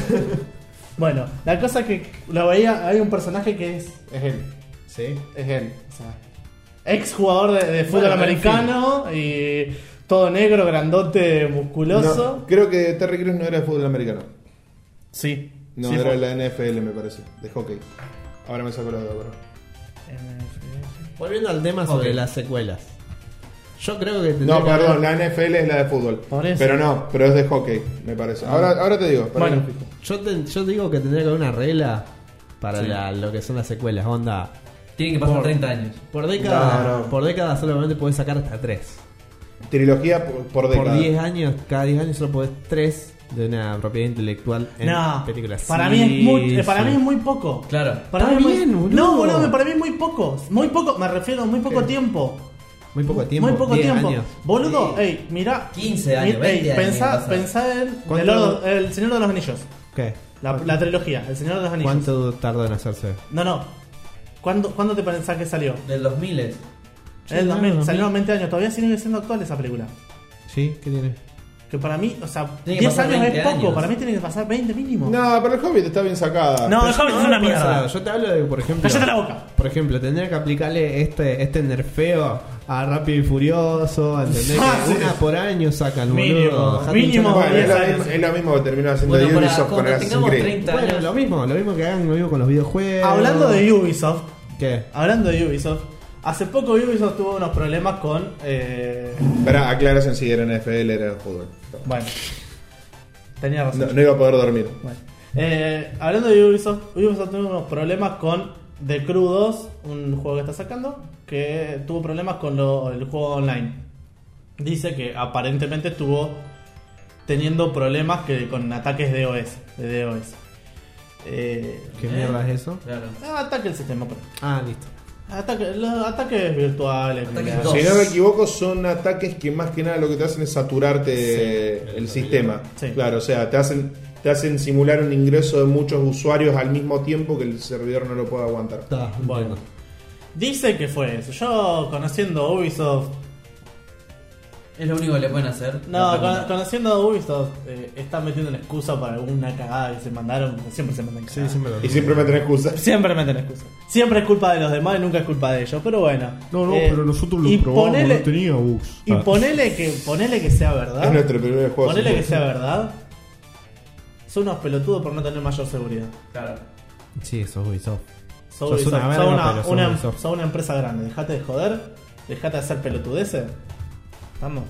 S2: bueno, la cosa es que lo veía, hay un personaje que es.
S1: Es él.
S4: Sí.
S1: Es él.
S2: o sea, ex jugador de, de fútbol
S4: Bueno, en
S2: americano y todo negro, grandote, musculoso.
S1: No, creo que Terry Crews no era de fútbol americano.
S2: Sí.
S1: No,
S2: sí,
S1: era
S2: fue-
S1: la NFL, me parece. De hockey. Ahora me saco la duda, pero.
S4: Volviendo al tema sobre
S3: Ok.
S4: las secuelas. Yo creo que tendría
S1: No,
S4: que
S1: perdón,
S4: haber-
S1: la NFL es la de fútbol.
S2: Por eso.
S1: Pero no, pero es de hockey, me parece. Ahora, ahora te digo. pero-
S2: Bueno,
S4: Yo, te- yo digo que tendría que haber una regla para la- lo que son las secuelas. Onda.
S3: Tienen que pasar
S4: Por-
S3: 30 años.
S4: Por década,
S1: No, no.
S4: por década solamente podés sacar hasta 3.
S1: trilogía por, por
S4: Por
S1: década.
S4: 10 años, cada 10 años solo podés 3 de una propiedad intelectual en
S2: no,
S4: películas.
S2: para,
S4: Sí,
S2: mí es muy, eh, para
S4: sí.
S2: mí es muy poco.
S3: Claro.
S2: Para mí
S4: Está
S2: es muy-
S4: bien, boludo.
S2: No, boludo, para mí es muy poco. Muy poco, me refiero a muy poco tiempo.
S4: Muy poco tiempo.
S2: Muy poco
S4: 10
S2: tiempo.
S4: años.
S2: Boludo, ey, mirá.
S3: 15 años,
S2: mi- ey,
S3: 20 años
S2: pensá,
S3: pasa.
S2: pensá en
S4: ¿Cuánto?
S2: The Lord- El Señor de los Anillos.
S4: ¿Qué?
S2: La, la trilogía, El Señor de los Anillos.
S4: ¿Cuánto tardó en hacerse?
S2: No, no. ¿Cuándo, ¿Cuándo te pensás que salió?
S3: Del 2000 es.
S2: en el
S4: no,
S2: 2000,
S4: no,
S2: salieron
S4: no.
S2: 20 años, todavía sigue siendo actual esa película.
S4: ¿Sí? ¿Qué tiene?
S2: Que para mí, o sea,
S3: Tiene que
S2: 10
S3: pasar
S2: años es
S3: 20
S2: poco,
S3: años.
S2: para mí tiene que pasar 20 mínimo.
S1: No, pero el Hobbit está bien sacada.
S2: No,
S4: Pero
S2: déjame
S4: yo
S2: que es una
S4: hablo por ese
S2: mierda.
S4: lado, Yo te hablo de, por ejemplo.
S2: Cállate la boca.
S4: Por ejemplo, tendría que aplicarle este, este nerfeo a Rápido y Furioso. ¿Entendés?
S2: Ah,
S4: que
S2: sí.
S4: una por año sacan,
S2: Mínimo,
S4: boludo. Dejate
S2: mínimo.
S4: hinchar la
S1: Bueno, es,
S2: diez
S1: lo
S2: años.
S1: mismo, es lo mismo que terminó haciendo
S3: Bueno, para
S1: Ubisoft con
S3: cuando
S1: Assassin's
S3: tengamos
S1: Creed.
S3: 30
S4: boca. Bueno,
S3: años.
S4: lo mismo, lo mismo que hagan lo mismo con los videojuegos.
S2: Hablando de Ubisoft,
S4: ¿Qué?
S2: hablando de Ubisoft, hace poco Ubisoft tuvo unos problemas con. eh,
S1: Pará, aclaración si era NFL, era el fútbol.
S2: bueno, tenía razón.
S1: No, no iba a poder dormir.
S2: Bueno. Eh, hablando de Ubisoft, Ubisoft tuvo unos problemas con The Crew 2, un juego que está sacando, que tuvo problemas con lo- el juego online. Dice que aparentemente estuvo teniendo problemas que, con ataques de DOS. De DOS. Eh,
S4: ¿Qué mierda es eso?
S3: Claro.
S2: ataque el sistema, pero.
S4: Ah, listo.
S2: Ataque, los ataques virtuales.
S3: Ataques
S2: mira.
S3: dos.
S1: Si no me equivoco, son ataques que más que nada lo que te hacen es saturarte el sistema.
S2: Sí.
S1: Claro, o sea, te hacen, te hacen simular un ingreso de muchos usuarios al mismo tiempo que el servidor no lo puede aguantar.
S4: Está,
S2: Bueno.
S4: bueno.
S2: Dice que fue eso. Yo conociendo Ubisoft
S3: Es lo único que le pueden hacer.
S2: No,
S3: La
S2: con- conociendo a Ubisoft, eh, están metiendo una excusa para alguna cagada que se mandaron. porque Siempre se mandan
S4: Sí,
S2: cagadas.
S4: siempre lo
S1: Y siempre me tenés excusa.
S2: Siempre meten excusa. Siempre es culpa de los demás y nunca es culpa de ellos. Pero bueno. Eh, y ponele-
S4: bugs.
S2: Y ponele que, ponele que sea
S1: Es
S2: verdad.
S1: nuestro primer juego.
S2: ponele que
S1: sin
S2: sea verdad. Son unos pelotudos por no tener mayor seguridad.
S3: Claro.
S4: Sí, eso es Ubisoft.
S2: Son
S4: Sos
S2: Ubisoft,
S4: una
S2: son
S4: verga,
S2: una-
S4: pero sos
S2: una-
S4: Ubisoft.
S2: son una empresa grande. Dejate de joder. Dejate de hacer pelotudeces. Estamos.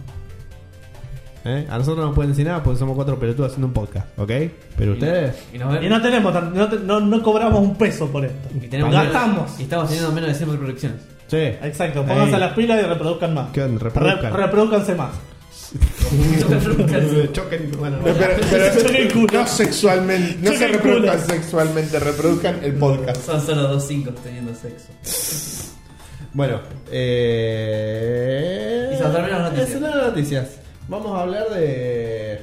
S4: ¿Eh? A nosotros no nos pueden decir nada porque somos cuatro pelotudos haciendo un podcast, ¿ok? Pero ustedes.
S3: Y nos vemos.
S2: Y no tenemos tan- no, te- no- no cobramos un peso por esto.
S3: Y tenemos
S2: Gastamos.
S3: Y estamos teniendo menos de 100 reproducciones.
S4: Che.
S2: Exacto, pónganse
S4: Ey.
S2: las pilas y reproduzcan más.
S4: ¿Qué onda? Reproduzcan.
S2: Re- reproduzcanse más.
S4: Choquen. Bueno,
S1: Pero, pero-
S2: Son el culo.
S1: no sexualmente, no
S2: Son
S1: se
S2: el
S1: reproduzcan
S2: culo.
S1: sexualmente, reproduzcan el podcast.
S3: Son solo dos cinco teniendo sexo.
S4: Bueno, eh...
S3: Y se terminan las noticias.
S4: Eh, se terminan las noticias. Vamos a hablar de...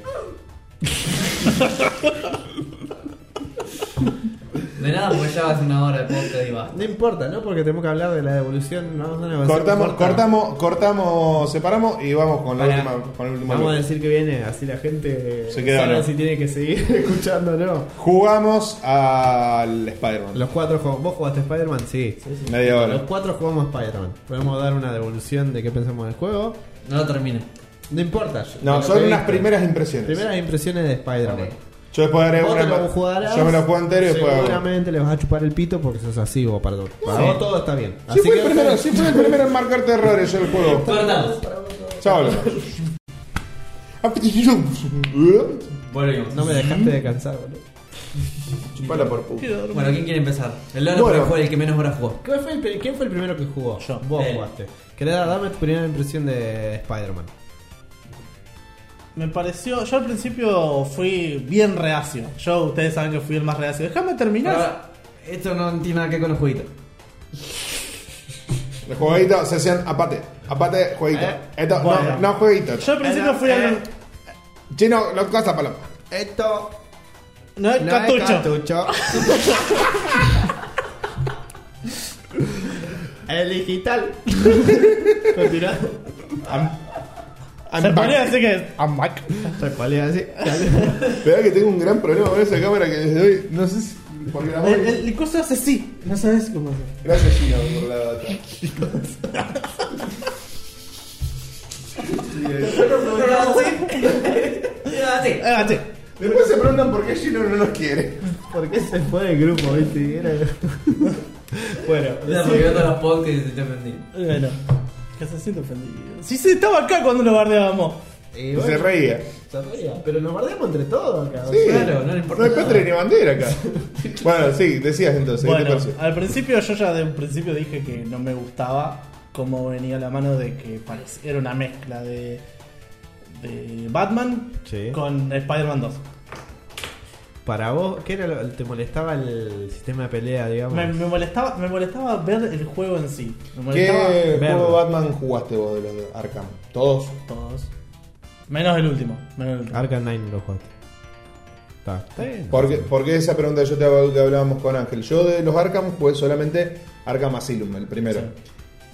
S3: De nada, porque ya vas una hora de podcast y basta.
S4: No importa, ¿no? Porque tenemos que hablar de la devolución. Vamos a negociar.
S1: Cortamos,
S4: Corta.
S1: cortamos, cortamos, separamos y vamos con la
S4: Pará.
S1: última, con el último
S4: Vamos a
S1: bloque.
S4: decir que viene, así la gente
S1: Se queda,
S4: sabe
S1: ¿no?
S4: si tiene que seguir escuchando o no.
S1: Jugamos al Spider-Man.
S4: Los cuatro jugamos. ¿Vos jugaste Spider-Man? Sí.
S1: Media
S4: Los
S1: hora.
S4: cuatro jugamos Spider-Man. Podemos dar una devolución de qué pensamos del juego.
S3: No lo termine.
S4: No importa. yo-
S1: No,
S4: lo
S1: son
S4: que
S1: unas
S4: viste.
S1: primeras impresiones.
S4: Primeras impresiones de Spider-Man.
S1: Yo después agrego
S4: Vos
S1: una.
S4: te lo jugarás.
S1: Yo me lo juego entero y después hago.
S4: Seguramente le vas a chupar el pito porque sos así, vos, perdón. Para
S3: Sí.
S4: vos todo está bien.
S1: Sí fue, el
S4: que-
S1: primero, sí fue el primero en marcarte errores el juego.
S3: Cortamos.
S1: Chao. Leo.
S3: Volvemos.
S4: No me dejaste de cansar, boludo.
S1: Chupala por puta.
S3: Bueno, ¿quién quiere empezar? El Leonor
S1: Bueno.
S3: porque fue el que menos horas jugó.
S4: ¿Quién fue, el, pri- quién fue el primero que jugó?
S2: Yo.
S4: Vos
S3: Eh.
S4: jugaste. Querés dar- dame tu primera impresión de Spider-Man.
S2: Me pareció. Yo al principio fui bien reacio. Yo, ustedes saben que fui el más reacio. Déjame terminar.
S3: Ahora, esto no tiene nada que ver con los jueguitos.
S1: El jueguito se hacían apate. Apate, jueguito.
S4: Eh,
S1: Esto,
S2: bueno.
S1: no, no jueguito.
S2: yo al principio
S4: Era-
S2: fui el.
S4: eh.
S1: Chino, lo casa paloma.
S4: Esto
S2: No es cartucho.
S4: El digital.
S2: Continuá.
S1: I'm
S2: Se
S1: back.
S2: ponía así que.
S1: I'm back.
S4: Respalea así.
S1: La verdad que tengo un gran problema con esa cámara que desde hoy no sé si. Porque
S4: Eh,
S1: la
S2: El,
S1: voy.
S2: el, el coso hace así. No sabes cómo hacer.
S1: Gracias, Chino, por la data. Sí, eh.
S3: Así.
S2: Eh, así.
S1: Después se preguntan por qué Chino no nos quiere.
S4: ¿Por qué se fue del grupo, viste? Era- bueno,
S3: Ya
S4: sí.
S3: me quedó todos los podcasts y se te ofendí.
S2: Bueno. Que se siente ofendido. Si se estaba acá cuando lo bardeábamos.
S4: Y
S1: Y
S4: bueno,
S1: se reía.
S4: se reía, Pero nos guardemos entre todos acá.
S1: Sí.
S3: Claro, no le
S1: No
S3: importa
S1: hay
S3: nada.
S1: patria ni bandera acá. Bueno, sí, decías entonces. ¿qué te
S2: Bueno,
S1: pareció?
S2: al principio yo ya de un principio dije que no me gustaba cómo venía la mano de que parecía, era una mezcla de, de Batman
S4: Sí.
S2: con Spider-Man 2.
S4: Para vos, ¿qué era lo- te molestaba el sistema de pelea,
S1: Ah,
S4: digamos?
S2: Me, me molestaba, me molestaba ver el juego en sí. Me molestaba
S1: ¿Qué
S4: Verde.
S1: juego Batman jugaste vos de los de Arkham? Todos.
S2: todos. Menos el último. Menos el
S1: Ah.
S2: último.
S4: Arkham 9 lo jugaste. Está, está bien.
S1: ¿Por qué, por qué esa pregunta yo te hago que hablábamos con Ángel? Yo de los Arkham jugué solamente Arkham Asylum, el primero.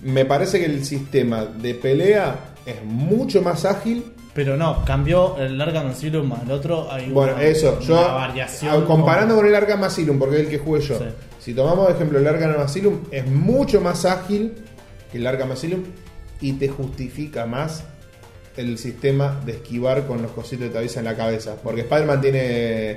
S1: Me parece que el sistema de pelea es mucho más ágil.
S2: Pero no, cambió el Arkham Asylum al otro. Hay
S1: Bueno,
S2: una-
S1: eso,
S2: una
S1: yo
S2: variación.
S1: a- comparando con el Arkham Asylum, porque es el que jugué yo.
S2: Sí.
S1: Si tomamos de ejemplo el Arkham Asylum, es mucho más ágil que el Arkham Asylum y te justifica más el sistema de esquivar con los cositos que te avisan en la cabeza. Porque Spider-Man tiene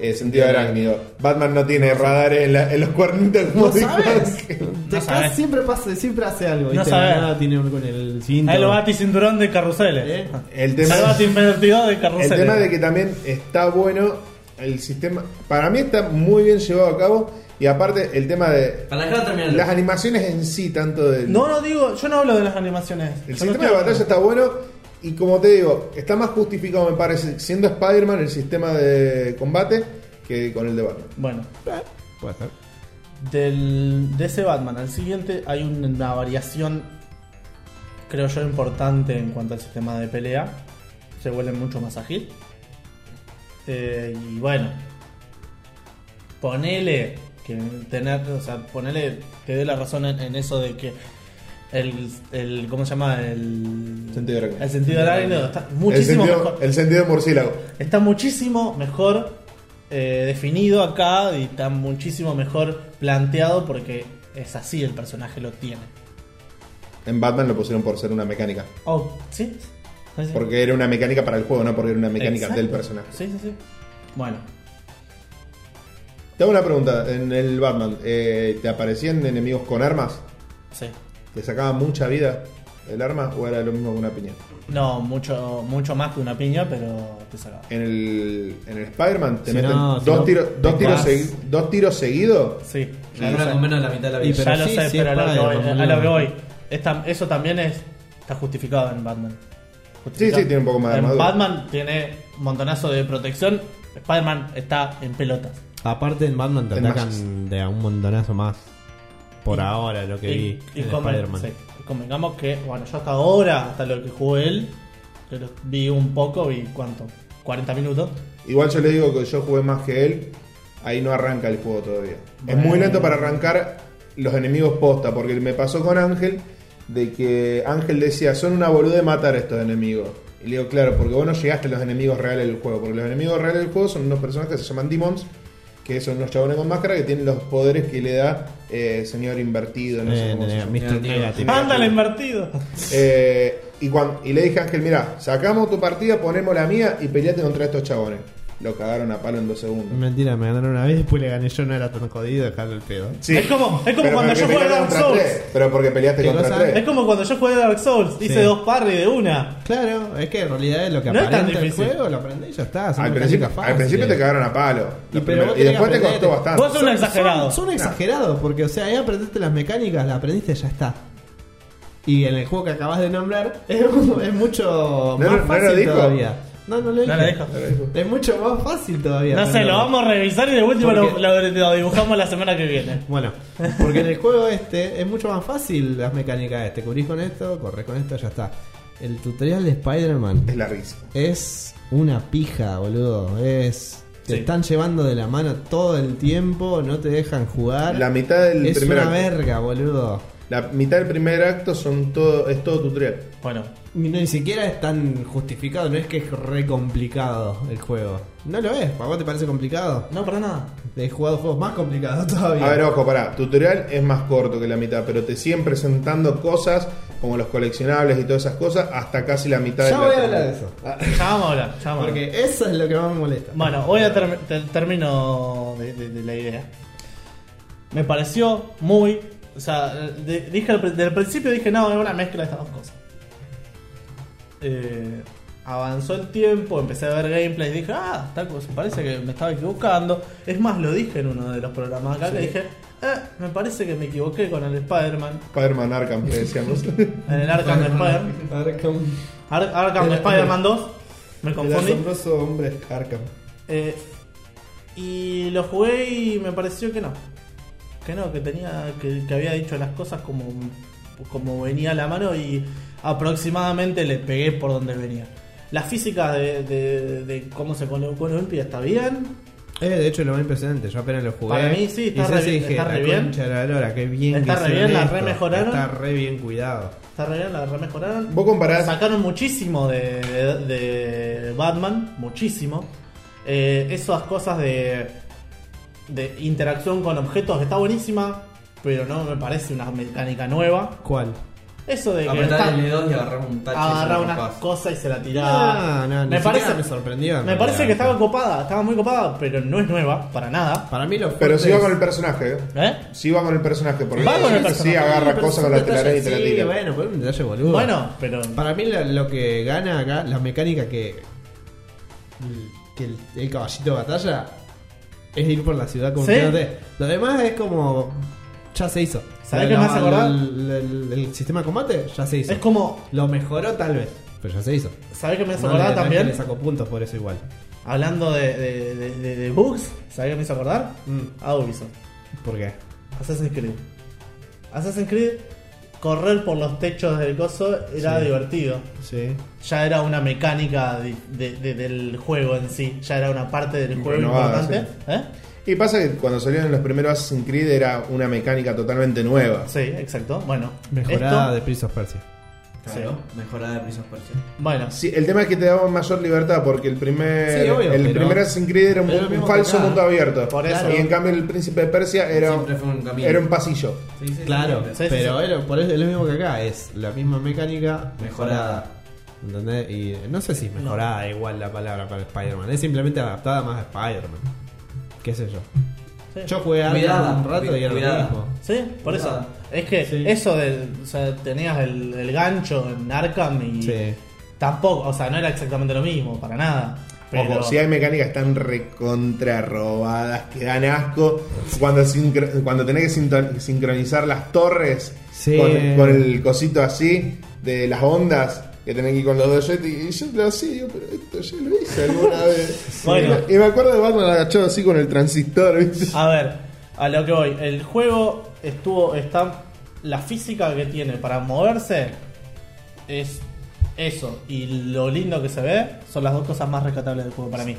S1: eh, sentido arácnido, Batman no tiene radares en, la- en los cuernitos como
S4: ¿No
S1: dijo
S4: sabes?
S1: Ángel.
S4: Te
S2: No sabes.
S4: ca- siempre, pasa, siempre hace algo. ¿viste?
S2: sabes.
S4: Nada tiene un- con el cinto.
S2: Ahí lo bati cinturón de carruseles.
S4: ¿Eh?
S1: El tema
S2: El bati invertido de
S1: El
S2: carruseles.
S1: tema de que también está bueno el sistema. Para mí está muy bien llevado a cabo. Y aparte, el tema de
S3: Para dejarlo terminar.
S1: las animaciones en sí, tanto del.
S2: No, no digo, yo no hablo de las animaciones.
S1: el
S2: Yo no
S1: sistema de
S2: estoy-
S1: batalla está bueno. Y como te digo, está más justificado, me parece, siendo Spider-Man el sistema de combate que con el de Batman.
S2: Bueno,
S4: Puede ser.
S2: del, de ese Batman al siguiente hay una variación, creo yo, importante en cuanto al sistema de pelea. Se vuelve mucho más ágil. Eh, y bueno, ponele que tener, o sea, ponele, te dé la razón en, en eso de que el, el, ¿cómo se llama? El
S1: Sentido arácnido.
S2: El sentido arácnido está
S1: El
S2: muchísimo
S1: sentido,
S2: mejor.
S1: el sentido murciélago.
S2: Está muchísimo mejor eh, definido acá y está muchísimo mejor planteado porque es así el personaje lo tiene.
S1: En Batman lo pusieron por ser una mecánica.
S2: Oh, ¿sí? Sí, sí.
S1: Porque era una mecánica para el juego, no porque era una mecánica
S2: Exacto.
S1: del personaje.
S2: Sí, sí, sí. Bueno,
S1: Te hago una pregunta. En el Batman, eh, ¿te aparecían enemigos con armas?
S2: sí.
S1: ¿Te sacaba mucha vida el arma o era lo mismo que una piña?
S2: No, mucho, mucho más que una piña, pero te salvaba.
S1: En el, en el Spider-Man te
S4: Si
S1: meten
S4: no, si
S1: dos,
S4: no,
S1: tiros, dos,
S4: te
S1: tiros
S4: vas.
S1: segui- dos tiros seguidos.
S2: Sí.
S3: La dura con menos de la mitad de la
S4: Y
S3: vida.
S2: ya
S4: pero
S2: lo
S4: sí,
S2: sé,
S4: sí,
S2: pero a
S4: es
S2: lo que voy.
S4: Spider-Man,
S2: a lo que
S4: boludo.
S2: voy. Esta- eso también es, está justificado en Batman.
S1: Sí, sí, tiene un poco más de
S2: En
S1: armadura.
S2: Batman tiene un montonazo de protección. Spider-Man está en pelotas.
S4: Aparte en Batman te
S1: Ten
S4: atacan de a un montonazo más. Por ahora, lo que vi
S2: y
S4: en
S2: conven-
S4: Spider-Man.
S2: sí, y convengamos que, bueno, yo hasta ahora, hasta lo que jugué él, que lo vi un poco, vi cuánto, 40 minutos.
S1: Igual yo le digo que yo jugué más que él, ahí no arranca el juego todavía.
S2: Bueno.
S1: Es muy lento para arrancar los enemigos posta, porque me pasó con Ángel, de que Ángel decía, son una boluda de matar a estos enemigos. Y le digo, claro, porque vos no llegaste a los enemigos reales del juego, porque los enemigos reales del juego son unos personajes que se llaman Demons, que son unos chabones con máscara que tienen los poderes que le da eh, señor invertido, no sé
S4: Eh,
S1: cómo se
S4: eh,
S1: llama.
S4: Mr.
S3: Negativo.
S4: Negative.
S2: ¡Ándale, invertido!
S1: Eh, y, cuan- y le dije a Ángel, mira, sacamos tu partida, ponemos la mía y peleate contra estos chabones. Lo cagaron a palo en dos segundos.
S4: Mentira, me ganaron una vez, después le gané yo, no era tan jodido dejarle el pedo.
S1: Sí.
S2: Es como- es como
S1: Pero
S2: cuando
S1: porque
S2: yo jugué
S1: peleaste
S2: Dark
S1: contra
S2: Souls.
S1: tres, pero porque peleaste
S4: ¿Qué
S1: contra
S4: cosa?
S2: Es
S1: tres.
S2: como cuando yo jugué Dark Souls, hice
S4: Sí.
S2: dos parries de una.
S4: Claro, es que en realidad es lo que
S2: No es tan
S4: aparenta el
S2: difícil.
S4: juego, lo aprendés y ya está. son
S1: Al principio,
S4: mecánicas
S1: al principio te
S4: fáciles.
S1: cagaron a palo.
S4: Y,
S1: Y,
S4: pero vos
S1: y
S4: tenés
S1: después
S4: que
S1: te costó
S4: aprenderte.
S1: bastante.
S2: Vos sos un exagerado.
S4: Son, exagerados, porque o sea, ahí aprendiste las mecánicas, las aprendiste y ya está. Y en el juego que acabas de nombrar es, es mucho
S1: No,
S4: más
S1: no, no
S4: fácil
S1: lo dijo.
S4: todavía. No, no lo dije.
S2: No lo dijo.
S4: Es mucho más fácil todavía.
S2: No sé,
S4: aprenderlo.
S2: lo vamos a revisar y de último lo,
S4: Porque-
S2: lo- lo dibujamos la semana que viene.
S4: Bueno, porque en el juego este es mucho más fácil las mecánicas. Te cubrís con esto, corres con esto, ya está. El tutorial de Spider-Man
S1: Es la risa.
S4: Es una pija, boludo. Es. Te
S2: Sí.
S4: están llevando de la mano todo el tiempo, no te dejan jugar.
S1: La mitad del
S4: es
S1: primer
S4: una
S1: acto.
S4: verga, boludo.
S1: La mitad del primer acto son todo, es todo tutorial.
S2: Bueno,
S4: Ni, ni siquiera es tan justificado, no es que es re complicado el juego. No lo es, ¿para vos te parece complicado?
S2: no, para nada.
S4: He jugado juegos más complicados todavía.
S1: A ver, ojo, pará. Tutorial es más corto que la mitad, pero te siguen presentando cosas como los coleccionables y todas esas cosas hasta casi la mitad
S4: ya
S1: del
S4: voy a
S1: acto.
S4: hablar de eso.
S2: Ya vamos a hablar, ya vamos a hablar.
S4: Porque eso es lo que más me molesta.
S2: Ah, Bueno, hoy termino de, de- de la idea. Me pareció muy. O sea, de- dije al, pr- del principio dije, no, es una mezcla de estas dos cosas. Eh, avanzó el tiempo, empecé a ver gameplay y dije, ah, tal cosa, parece que me estaba equivocando. Es más, lo dije en uno de los programas acá, que dije, eh, me parece que me equivoqué con el Spider-Man,
S1: Spider-Man Arkham, que decíamos.
S2: en el Arkham Spider-Man.
S4: Arkham.
S2: Ar- Arkham
S4: El-
S2: Spider-Man 2, me
S4: El
S2: confundí.
S4: asombroso hombre Arkham.
S2: Eh, y lo jugué y me pareció que no. Que no, que tenía. que, que había dicho las cosas como, como venía a la mano y aproximadamente le pegué por donde venía. La física de, de- de cómo se colocó en Olimpia está bien.
S4: Eh, de hecho, lo más impresionante, yo apenas lo jugué.
S2: Para mí sí, está
S4: y
S2: re
S4: sí,
S2: bien,
S4: dije,
S2: está re
S4: la
S2: bien.
S4: concha de la lora, qué bien
S2: Está
S4: que
S2: re
S4: hicieron
S2: bien, la
S4: esto.
S2: remejoraron.
S4: Está re bien cuidado.
S2: Está re bien, la remejoraron.
S1: Vos comparás
S2: Sacaron muchísimo de, de- de Batman, muchísimo. Eh, esas cosas de, de interacción con objetos está buenísima, pero no me parece una mecánica nueva.
S4: ¿Cuál?
S2: Eso de que
S3: Apretar
S2: está-
S3: el L2 y agarrar un tacho. y
S2: agarrar
S3: se lo
S2: una
S3: rompas.
S2: cosa y se la
S4: No,
S2: tiraba.
S4: no, ni
S2: Ah, me
S4: siquiera
S2: parece,
S4: me sorprendió, en
S2: Me parece
S4: realidad.
S2: que estaba copada, estaba muy copada, pero no es nueva para nada.
S4: Para mí los
S1: Pero si va
S4: fuertes-
S1: con el personaje, ¿eh?
S2: ¿eh?
S1: Si va con el personaje, porque
S2: Va con el
S1: sí
S2: personaje,
S1: agarra
S4: pero
S1: cosas con
S4: es un
S1: la
S4: detalle,
S1: telaraña y te la
S4: sí,
S1: tira.
S4: Bueno, pero es un detalle boludo.
S2: Bueno, pero
S4: Para mí la- lo que gana acá, la mecánica que. que el, el caballito de batalla es ir por la ciudad como
S2: Sí.
S4: quedándote. Lo demás es como. ya se hizo.
S2: ¿Sabés
S4: Lo-
S2: qué me hace
S4: lo-
S2: acordar?
S4: El, el- el sistema de combate ya se hizo.
S2: es como.
S4: Lo mejoró tal vez, pero ya se hizo.
S2: ¿Sabés que me hace
S4: No
S2: acordar
S4: le- no es que
S2: también?
S4: Le sacó puntos por eso igual.
S2: Hablando de, de, de- de- de bugs, ¿sabés qué me hizo acordar?
S4: Mm.
S2: A Ubisoft.
S4: ¿Por qué?
S2: Assassin's Creed. Assassin's Creed, correr por los techos del coso era
S4: Sí.
S2: divertido.
S4: Sí.
S2: Ya era una mecánica de- de- de- del juego en sí. Ya era una parte del juego
S1: Renovada,
S2: importante. ¿Eh?
S1: Y pasa que cuando salieron los primeros Assassin's Creed era una mecánica totalmente nueva.
S2: Sí, exacto. Bueno,
S4: Mejorada
S2: esto-
S4: de Prince of Persia.
S3: Claro, mejorada de Prince of Persia.
S2: Bueno,
S1: Sí, el tema es que te daban mayor libertad porque el primer
S4: Sí, obvio,
S1: el
S4: pero-
S1: primer Assassin's Creed era un,
S4: pero lo
S1: un
S4: mismo que
S1: falso
S4: acá.
S1: mundo abierto.
S2: Por eso.
S1: Y en cambio el príncipe de Persia era,
S3: Siempre fue un camino.
S1: era un pasillo.
S3: Sí, sí, sí,
S4: Claro,
S3: siempre.
S2: sí, sí,
S4: pero
S2: sí.
S4: era- por eso es lo mismo que acá, es la misma mecánica
S3: Mejorada.
S4: mejorada. ¿Entendés? Y eh, no sé si es mejorada igual la palabra para Spider-Man, es simplemente adaptada más a Spider-Man. ¿Qué sé yo?
S2: Sí.
S4: Yo jugué Arkham
S3: Cuidada,
S4: un rato y era lo
S3: cuidada.
S4: mismo.
S2: sí, por eso.
S3: Nada.
S2: Es que
S4: Sí.
S2: eso de. O sea, tenías el, el gancho en Arkham y.
S4: Sí.
S2: Tampoco, o sea, no era exactamente lo mismo, para nada. Pero,
S1: Ojo, si hay mecánicas tan recontrarrobadas que dan asco. Cuando, sincro- cuando tenés que sinton- sincronizar las torres
S4: Sí.
S1: con, con el cosito así de las ondas. Que tenés que ir con los dos jetty. Y yo lo hacía, digo, pero esto ya lo hice alguna vez.
S2: Bueno. Ah.
S1: Y me- Y me acuerdo de Batman agachado así con el transistor, ¿viste?
S2: A ver, A lo que voy, el juego estuvo. está. La física que tiene para moverse es eso. Y lo lindo que se ve son las dos cosas más rescatables del juego para mí.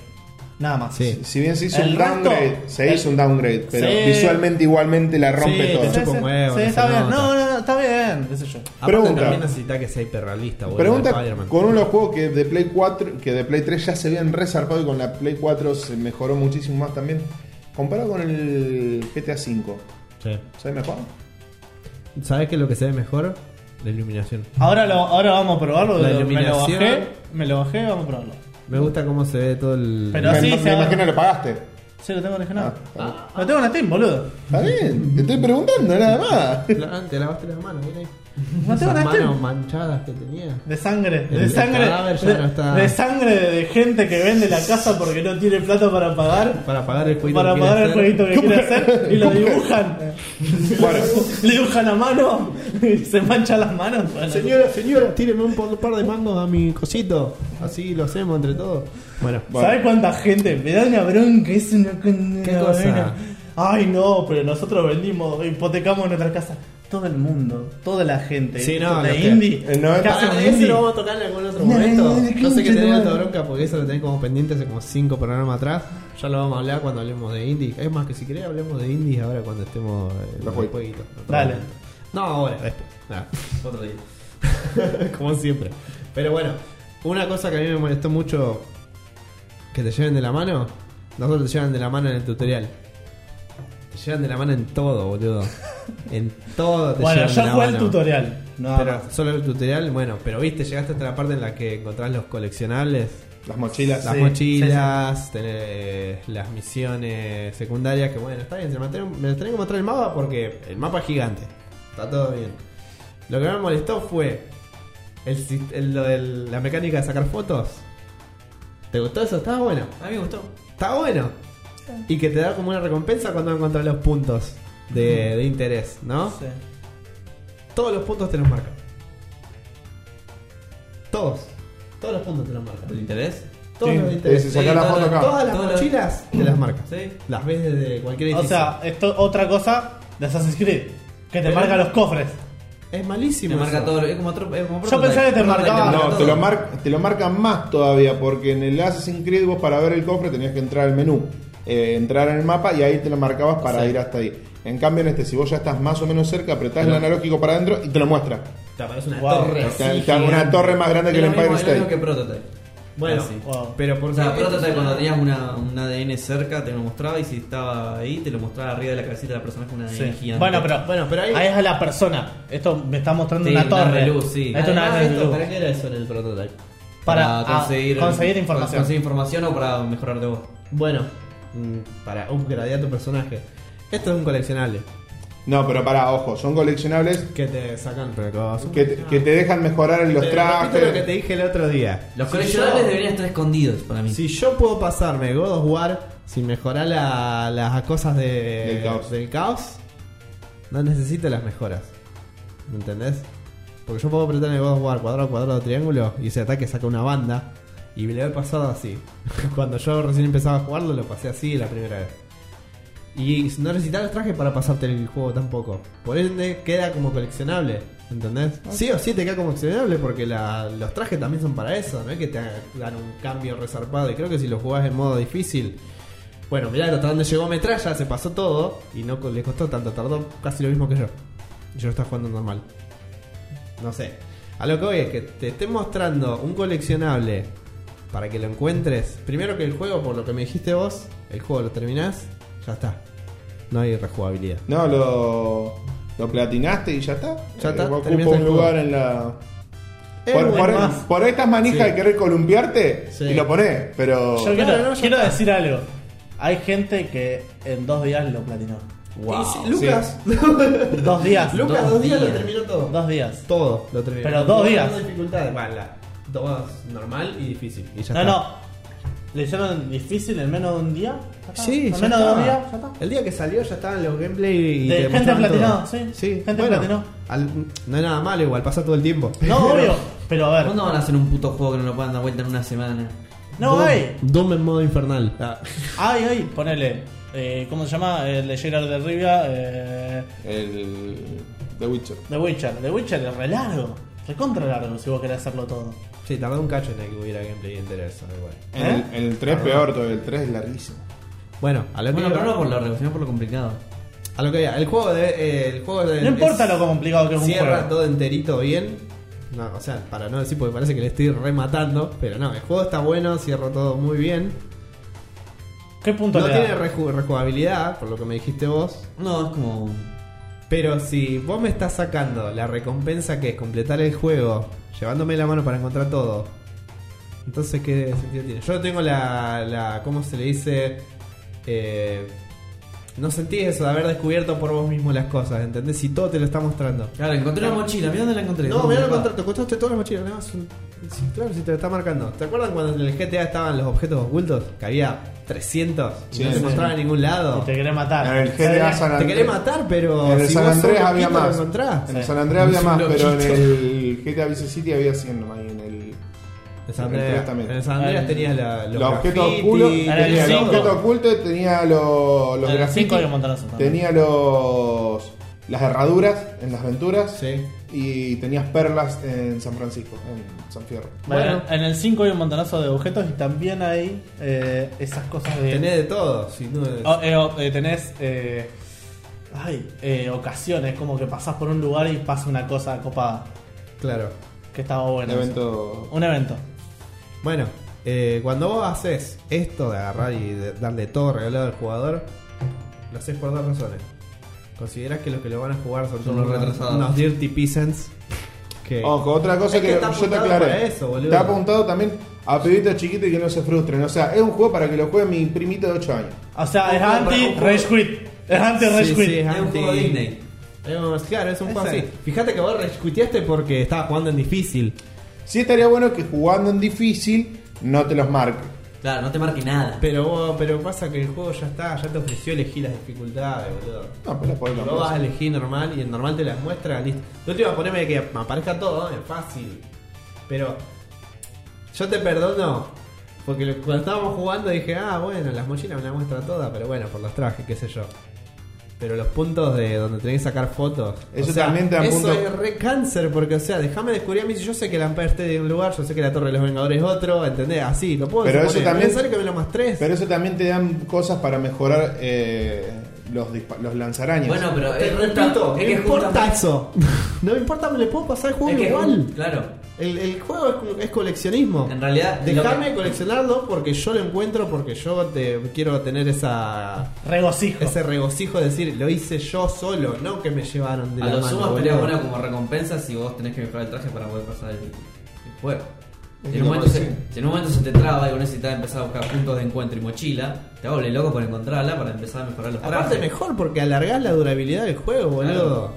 S2: Nada más.
S4: Sí.
S1: Si bien se hizo
S2: El
S1: un downgrade,
S2: resto-
S1: se hizo
S2: el-
S1: un downgrade, pero
S2: Sí.
S1: visualmente igualmente la rompe
S2: Sí,
S1: todo.
S2: sí,
S4: chupa un
S2: sí,
S4: huevo,
S2: sí,
S4: no
S2: está
S4: se
S2: bien.
S4: nota.
S2: No, no, no, está bien, qué sé yo.
S4: Aparte
S1: Pregunta.
S4: también necesita que sea hiperrealista, boludo.
S1: Pregunta
S4: Spider-Man.
S1: con uno de los juegos que de Play 4, que de Play 3 ya se habían resarpado y con la Play 4 se mejoró muchísimo más también. Comparado con el GTA V,
S4: Sí.
S1: ¿se ve mejor?
S4: ¿Sabes qué es lo que se ve mejor? La iluminación.
S2: Ahora, lo, ahora vamos a probarlo.
S4: La
S2: lo- me lo
S4: iluminación.
S2: bajé, me lo bajé, vamos a probarlo.
S4: Me gusta cómo se ve todo el.
S2: Pero
S1: me
S2: sí,
S1: me
S2: se va.
S1: imagino lo pagaste.
S2: Sí, lo tengo
S1: Ah,
S2: original.
S1: está bien.
S2: Lo tengo en Steam, boludo.
S1: Está bien, te estoy preguntando, nada más.
S4: La- ah, te lavaste las manos, mira ahí.
S2: No tengo
S4: Esas
S2: en Steam.
S4: manos manchadas que tenía.
S2: De sangre,
S4: El-
S2: de
S4: el
S2: sangre,
S4: cadáver ya
S2: de,
S4: no está.
S2: de sangre de gente que vende la casa porque no tiene plata para pagar,
S4: Para pagar el jueguito.
S2: para
S4: que
S2: pagar
S4: quiere
S2: el
S4: hacer.
S2: jueguito que quiere hacer y lo dibujan.
S1: Bueno.
S2: Le dibujan a mano y se manchan las manos. Bueno,
S4: Señora, señora, tíreme un por- par de mangos a mi cosito. Así lo hacemos entre todos. Bueno,
S2: ¿Sabes cuánta gente? Me da una bronca, es una con-
S4: ¿Qué
S2: una
S4: cosa?
S2: vaina. Ay no, pero nosotros vendimos, hipotecamos nuestra casa. Todo el mundo, toda la gente.
S4: Sí,
S2: Esto
S4: no,
S2: de
S4: los que-
S2: indie.
S1: el 90
S2: que hacen
S4: Pará,
S2: indie.
S4: ese lo vamos a tocar en algún otro
S2: No,
S4: momento.
S2: no,
S4: Yo sé que
S2: concha tu
S4: tenés alta
S2: madre.
S4: bronca porque eso lo tenés como pendiente hace como 5 programas atrás. Ya lo vamos a hablar cuando hablemos de indie. Es más, que si querés hablemos de indie ahora cuando estemos eh, en
S1: Los
S4: el
S1: jueguitos.
S4: jueguito.
S2: Dale.
S4: No, ahora, después. Nada.
S3: Otro día.
S4: como siempre. Pero bueno, una cosa que a mí me molestó mucho que te lleven de la mano, nosotros te llevan de la mano en el tutorial. Te llevan de la mano en todo, boludo. En todo te
S2: Bueno,
S4: llevan de
S2: yo
S4: la
S2: jugué el
S4: mano.
S2: tutorial. No,
S4: Pero solo el tutorial, bueno, pero viste, llegaste hasta la parte en la que encontrás los coleccionables,
S1: Las mochilas.
S4: las
S2: Sí,
S4: mochilas, tenés las misiones secundarias, que bueno, está bien, se me tenés- me tenés que mostrar el mapa porque el mapa es gigante, está todo bien. Lo que me molestó fue el, sis- el- lo del- la mecánica de sacar fotos. ¿Te gustó eso? Estaba bueno.
S3: A mí me gustó.
S4: Está bueno. Y que te da como una recompensa cuando encontrás los puntos de, de interés, ¿no?
S2: Sí.
S4: Todos los puntos te los marcan. Todos. Todos los puntos te los marcan.
S3: ¿El interés?
S4: Todos
S1: Sí,
S4: los intereses.
S1: sí, sacá
S3: Sí,
S1: la
S3: todas
S1: foto
S3: las-
S1: acá.
S4: Todas las
S3: Todas las-
S4: mochilas te las marcan.
S3: Sí.
S4: Las ves desde cualquier
S2: O
S4: edificio.
S2: sea, esto otra cosa de Assassin's Creed, que te marca los cofres.
S4: es malísimo.
S3: Te marca
S4: eso.
S3: todo. Es como otro. Es como
S2: Yo
S3: Prototype.
S2: pensé que te
S3: Prototype
S2: marcaba-
S1: No, te
S3: todo.
S1: lo, mar- te lo marcan más todavía, porque en el Assassin's Creed vos para ver el cofre tenías que entrar al menú, eh, entrar en el mapa y ahí te lo marcabas para ir hasta ahí. En cambio en este, si vos ya estás más o menos cerca, apretás el analógico para adentro y te lo muestra.
S4: Te aparece una
S2: Wow.
S4: torre.
S1: Te-
S4: así
S1: te hago una
S4: gigante.
S1: torre más grande
S3: Es
S1: que el
S3: lo mismo-
S1: Empire
S3: es lo mismo que
S1: State.
S3: Prototype.
S4: Bueno,
S3: Ah, sí.
S2: Wow.
S4: pero por
S3: O sea, Prototype cuando tenías una, un ADN cerca te lo mostraba y si estaba ahí te lo mostraba arriba de la cabecita de la persona con una ADN
S2: Sí.
S3: gigante.
S2: Bueno, pero,
S4: Bueno, pero ahí-
S2: ahí... es a la persona. Esto me está mostrando
S3: Sí,
S2: una torre.
S3: reluz, sí.
S2: Esto es una
S4: Ah,
S3: Además, esto,
S2: reluz.
S3: ¿Para qué era eso en el Prototype?
S2: Para, ah, conseguir información.
S3: Conseguir información o para mejorar de voz.
S4: Bueno, mm, para upgradear tu personaje. Esto es un coleccionable.
S1: No, pero pará, ojo, son coleccionables
S4: Que te sacan recursos.
S1: que te, que te dejan mejorar en los
S4: Pero repito lo que te
S1: trajes.
S4: dije el otro día.
S3: Los
S4: Si
S3: coleccionables
S4: yo-
S3: deberían estar escondidos para mí.
S4: Si yo puedo pasarme God of War sin mejorar la- las cosas de-
S1: Del caos.
S4: Eh, caos, no necesito las mejoras. ¿Me entendés? Porque yo puedo apretar en el God of War cuadrado, cuadrado, triángulo y ese ataque saca una banda. Y me lo he pasado así. Cuando yo recién empezaba a jugarlo, lo pasé así la primera vez. Y no necesitas los trajes para pasarte el juego tampoco. Por ende, queda como coleccionable. ¿Entendés? Sí o sí te queda como coleccionable porque la- los trajes también son para eso. No es que te dan un cambio resarpado. Y creo que si lo jugás en modo difícil. Bueno, mirá, hasta donde llegó metralla, se pasó todo. Y no co- le costó tanto, tardó casi lo mismo que yo. Y Yo lo estaba jugando normal. No sé. A lo que voy es que te esté mostrando un coleccionable para que lo encuentres. Primero que el juego, por lo que me dijiste vos, el juego lo terminás, ya está. No hay rejugabilidad.
S1: No, lo, lo platinaste y ya está.
S4: Ya está,
S1: Eh, Ocupa
S4: terminaste
S1: un
S4: el juego.
S1: lugar en la...
S4: Es
S1: Por,
S4: bueno,
S1: por,
S4: más.
S1: por estas manijas
S4: Sí.
S1: de querer columpiarte
S4: Sí.
S1: y lo ponés, pero...
S2: Yo quiero,
S4: Claro, no, ya
S2: quiero
S4: está.
S2: decir algo. Hay gente que en dos días lo platinó.
S4: Y si- Lucas,
S2: Dos días.
S4: Lucas
S3: Dos
S4: dos días, lo
S3: días.
S4: terminó todo.
S2: Dos días.
S4: Todo lo terminó.
S2: Pero dos días.
S4: Dos dificultades. Vale, la- dos normal y difícil. Y ya
S2: No,
S4: está.
S2: no. Le hicieron difícil en menos de un día. Ya está.
S4: Sí,
S2: en menos
S4: ya
S2: de
S4: estaba.
S2: dos días. Ya está.
S4: El día que salió ya estaban los gameplay y
S2: De
S4: te
S2: gente
S4: mostraban
S2: platinado,
S4: todo.
S2: sí. Gente
S4: bueno,
S2: platinó.
S4: al- no es nada malo, igual pasa todo el tiempo.
S2: No, obvio. Pero a ver.
S3: ¿Cuándo van a hacer un puto juego que no lo puedan dar vuelta en una semana?
S2: No
S4: Doom-
S2: hay.
S4: Doom en modo infernal. Ah.
S2: Ay, ay. Ponele. eh, ¿Cómo se llama? El de Gerard de Rivia. eh,
S1: El The Witcher.
S2: The Witcher. The Witcher es re largo. Recontra largo si vos querés hacerlo todo.
S4: Sí, tardó un cacho en el que hubiera gameplay entero eso, igual.
S1: En
S2: ¿Eh?
S1: el, en el 3 peor todavía, el 3 es larguísimo.
S4: Bueno, a lo que
S3: Bueno, pero no
S4: iba,
S3: por la revolución, por lo complicado.
S4: a lo que iba, el juego de eh, el juego de
S2: No importa lo complicado que es un
S4: cierra
S2: juego.
S4: todo enterito bien. No, o sea, para no decir porque parece que le estoy rematando, pero no, el juego está bueno, cierra todo muy bien.
S2: ¿Qué punto
S4: No
S2: le das?
S4: tiene reju- rejugabilidad, por lo que me dijiste vos,
S3: No, es como.
S4: Pero si vos me estás sacando la recompensa que es completar el juego, llevándome la mano para encontrar todo, entonces qué sentido tiene. Yo tengo la, la ¿cómo se le dice? Eh, no sentís eso de haber descubierto por vos mismo las cosas, ¿entendés? Si todo te lo está mostrando.
S3: Claro, encontré una mochila, mirá dónde la encontré.
S4: No, mirá lo
S3: Papá.
S4: contrato, encontraste todas las mochilas, nada más. un- Sí, claro, si te lo está marcando. ¿Te acuerdan cuando en el GTA estaban los objetos ocultos? Que había 300 y
S1: Sí,
S4: no se
S1: sí.
S4: mostraban en ningún lado.
S2: Y te querés matar.
S1: En el GTA San
S4: Te
S1: Andrés.
S4: querés matar, pero
S1: En el
S4: si
S1: San
S4: vos solo
S1: Andrés
S4: un
S1: había
S4: poquito lo
S1: más.
S4: encontrás.
S1: En el
S2: Sí.
S1: San Andrés había
S4: Es un
S1: más, pero en
S4: loquito.
S1: el GTA Vice City había 100 nomás. Y en el.
S4: En San
S1: En el
S4: Andreas,
S1: 3 también.
S4: en San Andreas
S2: Ah,
S4: tenías la, los,
S1: Los objetos
S4: grafitis,
S1: ocultos.
S2: Era el
S1: Tenía los
S2: cinco.
S1: objetos ocultos, tenía los, los
S2: En el cinco
S1: grafitis,
S2: había un montonazo también.
S1: Tenía los. Las herraduras en las aventuras.
S4: Sí.
S1: Y tenías perlas en San Francisco, en San Fierro.
S2: Bueno,
S4: Bueno.
S2: en el 5 hay un montonazo de objetos y también hay eh, esas cosas de.
S4: Tenés de todo. Si no,
S3: Ah.
S2: O- eh, o- eh, tenés eh, ay, eh, ocasiones, como que pasás por un lugar y pasa una cosa copada.
S4: Claro.
S2: Que estaba
S1: Un
S2: bueno. eso.
S1: evento.
S2: Un evento.
S4: Bueno, eh, cuando vos haces esto de agarrar y de- darle todo regalado al jugador, lo haces por dos razones. Considerás que los que lo van a jugar son,
S3: Son
S4: todos
S3: los
S4: unos-
S3: retrasados.
S4: Unos dirty peasants. Que
S1: Ojo, otra cosa
S4: Es
S1: que,
S4: que está
S1: yo te
S4: apuntado
S1: aclaré.
S4: para eso, boludo.
S1: está apuntado también a pibitos chiquitos y que no se frustren. O sea, es un juego para que lo juegue mi primito de 8 años.
S2: O sea, es
S3: juego
S2: anti
S3: para- un
S2: Rage Quit. Es anti Rage
S4: Sí,
S2: Quit.
S4: sí, es
S3: Es un
S4: anti-
S3: juego Disney.
S4: Es un- Claro, es un juego
S3: Ese.
S4: así. Fíjate que vos rescuiteaste porque estaba jugando en difícil.
S1: Sí estaría bueno que jugando en difícil no te los marque.
S3: Claro, no te marque nada.
S4: Pero, vos- pero pasa que el juego ya está, ya te ofreció elegir las dificultades, boludo.
S1: No, pero la podés
S4: Lo vas a
S1: cambiar.
S4: elegir normal y en normal te las muestra, listo. Yo te iba a ponerme que me aparezca todo, es fácil. Pero yo te perdono. Porque lo- cuando estábamos jugando dije, ah, bueno, las mochilas me las muestra todas, pero bueno, por los trajes, qué sé yo. Pero los puntos de donde tenés que sacar fotos.
S1: Eso también te da
S4: Eso
S1: punto-
S4: es re cáncer, porque, o sea, déjame descubrir a mí si yo sé que el Empire State es un lugar, yo sé que la Torre de los Vengadores es otro, ¿entendés? Así, lo puedo
S1: Pero eso
S4: suponer.
S1: también-
S4: Me sale que me lo más tres.
S1: Pero eso también te dan cosas para mejorar eh, los, dispa- los lanzarañas.
S3: bueno, pero
S4: Te
S3: es
S4: repito,
S3: es
S4: no
S3: que
S4: importa
S3: justamente-
S4: eso. No me importa, me le puedo pasar el juego
S3: es que
S4: igual.
S3: Claro.
S4: El, el juego es, como- es coleccionismo.
S3: En realidad,
S4: Déjame
S3: lo que-
S4: coleccionarlo porque yo lo encuentro, porque yo te quiero tener esa
S2: Regocijo.
S4: ese regocijo de decir, lo hice yo solo, no que me llevaron de
S3: A
S4: la
S3: lo
S4: mano.
S3: sumo
S4: boludo.
S3: estaría bueno como recompensa si vos tenés que mejorar el traje para poder pasar el, el juego.
S1: Es
S3: Si
S1: que
S3: en, un
S1: capaz
S3: momento se,
S1: sí.
S3: si en un momento se te traba y vos necesitas empezar a buscar puntos de encuentro y mochila, te volver loco por encontrarla para empezar a mejorar los
S4: Aparte
S3: trajes.
S4: mejor porque alargás la durabilidad del juego, boludo.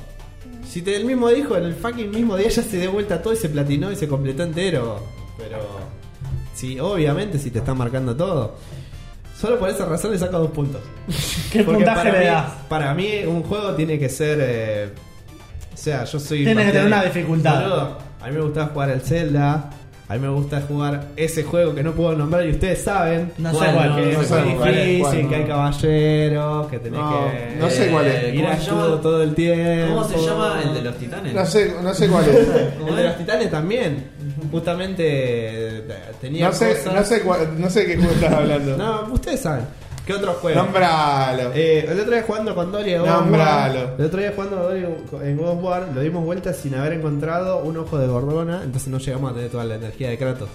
S4: Si te el mismo dijo, en el fucking mismo día ya se dio vuelta todo y se platinó y se completó entero. Pero. Sí, obviamente si te está marcando todo. Solo por esa razón le saco dos puntos.
S2: ¿Qué
S4: Porque
S2: puntaje
S4: para
S2: le
S4: mí-
S2: das?
S4: Para mí un juego tiene que ser... eh, o sea, yo soy...
S2: Tiene que tener
S4: partidario-
S2: una dificultad.
S4: Boludo, a mí me gustaba jugar al Zelda. A mí me gusta jugar ese juego que no puedo nombrar y ustedes saben.
S2: No
S4: Bueno,
S2: sé cuál.
S4: que
S1: no
S4: es
S1: sé
S4: muy
S1: cuál es,
S4: difícil,
S1: cuál no.
S4: que hay caballeros, que tenés
S1: No,
S4: que...
S1: no sé cuál es.
S3: Eh,
S4: Ir
S3: ¿Cómo
S4: a
S3: se
S4: escudo
S3: llama?
S4: todo el tiempo.
S3: ¿Cómo se llama el de los titanes?
S1: No sé, no sé cuál es.
S3: ¿Cómo
S4: El de
S3: es?
S4: los titanes también. Justamente eh, tenía
S1: No sé,
S4: cosas...
S1: no sé, cuál- no sé de qué juego estás hablando.
S4: No, ustedes saben. ¿Qué otro juego?
S1: Nombralo.
S4: Eh, el otro día jugando con Dory en God of
S1: Nombralo.
S4: War, El otro día jugando con Dory en God of War, lo dimos vuelta sin haber encontrado un ojo de Gorgona, entonces no llegamos a tener toda la energía de Kratos.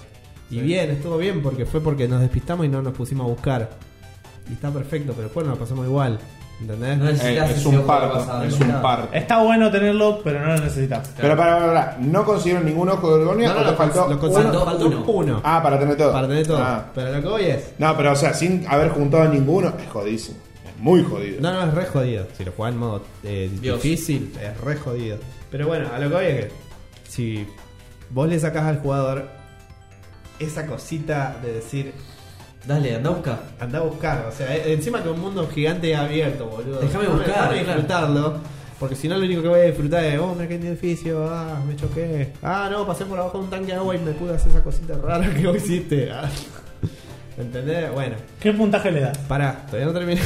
S4: Y bien, estuvo bien porque fue porque nos despistamos y no nos pusimos a buscar. Y está perfecto, pero después nos lo pasamos igual. ¿Entendés?
S3: No
S1: Eh,
S3: necesitas
S1: es
S3: ese
S1: un
S3: ojo para
S1: parto,
S3: pasar.
S1: es un parto.
S2: Está bueno tenerlo, pero no lo necesitas.
S1: Pero para, para, para, no consiguieron ningún ojo de Gorgonia
S4: No, no,
S1: o te
S4: lo
S1: faltó.
S4: cons- lo
S1: uno?
S4: cons-
S3: uno?
S4: faltó uno.
S1: Ah, para tener todo.
S4: para tener todo.
S1: Ah.
S4: Pero lo que voy es.
S1: No, pero o sea, sin haber juntado ninguno, es jodísimo. Es muy jodido.
S4: No, no, es re jodido. Si lo jugás en modo eh,
S3: Dios.
S4: difícil, es re jodido. Pero bueno, a lo que voy es que si vos le sacás al jugador esa cosita de decir
S3: Dale, anda a buscar.
S4: Andá a buscar, o sea, eh, encima que un mundo gigante abierto, boludo. Déjame
S3: Déjame buscar,
S4: déjame
S3: claro.
S4: disfrutarlo. Porque si no, lo único que voy a disfrutar es, oh, me quedé en el edificio, ah, me choqué. Ah, no, pasé por abajo de un tanque de agua y me pude hacer esa cosita rara que vos hiciste. Ah. ¿Entendés? Bueno,
S2: ¿Qué puntaje le das?
S4: pará, todavía no terminé.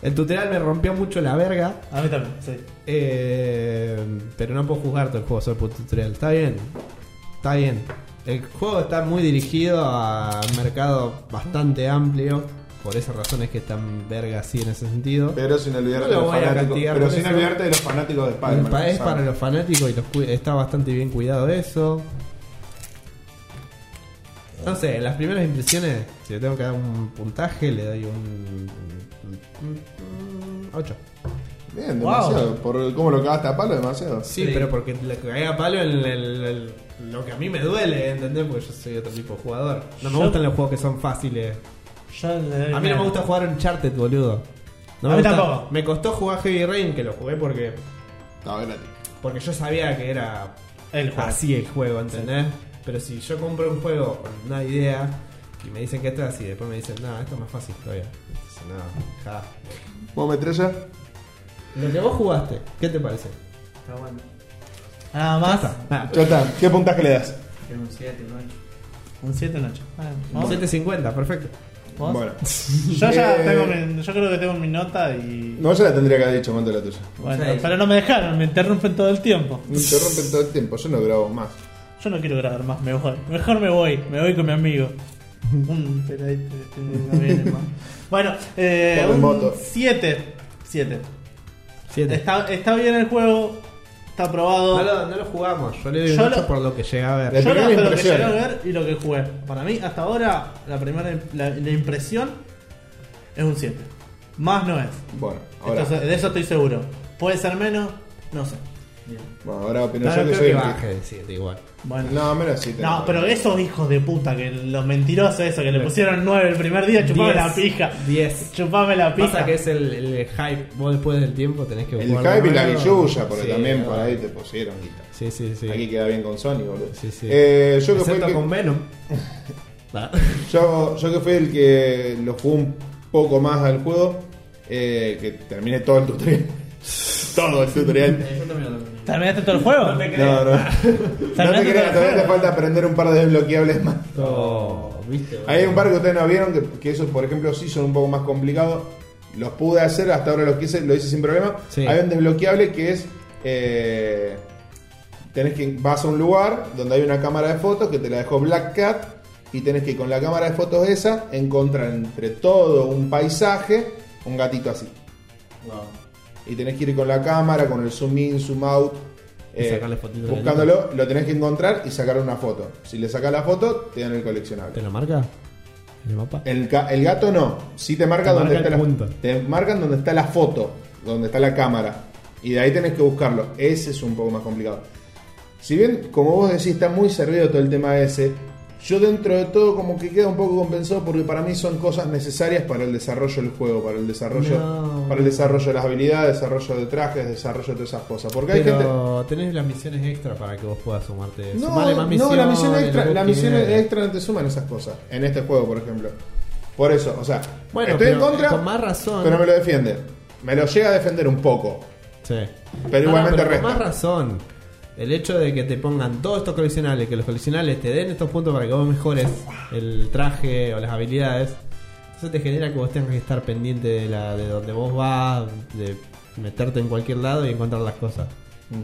S4: El tutorial me rompió mucho la verga.
S2: A mí también, sí.
S4: eh, pero no puedo jugarte el juego solo por tutorial. Está bien. Está bien. El juego está muy dirigido a un mercado bastante amplio. Por esas razones que es tan verga así en ese sentido.
S1: Pero sin olvidarte,
S4: No lo
S1: de los
S4: voy a
S1: fanáticos,
S4: castigar
S1: pero
S4: por
S1: sin
S4: eso.
S1: olvidarte de los fanáticos de
S4: El
S1: Spider-Man.
S4: pa- es
S1: ¿sabes?
S4: para los fanáticos y los cu- está bastante bien cuidado eso. No sé, las primeras impresiones, si le tengo que dar un puntaje, le doy un 8.
S1: Bien,
S2: Wow.
S1: demasiado. Por el- cómo lo acabaste a palo, demasiado.
S4: Sí,
S3: Sí.
S4: pero porque le cagué a palo en el- el- el- lo que a mí me duele, ¿entendés? Porque yo soy otro tipo de jugador. No me
S2: Yo-
S4: gustan los juegos que son fáciles.
S2: Yo le-
S4: A mí no me gusta jugar Uncharted, boludo. No
S2: A mí
S4: me gusta-
S2: tampoco.
S4: Me costó jugar Heavy Rain, que lo jugué porque,
S1: Estaba gratis.
S4: porque yo sabía que era
S2: El juego.
S4: así el juego, ¿entendés? Pero si yo compro un juego con una idea y me dicen que esto es así, después me dicen, no, esto es más fácil todavía. Entonces, no, ja.
S1: ¿Vos metralla?
S4: Lo que vos jugaste, ¿qué te parece?
S3: Está bueno.
S2: Nada más.
S1: Ya está. ¿Qué puntaje le das?
S3: Que un 7, un 8.
S2: Un 7 en 8. Ah, ¿vos?
S4: 750, perfecto.
S2: ¿Vos?
S1: Bueno.
S2: Yo ya
S1: Eh,
S2: tengo mi- Yo creo que tengo mi nota y.
S1: No, yo la tendría que haber dicho, mando la tuya.
S2: Bueno,
S3: Sí.
S2: pero no me dejaron, me interrumpen todo el tiempo.
S1: Me interrumpen todo el tiempo, yo no grabo más.
S2: Yo no quiero grabar más, me voy. Mejor me voy, me voy con mi amigo. Mm, pero ahí te- te- no viene más. bueno, eh,
S1: Por remoto.
S2: 7. 7.
S4: 7.
S2: Está, está bien el juego, está aprobado.
S4: No lo, no lo jugamos, yo le doy
S2: Yo
S4: un 8
S2: lo-
S4: por lo que llegué a ver.
S1: La
S2: Yo
S1: primera
S2: lo que
S1: impresión.
S2: llegué a ver y lo que jugué. Para mí, hasta ahora, la primera imp- la, la impresión es un 7. Más no es.
S1: Bueno, ahora.
S2: Entonces, de eso estoy seguro. Puede ser menos, no sé.
S3: Bien.
S1: Bueno, ahora opino
S4: No,
S1: yo que
S4: no creo
S1: soy
S4: que
S1: el
S4: baje de 7 igual.
S2: Bueno.
S1: No, menos sí.
S2: No, pero esos hijos de puta, que los mentirosos, eso, que le pusieron 9 el primer día, chupame
S4: Diez.
S2: la pija.
S4: Diez.
S2: Chupame la
S4: Pasa
S2: pija.
S4: que es el, el hype, vos después del tiempo tenés que
S1: El
S4: jugar.
S1: hype y
S4: de
S1: la
S4: nuevo.
S1: guilluya, porque
S4: Sí,
S1: también por
S4: bueno.
S1: ahí te pusieron guita.
S4: Sí, sí, sí.
S1: Aquí queda bien con Sony, boludo.
S4: Sí, sí.
S1: Eh, yo, que fui el
S4: Excepto
S1: que,
S4: con Venom. Ah. Va.
S1: yo, yo que fui el que lo jugó un poco más al juego, eh, que terminé todo el tutorial. todo el tutorial.
S3: Eh, yo también lo terminé.
S2: ¿Terminaste todo el juego?
S1: No, no. No te creas, todavía te falta aprender un par de desbloqueables más.
S4: Oh, viste.
S1: Hay un par que ustedes no vieron, que, que esos, por ejemplo, sí son un poco más complicados. Los pude hacer, hasta ahora los quise, lo hice sin problema.
S4: Sí.
S1: Hay un desbloqueable que es. eh, tenés que. Vas a un lugar donde hay una cámara de fotos que te la dejó Black Cat. Y tenés que con la cámara de fotos esa encontrar entre todo un paisaje un gatito así.
S3: Wow.
S1: Y tenés que ir con la cámara, con el zoom in, zoom out. eh,
S4: Y sacarle fotitos de
S1: buscándolo, lo tenés que encontrar y sacar una foto. Si le sacás la foto, te dan el coleccionable.
S4: ¿Te lo marca? ¿En el mapa?
S1: El, ca- el gato no, sí te marca
S4: Te
S1: donde
S4: marca
S1: está
S4: el
S1: la,
S4: punto.
S1: te marcan donde está la foto, donde está la cámara. Y de ahí tenés que buscarlo. Ese es un poco más complicado. Si bien, como vos decís, está muy servido todo el tema ese, yo dentro de todo como que queda un poco compensado porque para mí son cosas necesarias para el desarrollo del juego, para el desarrollo,
S4: No.
S1: para el desarrollo de las habilidades, desarrollo de trajes, desarrollo de todas esas cosas. Porque hay gente.
S4: Pero tenés las misiones extra para que vos puedas sumarte.
S1: No,
S4: Sumale más misiones.
S1: no, la misión extra,
S4: lo
S1: la
S4: que
S1: misión
S4: quieras.
S1: extra no te suman esas cosas. En este juego, por ejemplo. Por eso, o sea,
S4: Bueno,
S1: estoy en
S4: pero
S1: contra,
S4: con más razón.
S1: pero me lo defiende. Me lo llega a defender un poco.
S4: Sí.
S1: Pero igualmente resta.
S4: Con más razón. El hecho de que te pongan todos estos coleccionales, que los coleccionales te den estos puntos para que vos mejores el traje o las habilidades, eso te genera que vos tengas que estar pendiente de, la, de donde vos vas, de meterte en cualquier lado y encontrar las cosas.
S1: Mm.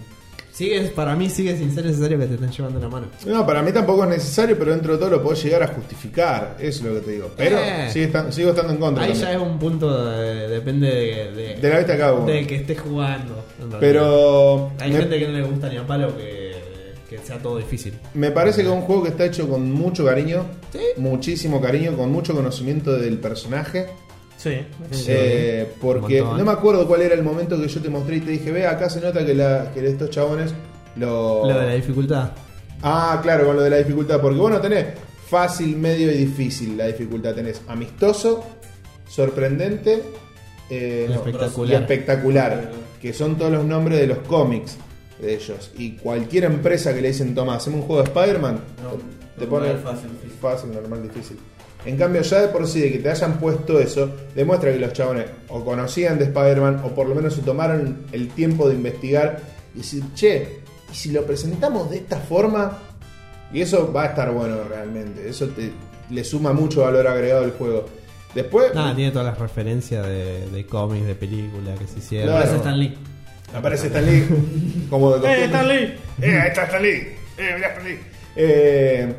S4: Sigue, para mí sigue sin ser necesario que te estén llevando la mano.
S1: No, para mí tampoco es necesario, pero dentro de todo lo podés llegar a justificar. Eso es lo que te digo. Pero
S4: Eh.
S1: sigue estan- sigo estando en contra.
S4: Ahí
S1: también.
S4: ya es un punto, de- depende de, de,
S1: De la vista de cada uno.
S4: del que estés jugando. en realidad.
S1: Pero
S4: Hay
S1: me,
S4: gente que no le gusta ni a palo que, que sea todo difícil.
S1: me parece que es un juego que está hecho con mucho cariño.
S4: Sí.
S1: Muchísimo cariño, con mucho conocimiento del personaje.
S2: Sí.
S1: Eh, porque
S4: Un montón.
S1: no me acuerdo cuál era el momento que yo te mostré y te dije, ve, acá se nota que, la, que estos chabones lo...
S4: Lo de la dificultad.
S1: Ah, claro, con lo de la dificultad, porque vos no tenés fácil, medio y difícil la dificultad, tenés amistoso, sorprendente eh,
S4: Y
S1: no,
S4: espectacular.
S1: y espectacular, que son todos los nombres de los cómics de ellos. Y cualquier empresa que le dicen, toma, hacemos un juego de Spider-Man,
S3: No,
S1: te, te
S3: normal,
S1: pone
S3: fácil, difícil.
S1: fácil, normal, difícil. En cambio, ya de por sí de que te hayan puesto eso, demuestra que los chabones o conocían de Spider-Man o por lo menos se tomaron el tiempo de investigar y decir, che, y si lo presentamos de esta forma, y eso va a estar bueno realmente. Eso te, le suma mucho valor agregado al juego. Después
S4: Nada, tiene todas las referencias de, de cómics, de películas que se hicieron.
S1: Claro.
S3: Parece Stan Lee.
S1: aparece Stan Lee. como de
S2: ¡Eh,
S1: costumbre.
S2: Stan Lee!
S1: ¡Eh, ahí está Stan Lee! ¡Eh, mirá Stan Lee! Eh,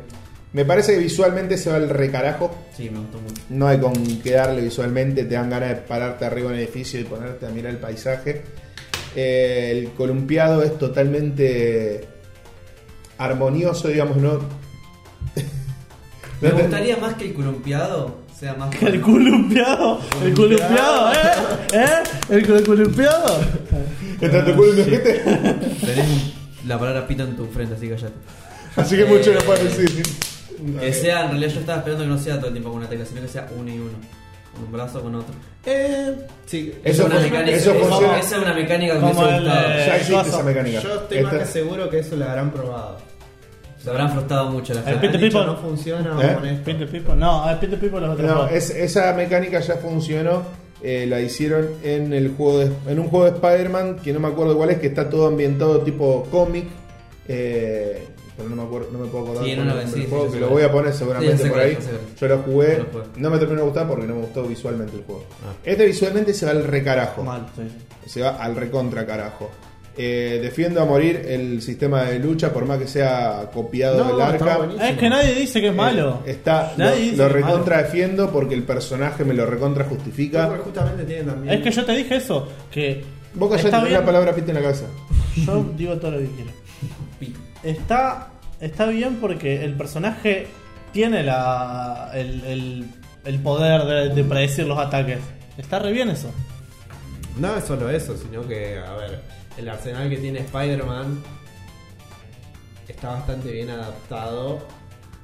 S1: me parece que visualmente se va el recarajo.
S3: Sí, me gustó mucho.
S1: No hay con qué darle visualmente, te dan ganas de pararte arriba en el edificio y ponerte a mirar el paisaje. Eh, el columpiado es totalmente armonioso, digamos, no.
S3: Me
S1: No te-
S3: gustaría más que el columpiado sea más.
S2: El columpiado, el columpiado, ¿eh? ¿Eh? El col- columpiado.
S1: Está tu culo en el ojete.
S3: Tenés la palabra pita en tu frente, así callate.
S1: Así que mucho no puedo decir.
S3: Que sea, en realidad yo estaba esperando que no sea todo el tiempo con una tecla, sino que sea uno y uno. Con un brazo con otro.
S4: Eh, sí.
S1: Eso,
S3: una
S1: fun-
S3: mecánica,
S1: eso
S3: es-
S1: funciona.
S3: esa es una mecánica que me
S2: Como
S3: hubiese
S2: el,
S3: gustado.
S2: eh,
S1: Ya existe
S2: Coso.
S1: esa mecánica.
S4: Yo estoy
S1: Esta-
S4: más que seguro que eso lo habrán probado.
S3: Se habrán frustrado mucho la
S2: El
S3: gente.
S2: Pit the
S4: Han dicho,
S2: People.
S4: no funciona,
S1: ¿Eh?
S4: vamos con esto.
S2: Pit the People, no, eh, el Pit the People es otro
S1: No,
S2: juego.
S1: es- esa mecánica ya funcionó. eh, la hicieron en el juego de, en un juego de Spider-Man que no me acuerdo cuál es, que está todo ambientado tipo cómic. eh, pero no me, acuerdo, no me puedo acordar
S3: Sí,
S1: cuál
S3: no
S1: es el
S3: lo-
S1: nombre
S3: sí,
S1: del
S3: sí,
S1: juego,
S3: yo
S1: que
S3: sé
S1: lo
S3: cuál
S1: voy
S3: es.
S1: a poner seguramente
S3: Sí, yo sé
S1: por
S3: cuál
S1: ahí.
S3: es, yo sé cuál es.
S1: Yo lo jugué,
S3: Yo lo jugué.
S1: no me terminó de gustar porque no me gustó visualmente el juego.
S4: Ah.
S1: Este visualmente se va al recarajo.
S2: Mal, sí.
S1: Se va al recontra carajo. Eh, defiendo a morir el sistema de lucha, por más que sea copiado
S4: No,
S1: del
S4: está
S1: arca.
S4: buenísimo.
S2: Es que nadie dice que es malo.
S1: Eh, Está, lo,
S2: Nadie dice
S1: lo
S2: que es malo.
S1: recontra defiendo porque el personaje me lo recontra
S4: Porque
S1: justifica.
S4: justamente tienen también.
S2: Es que yo te dije eso, que.
S1: Vos callate
S2: está
S1: tenés
S2: bien,
S1: la palabra pita en la cabeza.
S2: Yo digo todo lo que quiero.
S3: Pito.
S2: Está, está bien porque el personaje tiene la, el, el- el poder de, de predecir los ataques. Está re bien eso.
S4: No es solo eso, sino que, a ver, el arsenal que tiene Spider-Man está bastante bien adaptado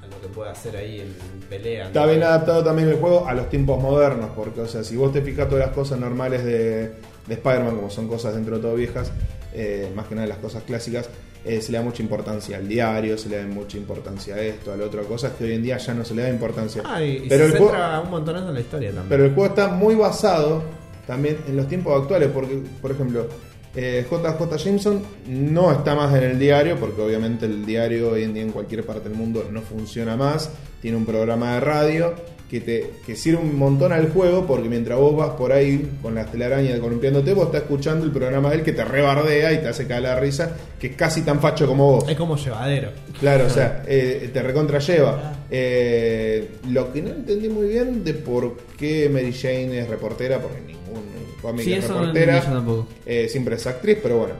S4: a lo que puede hacer ahí en pelea.
S1: Está
S4: ¿no?
S1: bien adaptado también el juego a los tiempos modernos, porque, o sea, si vos te fijas todas las cosas normales de, de Spider-Man, como son cosas dentro de todo viejas, eh, más que nada las cosas clásicas, eh, se le da mucha importancia al diario, se le da mucha importancia a esto, a la otra, cosas que hoy en día ya no se le da importancia.
S4: Ah, y, y
S1: Pero
S4: se
S1: el juego-
S4: centra un montonazo en la historia también.
S1: Pero el juego está muy basado también en los tiempos actuales, porque, por ejemplo, eh, JJ Jameson no está más en el diario, porque obviamente el diario hoy en día en cualquier parte del mundo no funciona más. Tiene un programa de radio que te que sirve un montón al juego, porque mientras vos vas por ahí con las telarañas columpiándote, vos estás escuchando el programa de él que te rebardea y te hace caer la risa, que es casi tan facho como vos.
S4: Es como llevadero.
S1: Claro, o sea, eh, te recontra lleva. Eh, lo que no entendí muy bien de por qué Mary Jane es reportera, porque ningún cómic
S3: Sí,
S1: es
S3: eso no lo entendí yo
S1: reportera.
S3: tampoco.
S1: Eh, siempre es actriz, pero bueno.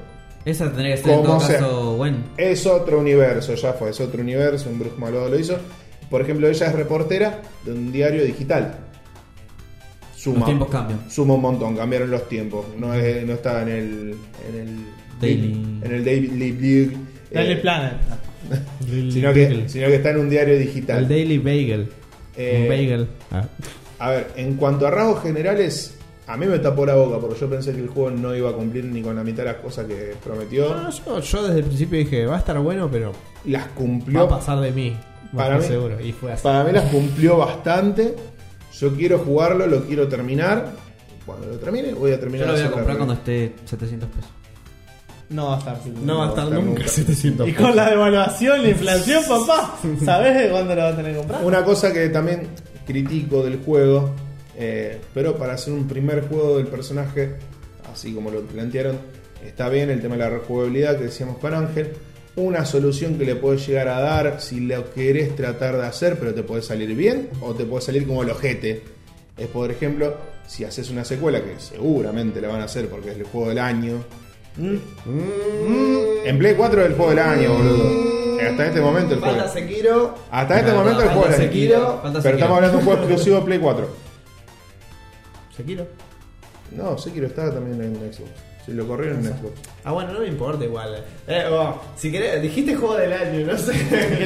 S3: Esa tendría que ser en
S1: Como
S3: todo
S1: sea.
S3: caso Gwen.
S1: Es otro universo, ya fue, es otro universo, un Bruce Malvado lo hizo. Por ejemplo, ella es reportera de un diario digital. Suma,
S3: Los tiempos cambian.
S1: Suma un montón, cambiaron los tiempos. No, es- no estaba en el. En el
S3: Daily.
S1: En el Daily Bugle, eh,
S2: Dale Planet.
S1: Sino que, sino que está en un diario digital.
S4: El Daily Bagel.
S1: Eh,
S4: Un bagel.
S1: A ver, en cuanto a rasgos generales, a mí me tapó la boca porque yo pensé que el juego no iba a cumplir ni con la mitad de las cosas que
S4: No,
S1: prometió.
S4: yo, yo desde el principio dije, va a estar bueno, pero
S1: Las
S4: va a
S1: cumplió.
S4: pasar de mí.
S1: Para
S4: Para
S1: mí-
S4: seguro. Y fue así.
S1: Para mí las cumplió bastante. Yo quiero jugarlo, lo quiero terminar. Cuando lo termine, voy a terminar.
S3: Yo lo voy
S1: de
S3: a
S1: hacer
S3: comprar
S1: la
S3: cuando esté 700 pesos.
S2: No va a estar.
S4: No va a estar nunca 700
S2: Y con la devaluación, la inflación, papá, ¿sabés de cuándo lo vas a tener que comprar?
S1: Una cosa que también critico del juego, eh, pero para hacer un primer juego del personaje, así como lo plantearon, está bien el tema de la rejugabilidad que decíamos con Ángel. Una solución que le puedes llegar a dar si lo querés tratar de hacer, pero te puede salir bien o te puede salir como el ojete. Es por ejemplo, si haces una secuela, que seguramente la van a hacer porque es el juego del año. Mm. En Play 4 es el juego del año, boludo. Hasta este momento el juego.
S4: Falta Sekiro.
S1: Hasta este
S3: No,
S1: momento el
S3: falta
S1: juego era
S3: Sekiro,
S1: Sekiro,
S3: falta
S1: pero
S3: Sekiro.
S1: estamos hablando de un juego exclusivo de Play 4.
S4: Sekiro.
S1: No, Sekiro estaba también en Xbox. Si lo corrieron en Xbox.
S4: Ah, bueno, no me importa igual. Eh, oh, si querés, dijiste juego del año, no sé.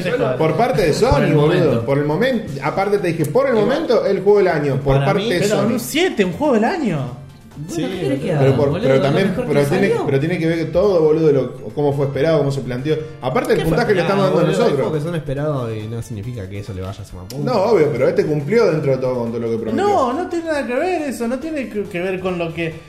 S4: Yo lo-
S1: Por parte de Sony,
S3: Por el
S1: boludo.
S3: momento.
S1: Por el momento. Aparte te dije, por el momento, el juego del año. Por
S4: Para
S1: parte
S4: mí,
S1: de
S2: Pero
S1: Sony.
S2: un 7, un juego del año.
S3: Bueno, ¿qué querés que haga,
S1: Pero, por-
S3: boludo?
S1: pero
S3: Lo
S1: también
S3: mejor que
S1: pero tiene,
S3: salió.
S1: pero tiene que ver todo, boludo, lo- cómo fue esperado, cómo se planteó. Aparte el puntaje que le estamos dando
S4: Ah, Boludo, hay juegos que
S1: nosotros.
S4: son esperados y no significa que eso le vaya a sumar puntos.
S1: No, obvio, pero este cumplió dentro de todo con todo lo que prometió.
S2: No, no tiene nada que ver eso, no tiene que que ver con lo que.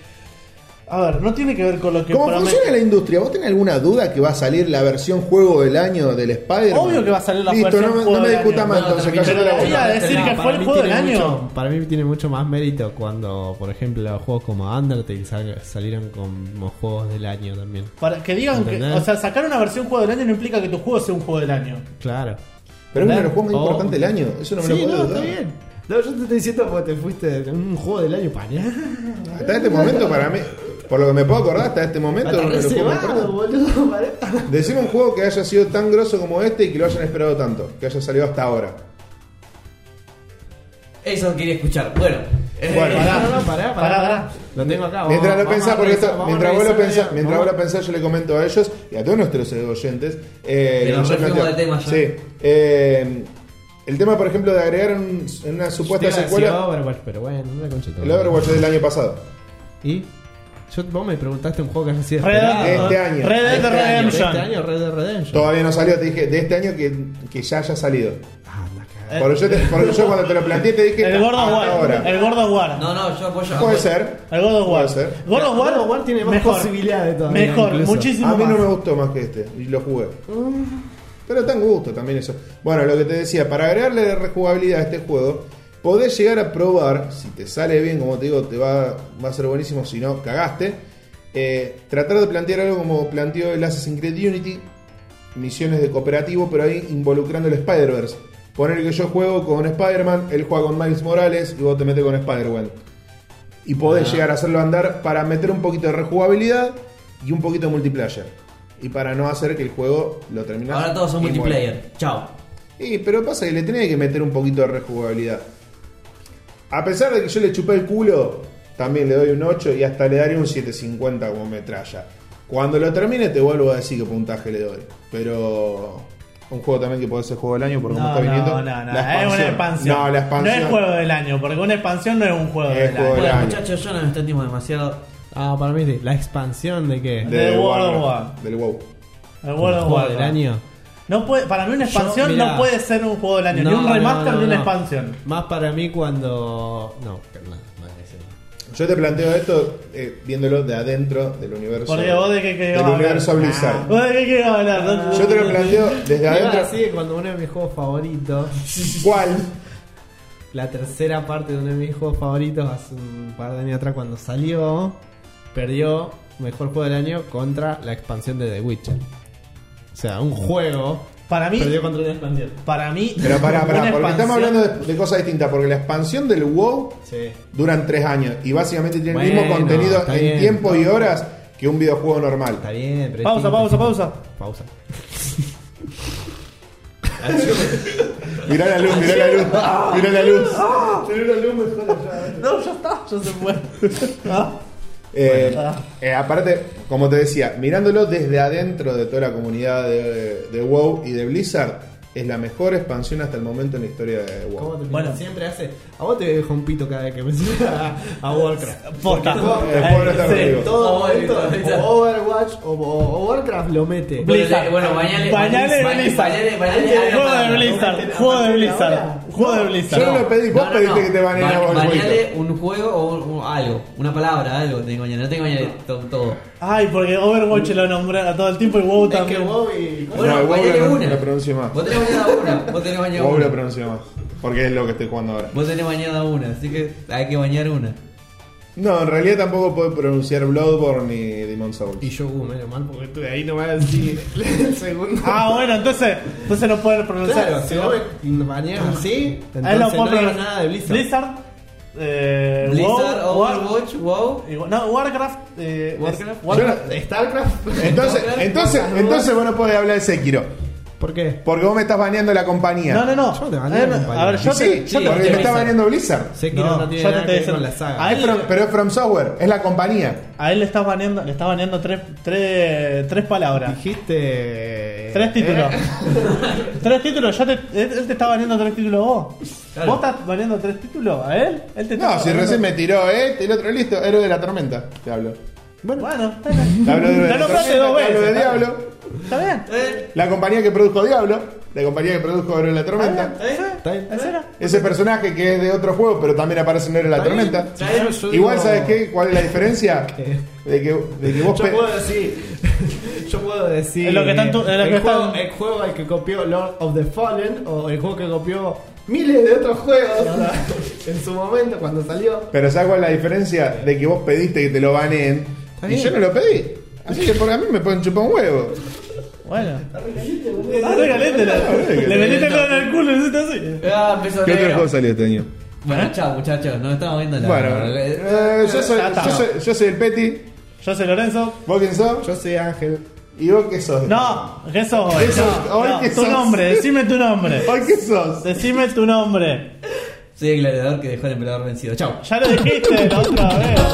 S2: A ver, no tiene que ver con lo que
S1: ¿Cómo
S2: promete-
S1: funciona la industria? ¿Vos tenés alguna duda que va a salir la versión juego del año del Spider-Man?
S2: Obvio que va a salir la
S1: Listo,
S2: versión
S1: no, me-
S2: juego
S1: no me
S2: del
S1: discuta
S2: año.
S1: más,
S3: No,
S1: entonces
S3: termina.
S1: callate la
S2: Voy
S1: boca.
S2: a decir
S3: No,
S2: que
S3: para
S2: fue el
S3: mí
S2: juego del
S3: tiene
S2: año.
S3: mucho-
S4: Para mí tiene mucho más mérito cuando, por ejemplo, juegos como Undertale sal- salieron como juegos del año también.
S2: Para que digan que.
S4: ¿Entendés?
S2: O sea, sacar una versión juego del año no implica que tu juego sea un juego del año.
S4: Claro.
S1: Pero es uno de los juegos más
S4: Oh.
S1: importantes del año. Eso no me
S4: sí,
S1: lo puedo
S4: no, está
S1: dudar.
S4: bien. No, yo te estoy diciendo porque te fuiste en un juego del año para allá.
S1: Hasta este momento, para mí, por lo que me puedo acordar, hasta este momento, es uno de los juegos más
S4: Reservado,
S1: importantes.
S4: boludo, pará.
S1: Decime un juego que haya sido tan grosso como este y que lo hayan esperado tanto, que haya salido hasta ahora.
S3: Eso quería escuchar. Bueno, eh,
S1: Bueno,
S4: No, no, no,
S2: Pará,
S4: pará, pará,
S2: pará.
S4: pará. Lo tengo acá.
S1: Mientras
S4: vamos-
S1: lo pensás,
S4: vamos a
S1: porque
S4: revisar,
S1: esto-
S4: vamos a
S1: mientras vos lo
S4: revisar,
S1: pensás, mientras
S4: vamos-
S1: vos lo pensás, yo le comento a ellos y a todos nuestros oyentes. Eh,
S3: Pero
S1: que ya
S3: refuimos
S1: planteó.
S3: de tema ya.
S1: Sí. eh, el tema, por ejemplo, de agregar un- en una
S4: Te
S1: supuesta
S4: iba a decir
S1: secuela
S4: Overwatch, pero bueno, no la concha
S1: el Overwatch del año pasado.
S4: ¿Y? Yo, vos me preguntaste un juego que haya sido
S2: Red
S4: esperado.
S2: Dead-
S1: Este año.
S2: Red Dead
S3: Este año,
S4: Este
S2: Redemption.
S4: año Red Dead Redemption.
S1: Todavía no salió, te dije, de este año que, que ya haya salido.
S4: Ah, anda acá.
S2: Eh,
S1: Porque yo, te- porque yo cuando te lo planteé te dije
S2: El
S1: hasta
S2: Gordo War.
S1: ahora.
S2: El Gordo War.
S3: no, no, yo apoyo.
S1: Puede
S3: apoyo.
S1: ser.
S2: El God of War.
S1: Puede ser.
S2: God of War,
S4: God of War tiene más
S2: mejor,
S4: posibilidades todavía,
S2: Mejor,
S4: incluso.
S2: muchísimo
S1: A mí Ah, no
S2: más.
S1: me gustó más que este, y lo jugué. Pero tan gusto también eso. Bueno, lo que te decía, para agregarle de rejugabilidad a este juego, podés llegar a probar, si te sale bien, como te digo, te va, va a ser buenísimo, si no, cagaste. eh, tratar de plantear algo como planteó el Assassin's Creed Unity, misiones de cooperativo, pero ahí involucrando el Spider-Verse. Poner que yo juego con Spider-Man, él juega con Miles Morales y vos te metes con Spider-Man. Y podés
S3: Ah.
S1: llegar a hacerlo andar para meter un poquito de rejugabilidad y un poquito de multiplayer. Y para no hacer que el juego lo termine.
S3: Ahora todos son multiplayer. Chao.
S1: Y, pero pasa que le tenía que meter un poquito de rejugabilidad. A pesar de que yo le chupé el culo, también le doy un 8 y hasta le daré un 750 como metralla. Cuando lo termine te vuelvo a decir qué puntaje le doy. Pero un juego también que puede ser juego del año por cómo
S2: No,
S1: está viniendo.
S2: no, no, no,
S1: La
S2: es una expansión.
S1: No, la expansión.
S2: No es juego del año, porque una expansión no es un juego
S1: Es
S2: del
S1: juego
S2: año.
S1: del-
S3: Bueno,
S1: año.
S3: muchachos, yo no me extendimos demasiado.
S4: Ah, para mí, sí. la expansión de qué?
S2: De
S1: Del
S2: World of
S1: Warcraft,
S2: War.
S1: Este, Del WoW.
S2: El World of
S4: juego
S2: War.
S4: del año.
S2: No puede, para mí una expansión
S4: mirá.
S2: no puede ser un juego del año, ni
S4: No,
S2: un remaster
S4: no, no,
S2: ni una
S4: no.
S2: expansión.
S4: Más para mí cuando. No, que no, no es eso.
S1: Yo te planteo esto eh, viéndolo de adentro del universo.
S2: Porque vos de qué Ah. querés
S1: del
S2: hablar.
S1: universo Blizzard.
S2: ¿Vos de qué querés hablar? No-
S1: Yo te lo planteo desde
S4: Iba a
S1: adentro.
S4: decir que cuando uno de mis juegos favoritos,
S1: ¿Cuál?
S4: la tercera parte de uno de mis juegos favoritos hace un par de años atrás cuando salió, perdió mejor juego del año contra la expansión de The Witcher. O sea, un juego
S2: Para mí,
S4: perdió contra una expansión.
S2: para mí,
S1: Pero pará, pará,
S2: una
S1: porque estamos
S2: expansión-
S1: hablando de, de cosas distintas. Porque la expansión del WoW
S4: Sí.
S1: duran tres años y básicamente tiene el
S4: Bueno,
S1: mismo contenido
S4: está
S1: en
S4: bien.
S1: tiempo y horas que un videojuego normal.
S4: Está bien, pero.
S2: Pausa, pausa, pausa.
S4: Pausa.
S1: Mirá la luz, mirá la luz, mirá la luz.
S2: No, ya está, ya se fue. Ah,
S1: Eh,
S2: Bueno.
S1: eh, aparte, como te decía, mirándolo desde adentro de toda la comunidad de, de WoW y de Blizzard, es la mejor expansión hasta el momento en la historia de WoW.
S4: ¿Cómo te
S2: Bueno.
S4: Siempre hace. A vos te dejo un pito cada vez que mencionas a, a Warcraft.
S2: Posta.
S1: el pueblo está
S2: Sí.
S1: contigo.
S4: En todo
S3: Oh,
S4: momento,
S3: Blizzard.
S4: o Overwatch o, o- o Warcraft lo mete.
S3: Bueno,
S2: Blizzard.
S3: le- bueno, bañale.
S2: Bañale
S3: bañale,
S2: Blizzard.
S3: bañale, bañale, bañale,
S2: Juego de
S3: bañale.
S2: Blizzard, juego de Blizzard, juego de
S1: Yo no
S2: Blizzard.
S1: lo pedí, vos
S3: No, no,
S1: pediste
S3: no.
S1: que te baneen
S3: Ba-
S1: a vos el jueguito.
S3: Bañale un juego o un- un- algo. Una palabra, algo. Tengo que bañar. No tengo que bañar to- todo.
S2: Ay, porque Overwatch lo nombré a todo el tiempo y WoW
S4: Es que
S2: también.
S4: vos y.
S3: Bueno,
S1: el WoW
S3: bañale
S1: lo-
S3: una.
S1: lo pronuncio más.
S3: Vos tenés bañada una. Vos tenés bañada
S1: WoW
S3: una.
S1: lo pronuncio más, porque es lo que estoy jugando ahora.
S3: Vos tenés bañada una. Así que hay que bañar una.
S1: No, en realidad tampoco puedo pronunciar Bloodborne ni Demon Souls.
S4: Y yo, uh, menos mal, porque estuve ahí nomás así. el segundo.
S2: Ah, bueno, entonces, entonces no pueden pronunciar.
S4: claro, si vos me bañás así,
S2: Ahí
S4: entonces
S2: no
S4: no,
S2: puedo
S4: digas
S2: pronunciar
S4: nada de Blizzard.
S2: Blizzard, eh,
S3: Blizzard,
S2: WoW, War-
S3: Overwatch, WoW.
S2: y- no, Warcraft, eh,
S3: Warcraft.
S2: es- Warcraft.
S4: ¿Starcraft?
S1: Entonces, entonces, entonces vos no podés hablar de Sekiro.
S4: ¿Por qué?
S1: Porque vos me estás baneando la compañía.
S2: No, no, no.
S4: Yo te mandé
S2: a, ver,
S4: la compañía.
S2: a ver, yo
S1: Y
S2: te,
S1: sí,
S2: yo te-
S1: porque me está
S3: Blizzard.
S1: baneando Blizzard.
S4: Sé que
S2: No,
S4: no, tiene
S2: yo te estoy
S4: nada que ver con
S2: diciendo-
S4: la saga.
S2: Ahí-
S1: Es From- pero es From Software, es la compañía.
S2: a él le estás baneando, le estás baneando tres, tres, tres palabras.
S4: Dijiste.
S2: Tres títulos. tres títulos, yo te, él, él te está baneando tres títulos a vos.
S3: Claro.
S2: ¿Vos estás baneando tres títulos a él? él te está
S1: No, si
S2: baneando-
S1: recién me tiró este, el otro listo, héroe de la tormenta. Te hablo.
S2: Bueno, está bien.
S1: Te hablo de-
S2: Te nombraste dos
S1: te hablo de
S2: veces.
S1: Diablo,
S2: Está bien.
S1: la compañía que produjo Diablo, la compañía que produjo Héroe de la
S2: Ah,
S1: Tormenta,
S9: ¿Está bien?
S2: ¿En serio?
S1: ese personaje que es de otro juego, pero también aparece en Héroe de la Tormenta.
S9: Si yo- yo
S1: Igual,
S9: digo-
S1: ¿sabes qué? ¿Cuál es la diferencia? De que, de que vos
S4: Yo
S1: pe-
S4: puedo decir. Yo puedo decir.
S2: Es lo que están tu- es lo
S4: el,
S2: que
S4: juego,
S2: están-
S4: el juego al que copió Lord of the Fallen o el juego que copió miles de otros juegos en su momento cuando salió.
S1: Pero ¿sabes cuál es la diferencia? De que vos pediste que te lo baneen y yo no lo pedí. Así que por a mí me pueden chupar un huevo.
S2: Bueno. Está caliente. la- Le metiste el dedo en el culo y hiciste así.
S3: Ah, empezó
S1: ¿Qué otra
S3: negro.
S1: cosa salió este año?
S3: Bueno, chao muchachos, nos estamos viendo la.
S1: Bueno, eh, yo, soy,
S2: ya está.
S1: yo, soy, yo soy el Peti.
S2: Yo soy Lorenzo.
S1: ¿Vos quién sos?
S4: Yo soy Ángel.
S1: ¿Y vos qué sos?
S2: No, ¿qué sos?
S1: ¿Qué sos?
S2: No,
S1: Hoy
S2: no,
S1: qué
S2: tu
S1: sos.
S2: nombre, decime tu nombre.
S1: ¿Vos qué sos?
S2: Decime tu nombre.
S3: Soy el gladiador que dejó el emperador vencido. Chao.
S2: Ya lo dijiste la otra vez.